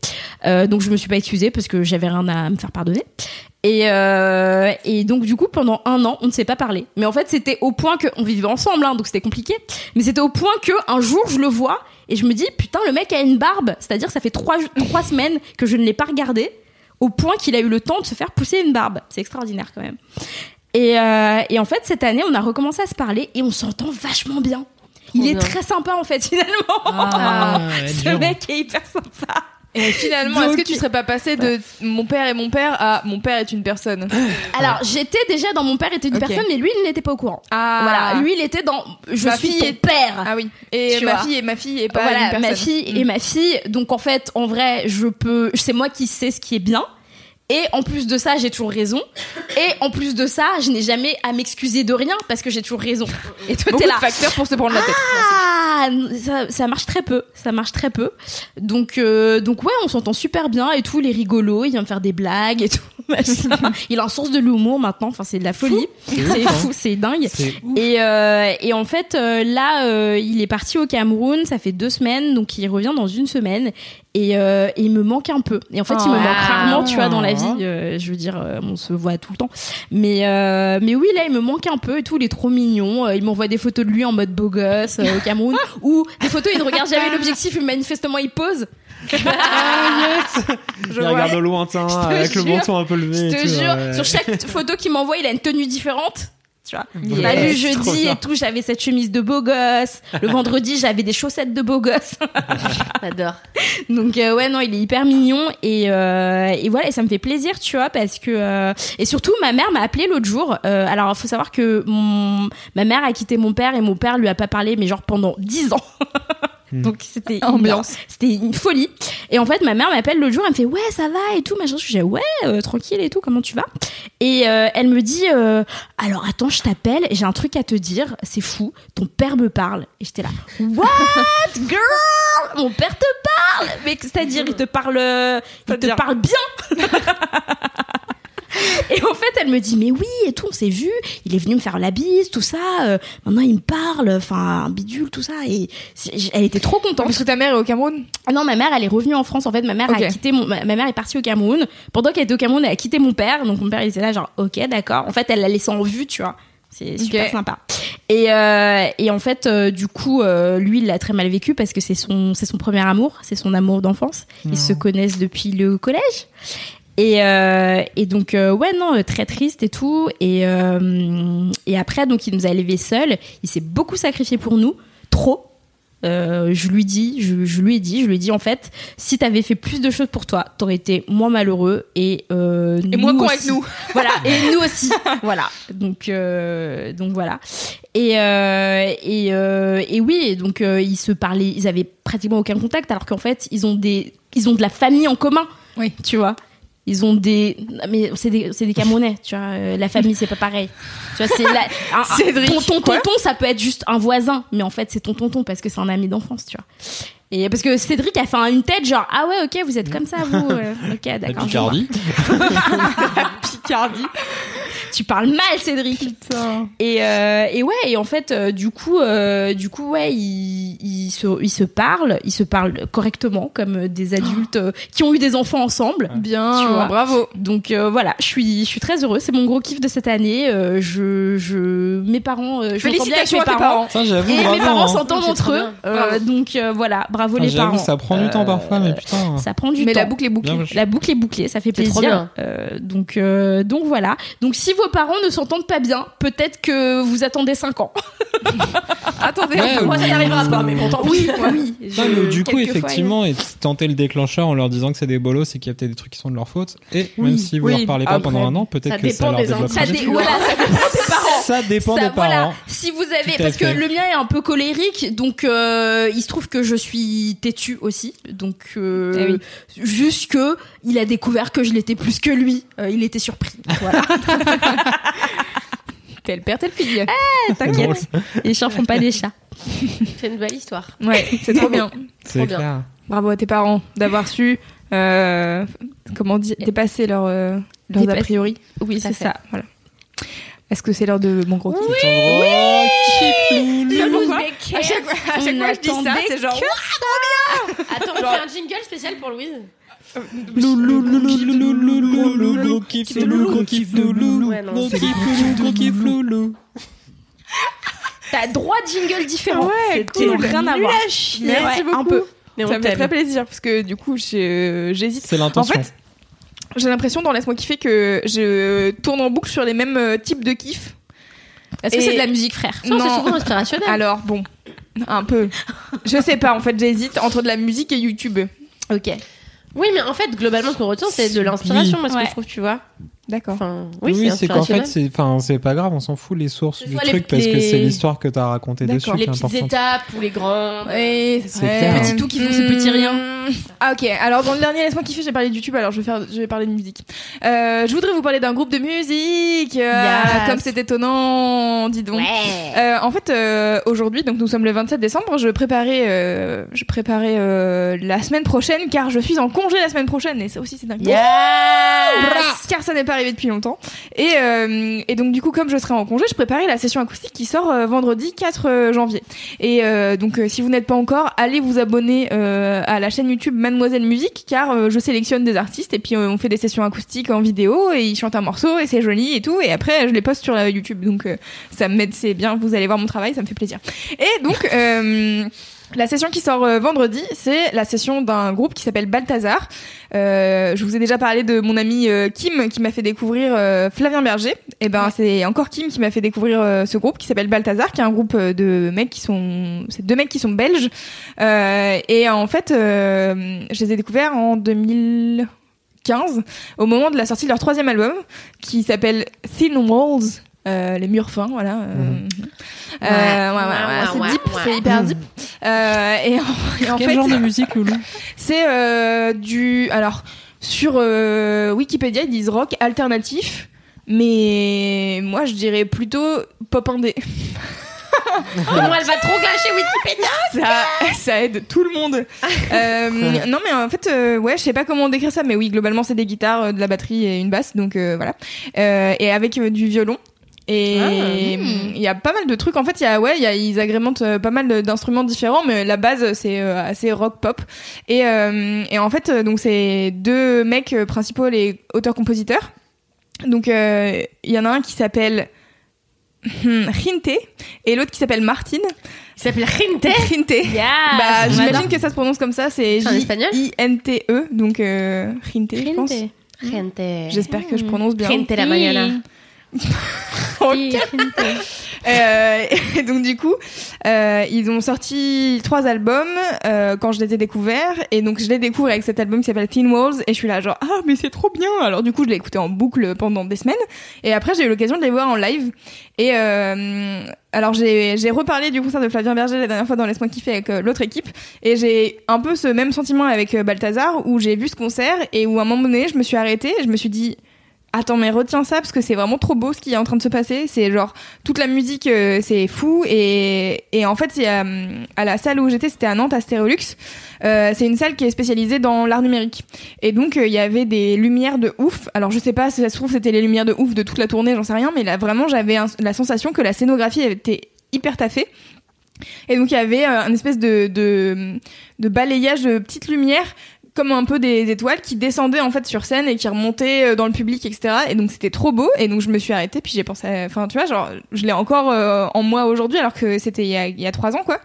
Euh, donc je me suis pas excusée parce que j'avais rien à me faire pardonner. Et, euh, et donc du coup pendant un an on ne s'est pas parlé. Mais en fait c'était au point que on vivait ensemble hein, donc c'était compliqué. Mais c'était au point que un jour je le vois et je me dis putain le mec a une barbe. C'est-à-dire ça fait trois trois semaines que je ne l'ai pas regardé au point qu'il a eu le temps de se faire pousser une barbe. C'est extraordinaire quand même. Et, euh, et en fait cette année on a recommencé à se parler et on s'entend vachement bien. Il est
bien.
très sympa en fait finalement.
Ah, elle
Ce
dure.
mec est hyper sympa.
Et finalement,
Donc-
est-ce que tu serais pas passé de mon père et mon père à mon père est une personne
Alors, j'étais déjà dans mon père était une
Ok.
personne, mais lui, il n'était pas au courant.
Ah.
Voilà, lui, il était dans je
Ma
suis
fille
ton
est-
père.
Ah oui. Et
Tu
ma
vois.
fille et ma fille et pas
voilà,
une personne. Mm.
ma fille et ma fille. Donc en fait, en vrai, je peux, c'est moi qui sais ce qui est bien. Et en plus de ça, j'ai toujours raison. Et en plus de ça, je n'ai jamais à m'excuser de rien parce que j'ai toujours raison. Et toi,
Beaucoup
t'es
de
là.
facteurs pour se prendre la tête.
Ah, ça, ça marche très peu, ça marche très peu. Donc, euh, donc ouais, on s'entend super bien et tout. Il est rigolo, il vient me faire des blagues et tout. machin. il a un sens de l'humour maintenant. Enfin, c'est de la folie. C'est fou,
hein.
c'est dingue.
C'est
Et, euh, et en fait, euh, là, euh, il est parti au Cameroun, ça fait deux semaines, donc il revient dans une semaine. Et, euh, et il me manque un peu. Et en fait, il me manque
Ah.
rarement, tu vois, dans la vie. Euh, je veux dire, euh, on se voit tout le temps. Mais, euh, mais oui, là, il me manque un peu et tout. Il est trop mignon. Euh, il m'envoie des photos de lui en mode beau gosse euh, au Cameroun. ou des photos, il ne regarde jamais l'objectif, mais manifestement, il pose.
Je regarde au lointain
te
avec le
jure,
menton un peu
Je
levé.
te
tu vois,
jure,
ouais.
sur chaque photo qu'il m'envoie, il a une tenue différente. tu vois.
Yes,
Bah, le
trop
jeudi
bien.
et tout, j'avais cette chemise de beau gosse. Le vendredi, j'avais des chaussettes de beau gosse.
J'adore.
Donc euh, ouais non il est hyper mignon et, euh, et voilà et ça me fait plaisir tu vois parce que euh, et surtout ma mère m'a appelé l'autre jour euh, alors faut savoir que mon- ma mère a quitté mon père et mon père lui a pas parlé mais genre pendant 10 ans donc c'était une-
Ambiance.
c'était une folie et en fait ma mère m'appelle l'autre jour elle me fait ouais ça va et tout machin je dis ouais euh, tranquille et tout comment tu vas et euh, elle me dit euh, alors attends je t'appelle j'ai un truc à te dire c'est fou ton père me parle et j'étais là what girl mon père te parle mais c'est-à-dire il te parle euh, il te parle bien Et en fait, elle me dit mais oui et tout, on s'est vu. Il est venu me faire la bise, tout ça. euh, maintenant, il me parle, enfin, un bidule, tout ça. Et c'est- j- elle était trop contente.
Parce que ta mère est au Cameroun.
Ah non, ma mère, elle est revenue en France. En fait, ma mère
Ok.
a quitté mon, ma ma mère est partie au Cameroun. Pendant qu'elle était au Cameroun, elle a quitté mon père. Donc mon père, il était là, genre, ok, d'accord. En fait, elle l'a laissé en vue, tu vois. C'est super
Ok.
sympa. Et, euh, et en fait, euh, du coup, euh, lui, il l'a très mal vécu parce que c'est son, c'est son premier amour, c'est son amour d'enfance. Ils se connaissent depuis le collège. Et, euh, et donc, euh, ouais, non, euh, très triste et tout. Et, euh, et après, donc, il nous a élevés seuls. Il s'est beaucoup sacrifié pour nous, trop. Euh, je lui dis, je, je lui ai dit, je lui ai dit en fait, si t'avais fait plus de choses pour toi, t'aurais été moins malheureux et euh,
Et moins con avec
aussi.
nous.
Voilà, et nous aussi, voilà. Donc, euh, donc voilà. Et euh, et, euh, et oui, et donc euh, ils se parlaient, ils avaient pratiquement aucun contact, alors qu'en fait ils ont des, ils ont de la famille en commun.
Oui.
Tu vois. Ils ont des, mais c'est des, c'est des Camerounais, tu vois. euh, la famille, c'est pas pareil. Tu vois, c'est la, un- un-
Cédric,
ton tonton,
quoi
tonton, ça peut être juste un voisin, mais en fait, c'est ton tonton parce que c'est un ami d'enfance, tu vois. Et parce que Cédric a fait un- une tête genre ah ouais ok vous êtes comme ça vous euh, ok d'accord je vois.
Picardie.
Picardie tu parles mal Cédric et, euh, et ouais, et en fait, euh, du coup, euh, du coup, ouais, ils, ils se, ils se parlent, ils se parlent correctement comme des adultes euh, qui ont eu des enfants ensemble.
Bien,
Tu vois.
Ah, bravo.
Donc euh, voilà, je suis, je suis très heureuse. C'est mon gros kiff de cette année. Euh, je, je, mes parents, euh, je m'entends bien avec
Félicitations
mes
à tes
parents.
parents.
Ça, j'avoue,
Et mes
Oh,
parents
bravo. hein.
s'entendent
C'est
entre
trop
eux.
bien.
Euh,
Bravo.
donc euh, voilà, bravo
Ah,
les
J'avoue,
parents.
ça prend du temps parfois, mais
Euh,
putain.
ça prend du
Mais
temps.
la boucle est bouclée.
Bien,
La boucle est bouclée, ça fait
C'est
plaisir.
trop bien.
Euh, donc, euh, donc voilà. Donc si vos parents ne s'entendent pas bien, peut-être que vous attendez 5 ans.
Attendez,
Ouais,
un peu.
Moi, ça n'arrivera pas, mais
bon, tant
oui,
pis.
oui.
Non,
je-
mais du coup,
quelquefois,
effectivement, et tenter le déclencheur en leur disant que c'est des bolos et qu'il y a peut-être des trucs qui sont de leur faute. Et même si vous
Oui.
leur parlez pas
Après,
pendant un an, peut-être
ça
que ça
dépend
leur
des
développe.
enfants.
Ça, dé- voilà, ça dépend des parents.
Ça dépend
Ça,
des
voilà.
parents.
Si vous avez,
Tout à
parce que
fait.
le mien est un peu colérique, donc euh, il se trouve que je suis têtue aussi, donc euh, juste que il a découvert que je l'étais plus que lui, Euh, il était surpris. Voilà.
Tel père, tel fille.
T'inquiète, les chats font pas des chats.
C'est une belle histoire.
Ouais, c'est trop bien.
C'est
bien.
clair.
Bravo à tes parents d'avoir su, euh, comment dire, dépasser leur, euh, leurs
Dépasser.
a priori.
Oui,
C'est ça, voilà. Est-ce que c'est l'heure de mon gros kiff
Oh,
À chaque fois, à chaque fois que je dis ça, c'est genre.
Attends, on fait un jingle spécial pour Louise.
Loulou, loulou, loulou, loulou, loulou, kiff, loulou, gros kiff, loulou,
Ouais, non,
gros
c'est-
kiff, loulou, gros kiff, loulou.
T'as droit de jingle différent.
Ouais,
C'était
cool.
rien à
Nul
voir.
à chier. Merci
Ouais, un
beaucoup.
peu.
Mais
Ça
on
me fait très
t'aime.
plaisir parce que du coup, j'ai- euh, j'hésite.
C'est l'intention.
En fait, j'ai l'impression dans Laisse-moi kiffer que je tourne en boucle sur les mêmes euh, types de kiffs.
Est-ce que
Et-
c'est de la musique, frère
Non, c'est
Non.
souvent inspirationnel.
Alors, bon, un peu. Je sais pas, en fait, j'hésite entre de la musique et YouTube.
Ok.
Oui, mais en fait, globalement, ce qu'on retient, c'est de l'inspiration, moi, ce que
Ouais.
je trouve, tu vois.
D'accord.
Enfin, oui,
Oui,
c'est
c'est qu'en fait,
inspirationnel.
c'est enfin, c'est pas grave, on s'en fout les sources
Ce
du
soit les-
truc parce que
les-
c'est l'histoire que t'as racontée
D'accord.
dessus qui
les
est
petites
importante.
étapes ou les grandes.
Oui,
C'est clair. hein. Les petits
tout qui font ces petits riens.
Ah ok, alors dans le dernier Laisse-moi kiffer, j'ai parlé de YouTube, alors je vais, faire, je vais parler de musique. Euh, je voudrais vous parler d'un groupe de musique, euh,
Yes.
comme c'est étonnant, dis donc. Euh, en fait, euh, aujourd'hui, donc nous sommes le 27 décembre, je préparais, euh, je préparais euh, la semaine prochaine, car je suis en congé la semaine prochaine, et ça aussi c'est dingue. Yes Car ça n'est pas arrivé depuis longtemps. Et, euh, et donc du coup, comme je serai en congé, je préparais la session acoustique qui sort euh, vendredi 4 euh, janvier. Et euh, donc euh, si vous n'êtes pas encore, allez vous abonner euh, à la chaîne YouTube Mademoiselle Musique, car euh, je sélectionne des artistes et puis euh, on fait des sessions acoustiques en vidéo et ils chantent un morceau et c'est joli et tout. Et après, je les poste sur la YouTube, donc euh, ça m'aide, c'est bien. Vous allez voir mon travail, ça me fait plaisir. Et donc. euh, La session qui sort euh, vendredi, c'est la session d'un groupe qui s'appelle Balthazar. Euh, je vous ai déjà parlé de mon ami euh, Kim qui m'a fait découvrir euh, Flavien Berger. Et ben c'est encore Kim qui m'a fait découvrir euh, ce groupe qui s'appelle Balthazar, qui est un groupe euh, de mecs qui sont, c'est deux mecs qui sont belges. Euh, et en fait, euh, je les ai découverts en 2015 au moment de la sortie de leur troisième album qui s'appelle Thin Walls. euh, les murs fins, voilà. euh.
Mhm.
Euh, ouais, ouais, ouais, c'est deep, c'est hyper deep. Euh, et en, et en
Quel
fait,
genre de musique, Loulou
c'est euh, du. Alors, sur euh, Wikipédia, ils disent rock alternatif, mais moi je dirais plutôt pop indé.
Comment elle va trop gâcher Wikipédia
Ça, ça aide tout le monde. Euh, non, mais en fait, euh, ouais, je sais pas comment décrire ça, mais oui, globalement, c'est des guitares, euh, de la batterie et une basse, donc euh, voilà. Euh, et avec euh, du violon. Et hum, il y a pas mal de trucs. En fait, il y a, ouais, il y a, ils agrémentent euh, pas mal de- d'instruments différents, mais la base, c'est euh, assez rock-pop. Et, euh, et en fait, euh, donc, c'est deux mecs euh, principaux, les auteurs-compositeurs. Donc, euh, il y en a un qui s'appelle hmm, Rinte et l'autre qui s'appelle Martine.
Il s'appelle Rinte.
Rinte.
Yeah,
Bah,
on adore.
j'imagine que ça se prononce comme ça, c'est
Ah, C'est en espagnol
J-I-N-T-E, donc euh, Rinte, je pense.
Gente.
Rinte.
J'espère que je prononce bien.
Hmm. Rinte la mañana.
Si, gente.
Euh, et donc du coup, euh, ils ont sorti trois albums euh, quand je les ai découverts, et donc je les découvre avec cet album qui s'appelle Thin Walls, et je suis là genre ah mais c'est trop bien. Alors du coup, je l'ai écouté en boucle pendant des semaines, et après j'ai eu l'occasion de les voir en live. Et euh, alors j'ai j'ai reparlé du concert de Flavien Berger la dernière fois dans Laisse-moi kiffer avec euh, l'autre équipe, et j'ai un peu ce même sentiment avec euh, Balthazar où j'ai vu ce concert et où à un moment donné je me suis arrêtée, et je me suis dit Attends, mais retiens ça parce que c'est vraiment trop beau ce qui est en train de se passer. C'est genre toute la musique, euh, c'est fou. Et, et en fait, il y a, hum, à la salle où j'étais, c'était à Nantes, à Stérolux. Euh, c'est une salle qui est spécialisée dans l'art numérique. Et donc, euh, il y avait des lumières de ouf. Alors, je sais pas si ça se trouve, c'était les lumières de ouf de toute la tournée, j'en sais rien. Mais là, vraiment, j'avais un- la sensation que la scénographie était hyper taffée. Et donc, il y avait euh, un espèce de, de, de balayage de petites lumières comme un peu des étoiles qui descendaient en fait sur scène et qui remontaient euh, dans le public etc et donc c'était trop beau et donc je me suis arrêtée puis j'ai pensé à- enfin tu vois genre je l'ai encore euh, en moi aujourd'hui alors que c'était il y a, il y a trois ans quoi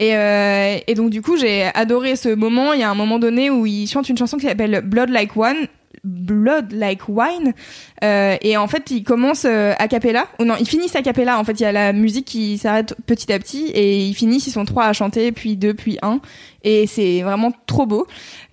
et, euh, et donc du coup j'ai adoré ce moment il y a un moment donné où il chante une chanson qui s'appelle Blood Like One Blood Like Wine Euh, et en fait il commence euh, a cappella ou non ils finissent a cappella en fait il y a la musique qui s'arrête petit à petit et ils finissent ils sont trois à chanter puis deux puis un et c'est vraiment trop beau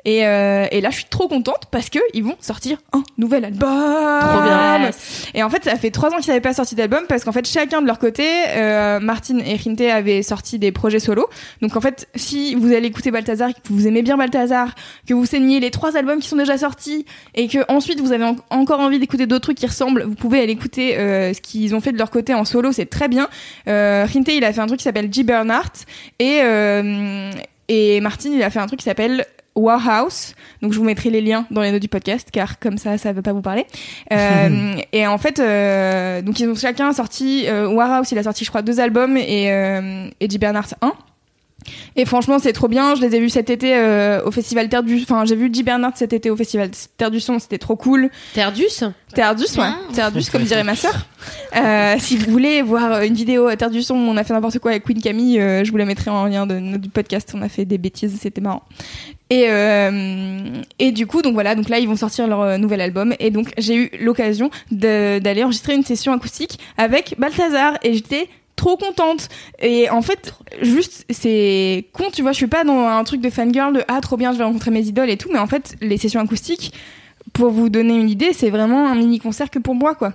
et, euh, et là, je suis trop contente parce que ils vont sortir un nouvel album. Trop Et en fait, ça fait trois ans qu'ils n'avaient pas sorti d'album parce qu'en fait, chacun de leur côté, euh, Martine et Rinte avaient sorti des projets solo. Donc en fait, si vous allez écouter Balthazar, et que vous aimez bien Balthazar, que vous saignez les trois albums qui sont déjà sortis et que ensuite vous avez en- encore envie d'écouter d'autres trucs qui ressemblent, vous pouvez aller écouter euh, ce qu'ils ont fait de leur côté en solo. C'est très bien. Euh, Rinte, il a fait un truc qui s'appelle G Bernhardt et euh, et Martine, il a fait un truc qui s'appelle Warhouse. Donc je vous mettrai les liens dans les notes du podcast car comme ça ça va pas vous parler. Euh, et en fait euh, donc ils ont chacun sorti euh, Warhouse il a sorti je crois deux albums et euh, et J Bernhardt un. Et franchement, c'est trop bien. Je les ai vus cet été euh, au festival Terre du. Enfin, j'ai vu J Bernard cet été au festival Terre du Son. C'était trop cool.
Terdus
Terdus, ouais. Terdus, comme dirait ma sœur. Euh, si vous voulez voir euh, une vidéo à Terre du Son où on a fait n'importe quoi avec Queen Camille, euh, je vous la mettrai en lien de, du podcast. On a fait des bêtises, c'était marrant. Et, euh, et du coup, donc voilà, donc là, ils vont sortir leur euh, nouvel album. Et donc, j'ai eu l'occasion de- d'aller enregistrer une session acoustique avec Balthazar. Et j'étais trop contente. Et en fait, juste, c'est con, tu vois, je suis pas dans un truc de fangirl de ah, trop bien, je vais rencontrer mes idoles et tout. Mais en fait, les sessions acoustiques, pour vous donner une idée, c'est vraiment un mini concert que pour moi, quoi.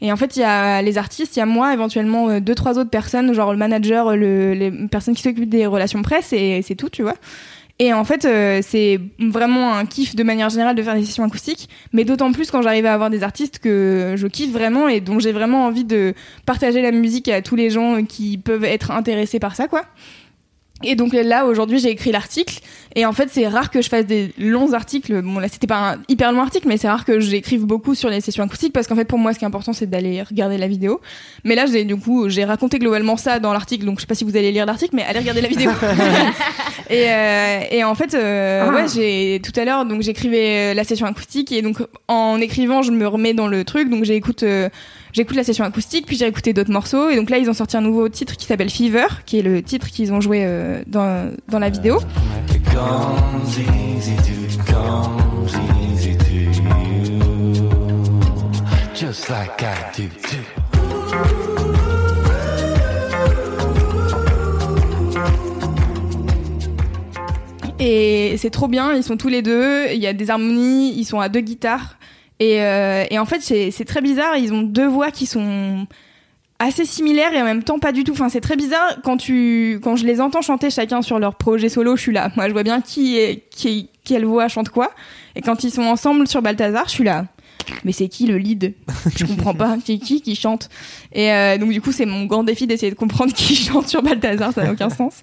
Et en fait, il y a les artistes, il y a moi, éventuellement euh, deux, trois autres personnes, genre le manager, euh, le, les personnes qui s'occupent des relations presse, et c'est tout, tu vois. Et en fait, euh, c'est vraiment un kiff de manière générale de faire des sessions acoustiques, mais d'autant plus quand j'arrive à avoir des artistes que je kiffe vraiment et dont j'ai vraiment envie de partager la musique à tous les gens qui peuvent être intéressés par ça, quoi. Et donc là, aujourd'hui, j'ai écrit l'article. Et en fait, c'est rare que je fasse des longs articles. Bon, là, c'était pas un hyper long article, mais c'est rare que j'écrive beaucoup sur les sessions acoustiques parce qu'en fait, pour moi, ce qui est important, c'est d'aller regarder la vidéo. Mais là, j'ai, du coup, j'ai raconté globalement ça dans l'article. Donc, je sais pas si vous allez lire l'article, mais allez regarder la vidéo. et, euh, et en fait, euh, ouais, j'ai tout à l'heure, donc j'écrivais euh, la session acoustique. Et donc, en écrivant, je me remets dans le truc. Donc, j'écoute euh, j'écoute la session acoustique, puis j'ai écouté d'autres morceaux. Et donc là, ils ont sorti un nouveau titre qui s'appelle Fever, qui est le titre qu'ils ont joué euh, dans, dans la vidéo.
Just like I do too.
Et c'est trop bien, ils sont tous les deux, il y a des harmonies, ils sont à deux guitares. Et, euh, et en fait, c'est c'est très bizarre, ils ont deux voix qui sont assez similaires et en même temps pas du tout. Enfin, c'est très bizarre quand tu, quand je les entends chanter chacun sur leur projet solo, je suis là. Moi, je vois bien qui est, qui, quelle voix chante quoi. Et quand ils sont ensemble sur Balthazar, je suis là. Mais c'est qui le lead Je comprends pas. C'est qui qui chante Et euh, donc du coup, c'est mon grand défi d'essayer de comprendre qui chante sur Balthazar. Ça n'a aucun sens.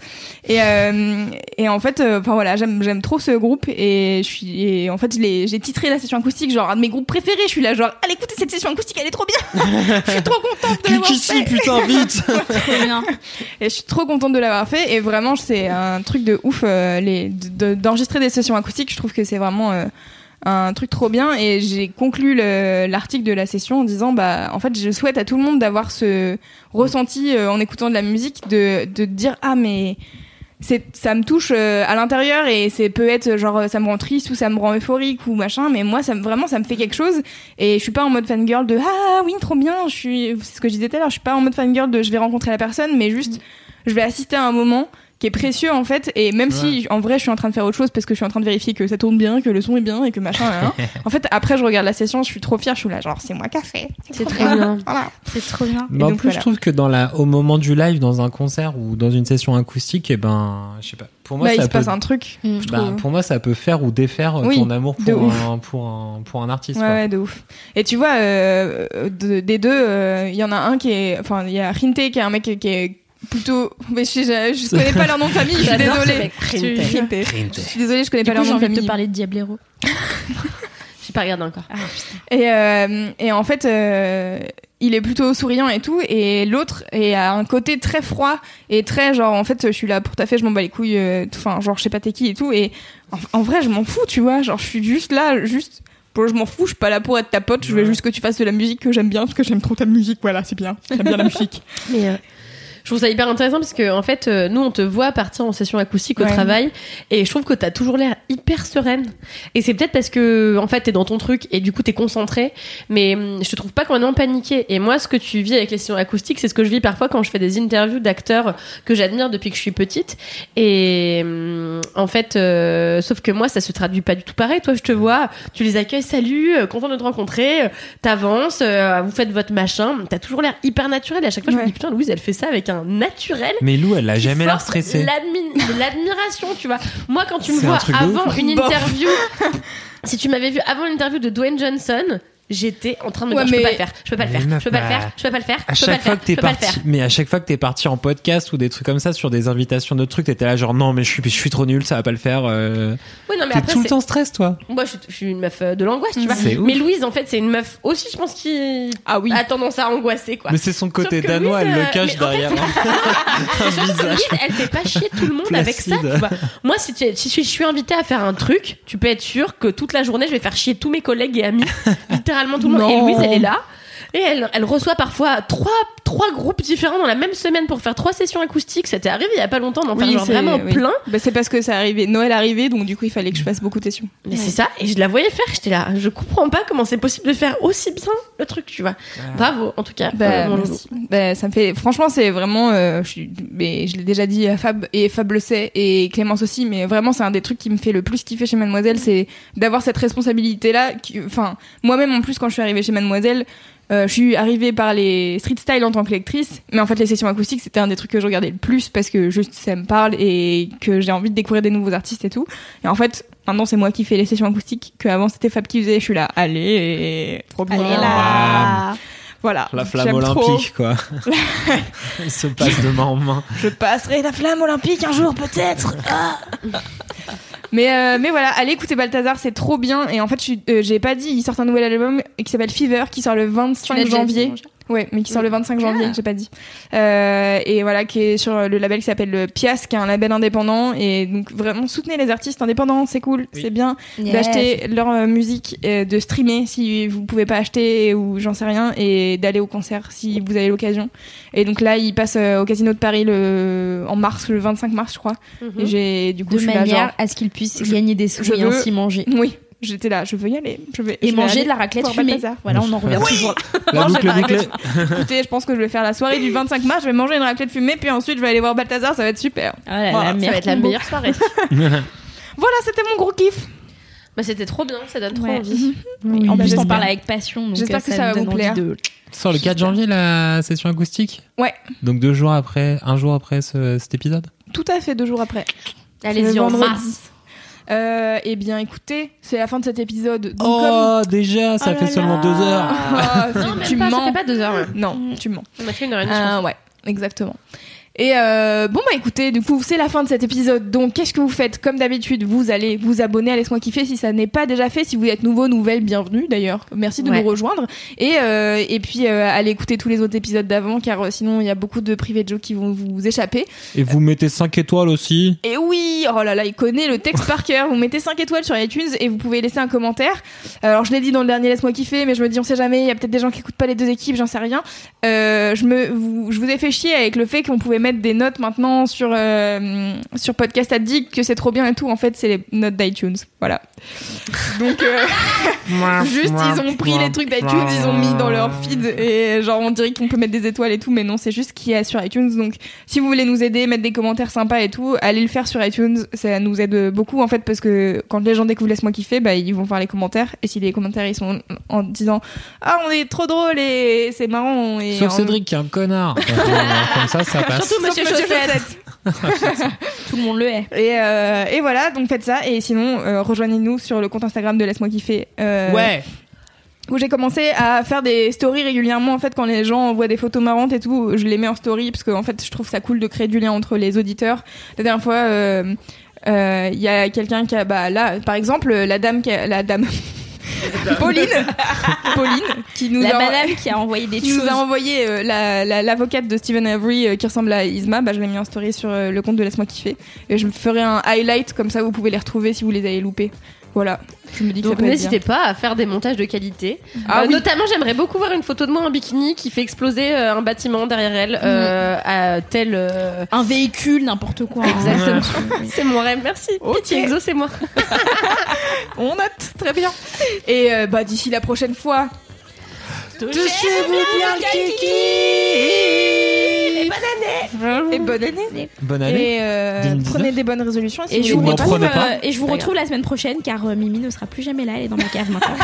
Et, euh, et en fait, euh, enfin voilà, j'aime j'aime trop ce groupe et je suis et en fait je l'ai- j'ai titré la session acoustique genre un de mes groupes préférés. Je suis là genre allez écoutez cette session acoustique, elle est trop bien. je suis trop contente de l'avoir
Clique ici,
fait.
putain, vite
Et je suis trop contente de l'avoir fait et vraiment c'est un truc de ouf euh, les de- de- d'enregistrer des sessions acoustiques. Je trouve que c'est vraiment euh, un truc trop bien et j'ai conclu le- l'article de la session en disant bah en fait je souhaite à tout le monde d'avoir ce ressenti euh, en écoutant de la musique de de te dire ah mais c'est ça me touche euh, à l'intérieur et c'est peut être euh, genre euh, ça me rend triste ou ça me rend euphorique ou machin mais moi ça me vraiment ça me fait quelque chose et je suis pas en mode fangirl de ah oui trop bien je suis c'est ce que je disais tout à l'heure je suis pas en mode fangirl de je vais rencontrer la personne mais juste je vais assister à un moment qui est précieux en fait et même si en vrai je suis en train de faire autre chose parce que je suis en train de vérifier que ça tourne bien que le son est bien et que machin hein. en fait après je regarde la session je suis trop fière je suis là genre c'est moi qui a fait
C'est
trop
très bien.
voilà
C'est trop bien.
Et
Mais en
donc,
plus,
voilà.
je trouve que dans la, au moment du live, dans un concert ou dans une session acoustique, et ben, je sais pas. Pour moi,
Bah, il
ça
se
peut,
passe un truc
Mm.
je
bah,
trouve.
pour moi, ça peut faire ou défaire euh,
Oui,
ton amour
de
pour
ouf.
un, pour un, pour un artiste.
Ouais,
quoi.
ouais, de ouf. Et tu vois, euh, de- des deux, euh, il y en a un qui est. Enfin, il y a Rinte qui est un mec qui est- qui est plutôt. Mais je, sais- je, je connais pas leur nom de famille, je suis
J'adore ce
désolée.
mec, Rinte.
Je- Rinte. Je suis désolée, je connais
Du
pas leur
coup, j'ai
nom de
envie de te
famille.
parler de Diablero.
J'ai pas regardé encore.
Et, euh, et en fait, euh, il est plutôt souriant et tout. Et l'autre est à un côté très froid et très genre, en fait, je suis là pour ta fête, je m'en bats les couilles. euh, tout- Enfin, genre, je sais pas t'es qui et tout. Et en, en vrai, je m'en fous, tu vois. Genre, je suis juste là, juste. Pour, je m'en fous, je suis pas là pour être ta pote, je veux juste que tu fasses de la musique que j'aime bien, parce que j'aime trop ta musique, voilà, c'est bien. J'aime bien la musique.
Mais euh, je trouve ça hyper intéressant parce que en fait, euh, nous on te voit partir en session acoustique au
Ouais.
travail et je trouve que t'as toujours l'air hyper sereine. Et c'est peut-être parce que en fait t'es dans ton truc et du coup t'es concentré. Mais hum, je te trouve pas complètement paniqué. Et moi, ce que tu vis avec les sessions acoustiques, c'est ce que je vis parfois quand je fais des interviews d'acteurs que j'admire depuis que je suis petite. Et hum, en fait, euh, sauf que moi ça se traduit pas du tout pareil. Toi, je te vois, tu les accueilles, salut, euh, content de te rencontrer, euh, t'avances, euh, vous faites votre machin. T'as toujours l'air hyper naturel. Et à chaque fois, je me
Ouais.
dis putain, Louise, elle fait ça avec un naturel.
Mais Lou, elle a
qui
jamais l'air
force
stressée.
l'admi- L'admiration, tu vois. Moi, quand tu me
C'est un
vois
truc de
avant
ouf.
une
Bof.
interview, si tu m'avais vu avant l'interview de Dwayne Johnson, j'étais en train de me
Ouais,
dire je peux
mais-
pas le faire, je peux pas le
Mais
faire,
meuf,
je peux pas le
bah,
faire, je peux pas le faire,
À
je peux pas le
chaque fois
faire,
que
je
t'es
peux pas le faire.
parti, mais à chaque fois que t'es parti en podcast ou des trucs comme ça sur des invitations de trucs, t'étais là genre non mais je suis, je suis trop nul, ça va pas le faire. euh.
Oui, non, mais
T'es
après,
tout le
c'est-
temps stress, toi.
moi, je, suis- je suis une meuf euh, de l'angoisse, tu vois.
C'est ouf.
Mais Louise, en fait, c'est une meuf aussi, je pense, qui
Ah oui.
a tendance à angoisser, quoi.
Mais c'est son côté
que
danois,
Louise,
elle
euh,
le cache
mais en fait,
derrière.
C'est sûr que
visage.
Louise, elle fait pas chier tout le monde avec ça,
Placide.
tu vois. Moi, si, tu- si je suis invitée à faire un truc, tu peux être sûr que toute la journée, je vais faire chier tous mes collègues et amis, littéralement tout le monde. Et
Non.
Louise, elle est là. Et elle, elle reçoit parfois trois, trois groupes différents dans la même semaine pour faire trois sessions acoustiques. C'était arrivé il y a pas longtemps d'en faire genre
c'est-
vraiment
oui.
plein.
Bah, c'est parce que ça arrivait, Noël arrivait, donc du coup il fallait que je fasse beaucoup de sessions.
Mais c'est ça. Et je la voyais faire. J'étais là. Je comprends pas comment c'est possible de faire aussi bien le truc, tu vois. Bravo, en tout cas.
Bah,
euh, mon Loulou.
merci. Bah, ça me fait, franchement, c'est vraiment, euh, je, suis- mais je l'ai déjà dit à Fab et Fab le sait et Clémence aussi, mais vraiment c'est un des trucs qui me fait le plus kiffer chez Mademoiselle, c'est d'avoir cette responsabilité là. Enfin, moi-même en plus quand je suis arrivée chez Mademoiselle. euh, je suis arrivée par les street style en tant que lectrice, mais en fait les sessions acoustiques c'était un des trucs que je regardais le plus parce que juste ça me parle et que j'ai envie de découvrir des nouveaux artistes et tout. Et en fait maintenant c'est moi qui fais les sessions acoustiques, que avant c'était Fab qui faisait. Je suis là, allez, trop bien.
Allez Ah.
là.
Voilà.
ah, La flamme
J'aime trop.
olympique, quoi. Il se passe de main en main.
Je passerai la flamme olympique un jour peut-être. Ah. mais euh, mais voilà, allez écouter Balthazar, c'est trop bien. Et en fait, je suis- euh, j'ai pas dit, ils sortent un nouvel album qui s'appelle Fever, qui sort le
Tu l'as
25
déjà dit, Ah.
janvier.
mon cher.
Ouais, mais qui sort le 25 janvier, j'ai pas dit. Euh, et voilà, qui est sur le label qui s'appelle le Pias, qui est un label indépendant. Et donc vraiment, soutenez les artistes indépendants, c'est cool, c'est bien d'acheter leur euh, musique, euh, de streamer si vous pouvez pas acheter ou j'en sais rien, et d'aller au concert si vous avez l'occasion. Et donc là, il passe euh, au Casino de Paris le en mars, le 25 mars, je crois. Et j'ai du coup,
Mhm. de
je suis là,
manière
genre,
à ce qu'ils puissent
je-
gagner des sous
je
et
veux-
ainsi manger.
oui, j'étais là, je veux y aller, je vais
Et
je vais
manger
aller
de la raclette
voir
fumée.
Balthazar.
Voilà, on en revient
Oui.
toujours là.
Non,
La
j'ai
boucle
pas
est bouclée.
raclette. Écoutez, je pense que je vais faire la soirée du 25 mars, je vais manger une raclette fumée, puis ensuite je vais aller voir Balthazar, ça va être super.
Ah là là,
Voilà, ça
merde,
Oh, va être la
combo.
meilleure soirée.
Voilà, c'était mon gros kiff.
bah, c'était trop bien, ça donne trop
Ouais. Oui,
envie.
bah,
En
en
plus,
plus, on
j'espère.
parle avec passion. donc,
J'espère
euh,
que ça
nous
va
donne
vous
envie
plaire.
de-
Sort le 4 janvier la session acoustique
Ouais.
Donc deux jours après, un jour après ce- cet épisode
Tout à fait, deux jours après.
Allez-y,
Le
on
vendredi.
masse.
Euh, eh bien, écoutez, c'est la fin de cet épisode. Donc,
Oh, déjà, ça
Oh
fait
là
seulement
là.
deux heures.
comme...
Non,
Oh,
même
tu
pas, ça
mens.
fait pas deux heures. ouais.
Non, tu mens.
On a fait une heure et demie, je
Euh, ouais, exactement. Et euh, bon bah écoutez, du coup c'est la fin de cet épisode. Donc qu'est-ce que vous faites Comme d'habitude, vous allez vous abonner à Laisse-moi kiffer si ça n'est pas déjà fait. Si vous êtes nouveau, nouvelle, bienvenue d'ailleurs. Merci de
Ouais.
nous rejoindre. Et euh, et puis euh, allez écouter tous les autres épisodes d'avant car euh, sinon il y a beaucoup de privés de jokes qui vont vous échapper.
Et vous mettez 5 étoiles aussi.
Et oui, oh là là, il connaît le texte par cœur. Vous mettez 5 étoiles sur iTunes et vous pouvez laisser un commentaire. Alors, je l'ai dit dans le dernier Laisse-moi kiffer, mais je me dis, on sait jamais, il y a peut-être des gens qui écoutent pas les deux équipes, j'en sais rien. Euh, je, me, vous, je vous ai fait chier avec le fait qu'on pouvait mettre des notes maintenant sur, euh, sur Podcast Addict, que c'est trop bien et tout. En fait, c'est les notes d'iTunes. Voilà. Donc, euh, juste, ils ont pris les trucs d'iTunes, ils ont mis dans leur feed et genre, on dirait qu'on peut mettre des étoiles et tout, mais non, c'est juste ce qu'il y a sur iTunes. Donc, si vous voulez nous aider, mettre des commentaires sympas et tout, allez le faire sur iTunes. Ça nous aide beaucoup en fait parce que quand les gens découvrent Laisse-moi kiffer, bah, ils vont faire les commentaires. Et si les commentaires ils sont en disant Ah, on est trop drôle et c'est marrant. on est-
Sauf
on-
Cédric qui est un connard. Comme ça, ça passe.
Sauf Monsieur Chaussette.
Tout le monde le hait.
Et, euh, et voilà, donc faites ça. Et sinon, euh, rejoignez-nous sur le compte Instagram de Laisse-moi kiffer. euh,
Ouais.
où j'ai commencé à faire des stories régulièrement en fait quand les gens envoient des photos marrantes et tout je les mets en story parce que en fait je trouve ça cool de créer du lien entre les auditeurs la dernière fois euh, euh, il y a quelqu'un qui a bah là par exemple la dame qui a- la dame Pauline Pauline qui nous
La
a
madame qui a envoyé des
qui nous
choses.
a envoyé euh, la- la- l'avocate de Stephen Avery euh, qui ressemble à Isma, bah, je l'ai mis en story sur euh, le compte de Laisse-moi kiffer. Et je me ferai un highlight, comme ça vous pouvez les retrouver si vous les avez loupés. Voilà, je me dis que ça
Donc
peut être bien.
n'hésitez pas à faire des montages de qualité.
Ah
Euh,
oui.
Notamment, j'aimerais beaucoup voir une photo de moi en bikini qui fait exploser euh, un bâtiment derrière elle
Mm.
euh, à tel. euh,
Un véhicule, n'importe quoi.
Exactement. c'est mon rêve, merci.
Ok.
Pitié, Exo, c'est moi.
On note, très bien. Et euh, bah d'ici la prochaine fois, et bonne année.
Bonne année.
Et euh,
2019.
prenez des bonnes résolutions. si
Et
vous
je,
Ou
vous
voulez
m'en
retrouve,
prenez pas.
euh, et je vous retrouve la semaine prochaine car euh, Mimi ne sera plus jamais là, elle est dans ma cave maintenant.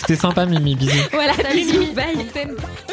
C'était sympa, Mimi. Bisous.
voilà,
Salut, Mimi.
bisous, bye.